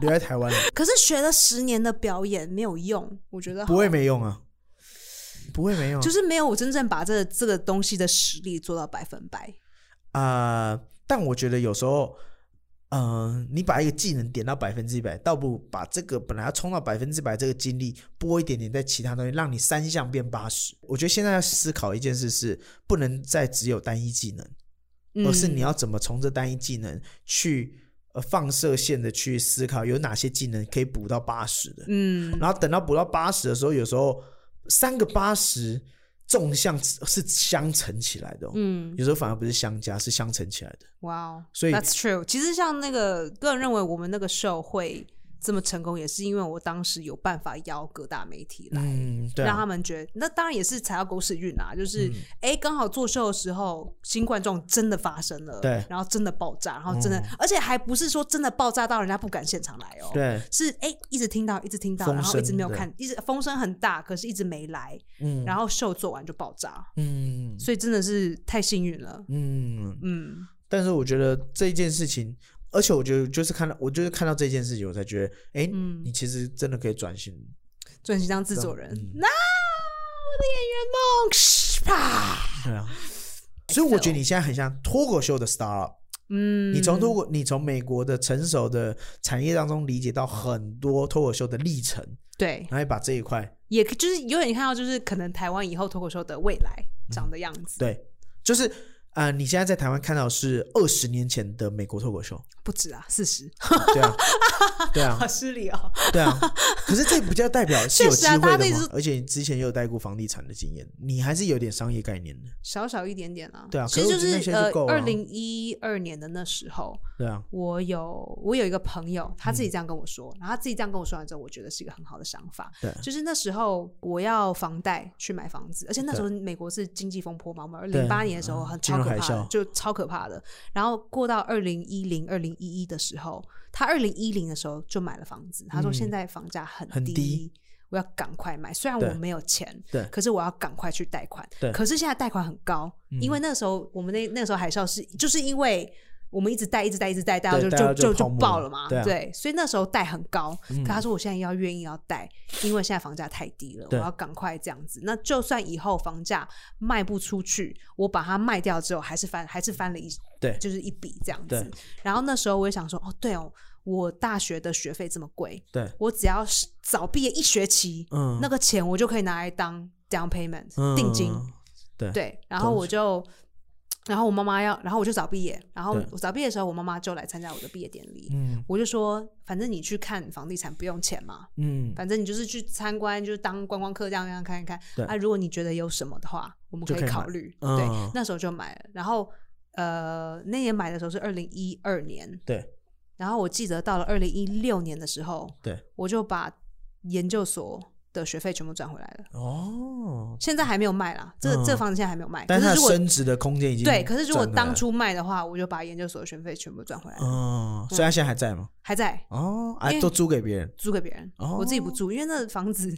B: 留在台湾了。
A: 可是学了十年的表演没有用，我觉得
B: 不会没用啊，不会没用啊、
A: 就是没有我真正把这这个东西的实力做到百分百。
B: 啊、但我觉得有时候，嗯、你把一个技能点到百分之一百，倒不如把这个本来要冲到百分之百这个精力拨一点点在其他东西，让你三项变八十。我觉得现在要思考一件事是，不能再只有单一技能，
A: 嗯
B: 而哦是你要怎么从这单一技能去呃放射线的去思考有哪些技能可以补到八十的。
A: 嗯
B: 然后等到补到八十的时候，有时候三个八十纵向是相乘起来的、哦，
A: 嗯，
B: 有时候反而不是相加，是相乘起来的。
A: 哇、哦，
B: 所以
A: that's true。其实像那个个人认为我们那个 show 会这么成功，也是因为我当时有办法邀各大媒体来。
B: 嗯，对
A: 让
B: 啊嗯
A: 他，们觉得，那当然也是踩到狗屎运啊！就是，哎、刚好做秀的时候，新冠状真的发生了，
B: 对嗯
A: 然后真的爆炸，然后真的，而且还不是说真的爆炸到人家不敢现场来哦，，
B: 对，
A: 是哎、诶一直听到，一直听到，
B: 风
A: 然后一直
B: 声
A: 没有
B: 对
A: 看，一直风声很大，可是一直没来，
B: 嗯，
A: 然
B: 后，
A: 后秀做完就爆炸，
B: 嗯
A: 所以真的是太幸运了，
B: 嗯，
A: 嗯
B: 但是我觉得这件事情，而且我觉得就是看到，我就是看到这件事情，我才觉得，哎、
A: 嗯，
B: 你其实真的可以转型。
A: 转型当制作人，
B: 嗯
A: 那、我的演员梦，啪，
B: 对啊，所以我觉得你现在很像脱口秀的 star，
A: 嗯，
B: 你从透过你从美国的成熟的产业当中理解到很多脱口秀的历程，
A: 对，
B: 然后也把这一块
A: 也就是有点看到，就是可能台湾以后脱口秀的未来长的样子，
B: 嗯对，就是啊、呃你现在在台湾看到的是二十年前的美国脱口秀，
A: 不止啊，四十，
B: 对啊，对啊
A: 好，失礼哦。
B: 对啊。可是这不叫代表是有
A: 确实
B: 机
A: 啊
B: 会
A: 大家
B: 的
A: 都一
B: 嘛
A: 直，
B: 而且你之前也有带过房地产的经验，你还是有点商业概念的，
A: 少少一点点啊。
B: 对啊
A: 其
B: 可
A: 实
B: 是我
A: 就
B: 觉得那
A: 是
B: 些就
A: 呃，
B: 够了啊
A: 二零一二年的那时候，
B: 对啊，
A: 我有我有一个朋友，他
B: 嗯
A: 自己这样跟我说，然后他自己这样跟我说完之后，我觉得是一个很好的想法。
B: 对
A: 就是那时候我要房贷去买房子，而且那时候美国是经济风波嘛，我们零八年的时候
B: 嗯
A: 很
B: 金
A: 超
B: 融
A: 可
B: 海
A: 怕的
B: 啸，
A: 就超可怕的。然后过到二零一零、二零一一的时候，他二零一零的时候就买了房子，他说
B: 嗯
A: 现在房价很
B: 很低
A: 我要赶快买，虽然
B: 对
A: 我没有钱，
B: 对
A: 可是我要赶快去贷款。
B: 对嗯
A: 可是现在贷款很高，因为那时候我们那那时候海啸是就是因为我们一直贷，一直贷，一直贷，贷到
B: 对
A: 就
B: 贷到
A: 就
B: 就
A: 就
B: 泡沫
A: 爆了嘛。
B: 对啊嗯
A: 所以那时候贷很高，可他说我现在要愿意要贷，因为现在房价太低了，我
B: 对
A: 要赶快这样子。那就算以后房价卖不出去，我把它卖掉之后，还是翻还是翻了一
B: 对
A: 就是一笔这样子
B: 对。
A: 然后那时候我也想说，哦，对哦，我大学的学费这么贵，
B: 对，
A: 我只要是早毕业一学期，
B: 嗯，
A: 那个钱我就可以拿来当 down payment、
B: 嗯
A: 定金。
B: 对
A: 对，然后我就，然后我妈妈要，然后我就早毕业，然后
B: 对
A: 我早毕业的时候，我妈妈就来参加我的毕业典礼。
B: 嗯
A: 我就说，反正你去看房地产不用钱嘛，
B: 嗯，
A: 反正你就是去参观，就是当观光客这样这样看一看
B: 对。
A: 啊，如果你觉得有什么的话，我们可
B: 就可以买
A: 考虑。
B: 嗯
A: 对，那时候就买了。然后呃，那年买的时候是二零一二年，
B: 对
A: 然后我记得到了二零一六年的时候，
B: 对，
A: 我就把研究所的学费全部赚回来了。
B: 哦，
A: 现在还没有卖啦，这、
B: 嗯
A: 这房子现在还没有卖。
B: 但
A: 可
B: 它
A: 是
B: 的
A: 如果
B: 升值的空间已经
A: 对，可是如果
B: 赚回来
A: 当初卖的话，我就把研究所的学费全部赚回来了，
B: 哦，所以它现在还在吗？
A: 还在
B: 哦，
A: 因
B: 哎，
A: 为
B: 都租给别人，
A: 租给别人，
B: 哦
A: 我自己不住，因为那房子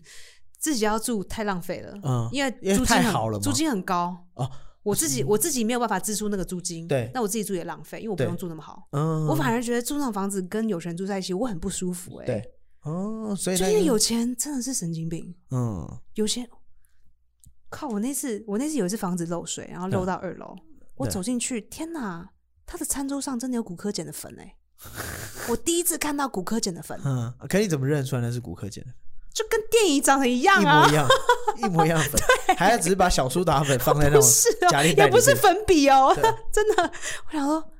A: 自己要住太浪费了，
B: 嗯
A: 因为
B: 因为
A: 租金
B: 太
A: 很
B: 好了嘛
A: 租金很高，
B: 哦，
A: 我自己我自己没有办法支出那个租金，
B: 对
A: 那我自己住也浪费，因为我不
B: 对
A: 用住那么好，
B: 嗯，
A: 我反而觉得住那种房子跟有钱人住在一起，我很不舒服、欸，
B: 对，哦，所以
A: 就
B: 那
A: 因为
B: 个
A: 有钱真的是神经病，
B: 嗯。
A: 有些靠我那次，我那次有一次房子漏水，然后漏到二楼，我
B: 嗯对
A: 走进去，天哪！他的餐桌上真的有骨科碱的粉哎、我第一次看到骨科碱的粉，
B: 嗯，可你怎么认出来那是骨科碱的？
A: 就跟电影长得一样
B: 一模
A: 啊
B: 一，样，一模一样的 粉，还要只是把小苏打粉放在那
A: 不
B: 种
A: 是
B: 夹
A: 哦，
B: 链袋
A: 也
B: 里面。
A: 不是粉笔哦
B: 对，嗯
A: 真的。我想说，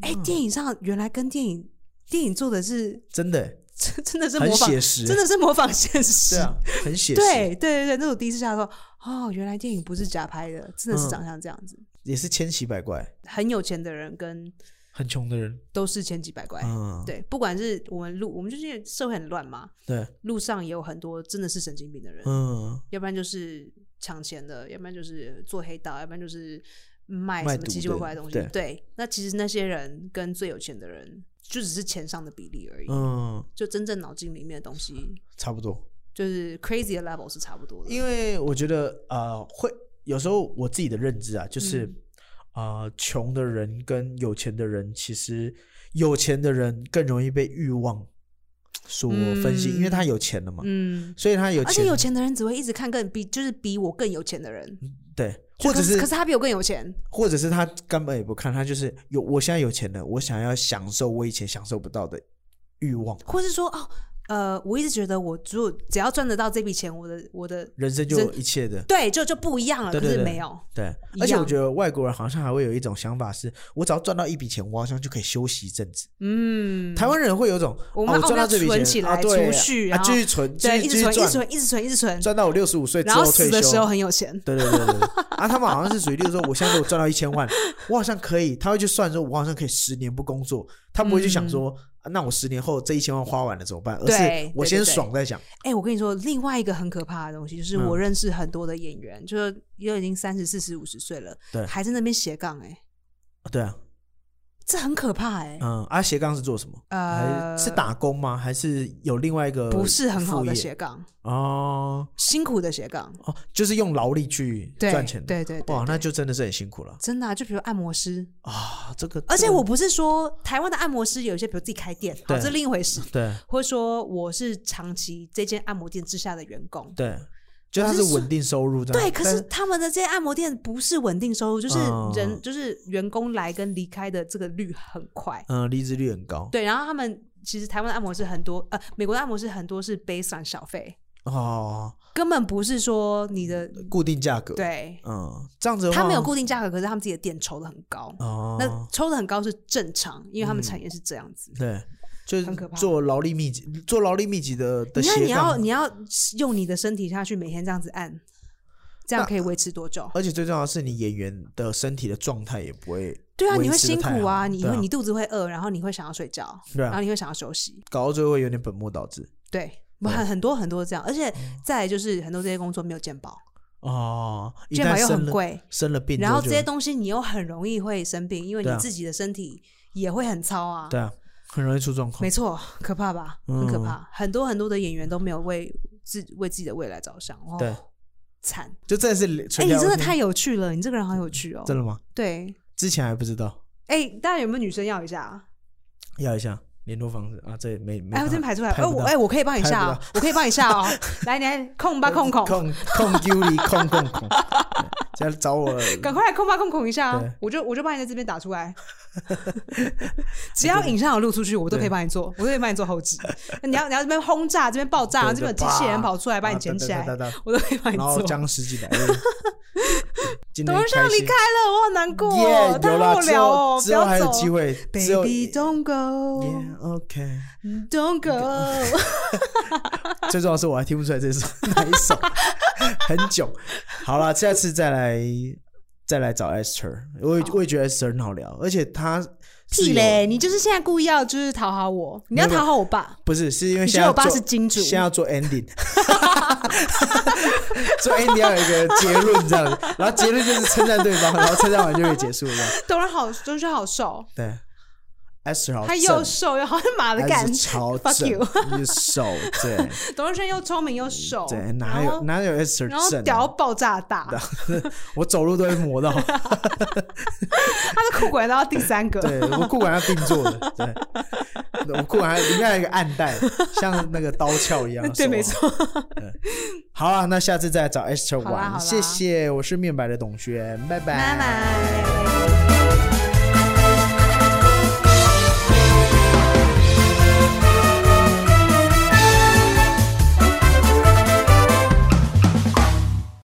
A: 哎、电影上原来跟电影电影做的是
B: 真的欸，
A: 真真的是
B: 很
A: 模仿
B: 写，实欸，
A: 真的是模仿现实。
B: 对啊，很写实，
A: 对对对对，那是我第一次想说，哦，原来电影不是假拍的，真
B: 嗯
A: 的是长相这样子。
B: 也是千奇百怪，
A: 很有钱的人跟
B: 很穷的人，
A: 都是千奇百怪。
B: 嗯，
A: 对，不管是我们路，我们就是社会很乱嘛，
B: 对，
A: 路上也有很多真的是神经病的人，
B: 嗯，
A: 要不然就是抢钱的，要不然就是做黑道，要不然就是卖
B: 卖
A: 什么
B: 毒
A: 奇奇
B: 的
A: 怪怪的东西。
B: 对
A: 那其实那些人跟最有钱的人，就只是钱上的比例而已，
B: 嗯，
A: 就真正脑筋里面的东西，
B: 差不多。
A: 就是 crazy 的 level 是差不多的。
B: 因
A: 为
B: 为我觉得呃，会有时候我自己的认知啊，就是、
A: 嗯
B: 呃，穷的人跟有钱的人，其实有钱的人更容易被欲望所分析，因为他有钱了嘛，
A: 嗯，
B: 所以他有
A: 而
B: 钱，
A: 且有钱的人只会一直看更比，就是比我更有钱的人，
B: 对，
A: 就
B: 或者
A: 可可是他比我更有钱，
B: 或者是他根本也不看，他就是有我现在有钱了，我想要享受我以前享受不到的欲望，
A: 或是说哦，呃，我一直觉得我只有只要赚得到这笔钱，我的我的
B: 人生就
A: 人
B: 有一切的。
A: 对，就就不一样了。
B: 对对
A: 可
B: 对
A: 是没有，
B: 对，
A: 一
B: 而且我
A: 样
B: 觉得外国人好像还会有一种想法是，我只要赚到一笔钱，我好像就可以休息一阵子。
A: 嗯，
B: 台湾人会有一种，
A: 我
B: 啊
A: 们
B: 我
A: 澳
B: 赚到
A: 门
B: 这笔钱
A: 存起
B: 啊
A: 来
B: 对
A: 储蓄
B: 啊，
A: 然后
B: 继续存，继
A: 对，
B: 续
A: 一
B: 继
A: 直
B: 续
A: 存，一直
B: 赚，
A: 存，一直存，一直存，
B: 赚到我六十五岁之
A: 然后
B: 退
A: 死的时
B: 休
A: 候。很有钱。
B: 对对对对，对啊，他们好像是属于，例如说，我现在如果赚到一千万，我好像可以，他会去算说，我好像可以十年不工作，他不会去想说，啊那我十年后这一千万花完了怎么办，而是
A: 嗯对
B: 我
A: 对
B: 先
A: 对对
B: 爽再想。
A: 哎、我跟你说，另外一个很可怕的东西，
B: 嗯
A: 就是我认识很多的演员，就是也已经三十四十五十岁了，
B: 对
A: 还在那边斜杠、哎，
B: 对啊，
A: 这很可怕、哎、
B: 嗯，啊，斜杠是做什么？还
A: 呃，
B: 是是打工吗？还是有另外一个
A: 不是很好
B: 呃副业
A: 的斜杠，
B: 哦
A: 辛苦的斜杠，
B: 哦，就是用劳力去
A: 对
B: 赚钱的。
A: 对对对
B: 哇，
A: 对
B: 那就真的是很辛苦了
A: 真的啊、就比如按摩师，
B: 啊！这个，
A: 而且
B: 这个
A: 我不是说台湾的按摩师有一些，比如自己开店，好，
B: 对
A: 这是另一回事。
B: 对
A: 或者说我是长期这间按摩店之下的员工，
B: 对就它
A: 可
B: 是
A: 是
B: 稳定收入这样。
A: 对，可是
B: 啊但
A: 他们的这些按摩店不是稳定收入，就是
B: 嗯
A: 人、就是员工来跟离开的这个率很快。
B: 嗯，离职率很高。
A: 对，然后他们其实台湾的按摩师很多，呃，美国的按摩师很多是 based on 小费，
B: 哦，
A: 根本不是说你的
B: 固定价格。，
A: 对，
B: 嗯，这样子的话
A: 他们有固定价格，可是他们自己的店抽的很高，那
B: 哦，嗯
A: 抽的很高是正常，因为他们产业是这样子。
B: 对，就是
A: 很可怕
B: 做劳力密集，做劳力密集的的
A: 你看，
B: 斜
A: 你要
B: 杠。
A: 你要用你的身体下去，每天这样子按，这样
B: 那
A: 可以维持多久？
B: 而且最重要的是，你演员的身体的状态也不会
A: 对啊，你
B: 维
A: 会
B: 持得
A: 辛
B: 太
A: 苦
B: 好
A: 啊，你
B: 对
A: 会你肚子会饿，然后你会想要睡觉，
B: 对
A: 然后
B: 啊，
A: 你会想要休息，
B: 搞到最后会有点本末倒置
A: 对，
B: 对嗯
A: 很很多很多这样，而且再来就是很多这些工作没有健保，
B: 哦。一
A: 健保
B: 旦
A: 又
B: 生
A: 很
B: 了
A: 贵，
B: 生了病之
A: 然
B: 就，
A: 后这些东西你又很容易会生病，因为你
B: 对啊
A: 自己的身体也会很糙啊。
B: 对啊，很容易出状况
A: 没。错，可怕吧？很可
B: 嗯
A: 怕，很多很多的演员都没有为自为自己的未来着想，哦，
B: 对，
A: 惨。
B: 就真的是
A: 哎、
B: 纯
A: 你
B: 聊天。
A: 真的太有趣了，你这个人好有趣哦。
B: 真的吗？
A: 对，
B: 之前还不知道，
A: 哎、大家有没有女生要一下啊？
B: 要一下联络方式啊，这也没没
A: 哎，
B: 办
A: 我
B: 法。
A: 真排出来，哎、
B: 拍不
A: 我
B: 到
A: 哎、我可以帮你
B: 拍不
A: 下哦
B: 到，
A: 我可以帮你 下哦。来，你来控吧，控控，
B: 控控丢离控控控，现在找我
A: 赶快来 控吧控控一下
B: 对
A: 啊！我就我就帮你在这边打 出来，只要影像有录出去，我都可以帮你做，我都可以帮你做后置。你要你要这边轰炸，这边爆炸，
B: 对
A: 这边有
B: 就
A: 机
B: 啪
A: 器人跑出来把你
B: 啊
A: 捡
B: 哒
A: 起来
B: 哒，哒哒
A: 我都可以帮你
B: 然后
A: 做。
B: 僵尸进来。哎 今天
A: 董事长
B: 开
A: 离
B: 心
A: 开了，我好难过
B: 耶，
A: 哦，太
B: 有啦
A: 无
B: 之
A: 聊哦
B: 后，
A: 不
B: 之后还
A: 要
B: 有
A: 走。
B: 机会，只有
A: Baby don't go,
B: Yeah, 嗯 OK。
A: don't go。
B: 最重要的是我还听不出来这是哪一首，很囧。好了，下次再来再来找 Esther，我也我也觉得 Esther 很好聊，而且他
A: 屁嘞！，你就是现在故意要就是讨好我，你要
B: 没有
A: 讨好我爸。
B: 不是是因为
A: 你觉
B: 现在
A: 得
B: 要
A: 我爸
B: 做
A: 是金主？
B: 先要做 ending，做 ending 要有一个结论这样子，然后结论就是称赞对方，然后称赞完就会结束这样。
A: 董事长好，董事长好瘦，
B: 对，Esther 好
A: 他
B: 正，
A: 又瘦又好像马的
B: 他
A: 感
B: 是
A: 觉。
B: 超
A: Fuck
B: 正
A: you，
B: 又瘦，对
A: 董事长又聪明又瘦，
B: 对，
A: 然
B: 哪
A: 后
B: 有啊哪有 Esther
A: 然后
B: 正
A: 屌
B: 啊、
A: 到爆炸大，
B: 我走路都会磨到，
A: 他的裤管到第三个，
B: 对我裤管要定做
A: 。
B: 的，对，我裤管还应该有一个暗带，像那个刀鞘一样
A: 对，没
B: 手
A: 错，
B: 腕。对好啊，那下次再找 Esther
A: 好啦好
B: 玩，
A: 啦
B: 谢谢，我是面白的董轩，拜拜，
A: 拜拜。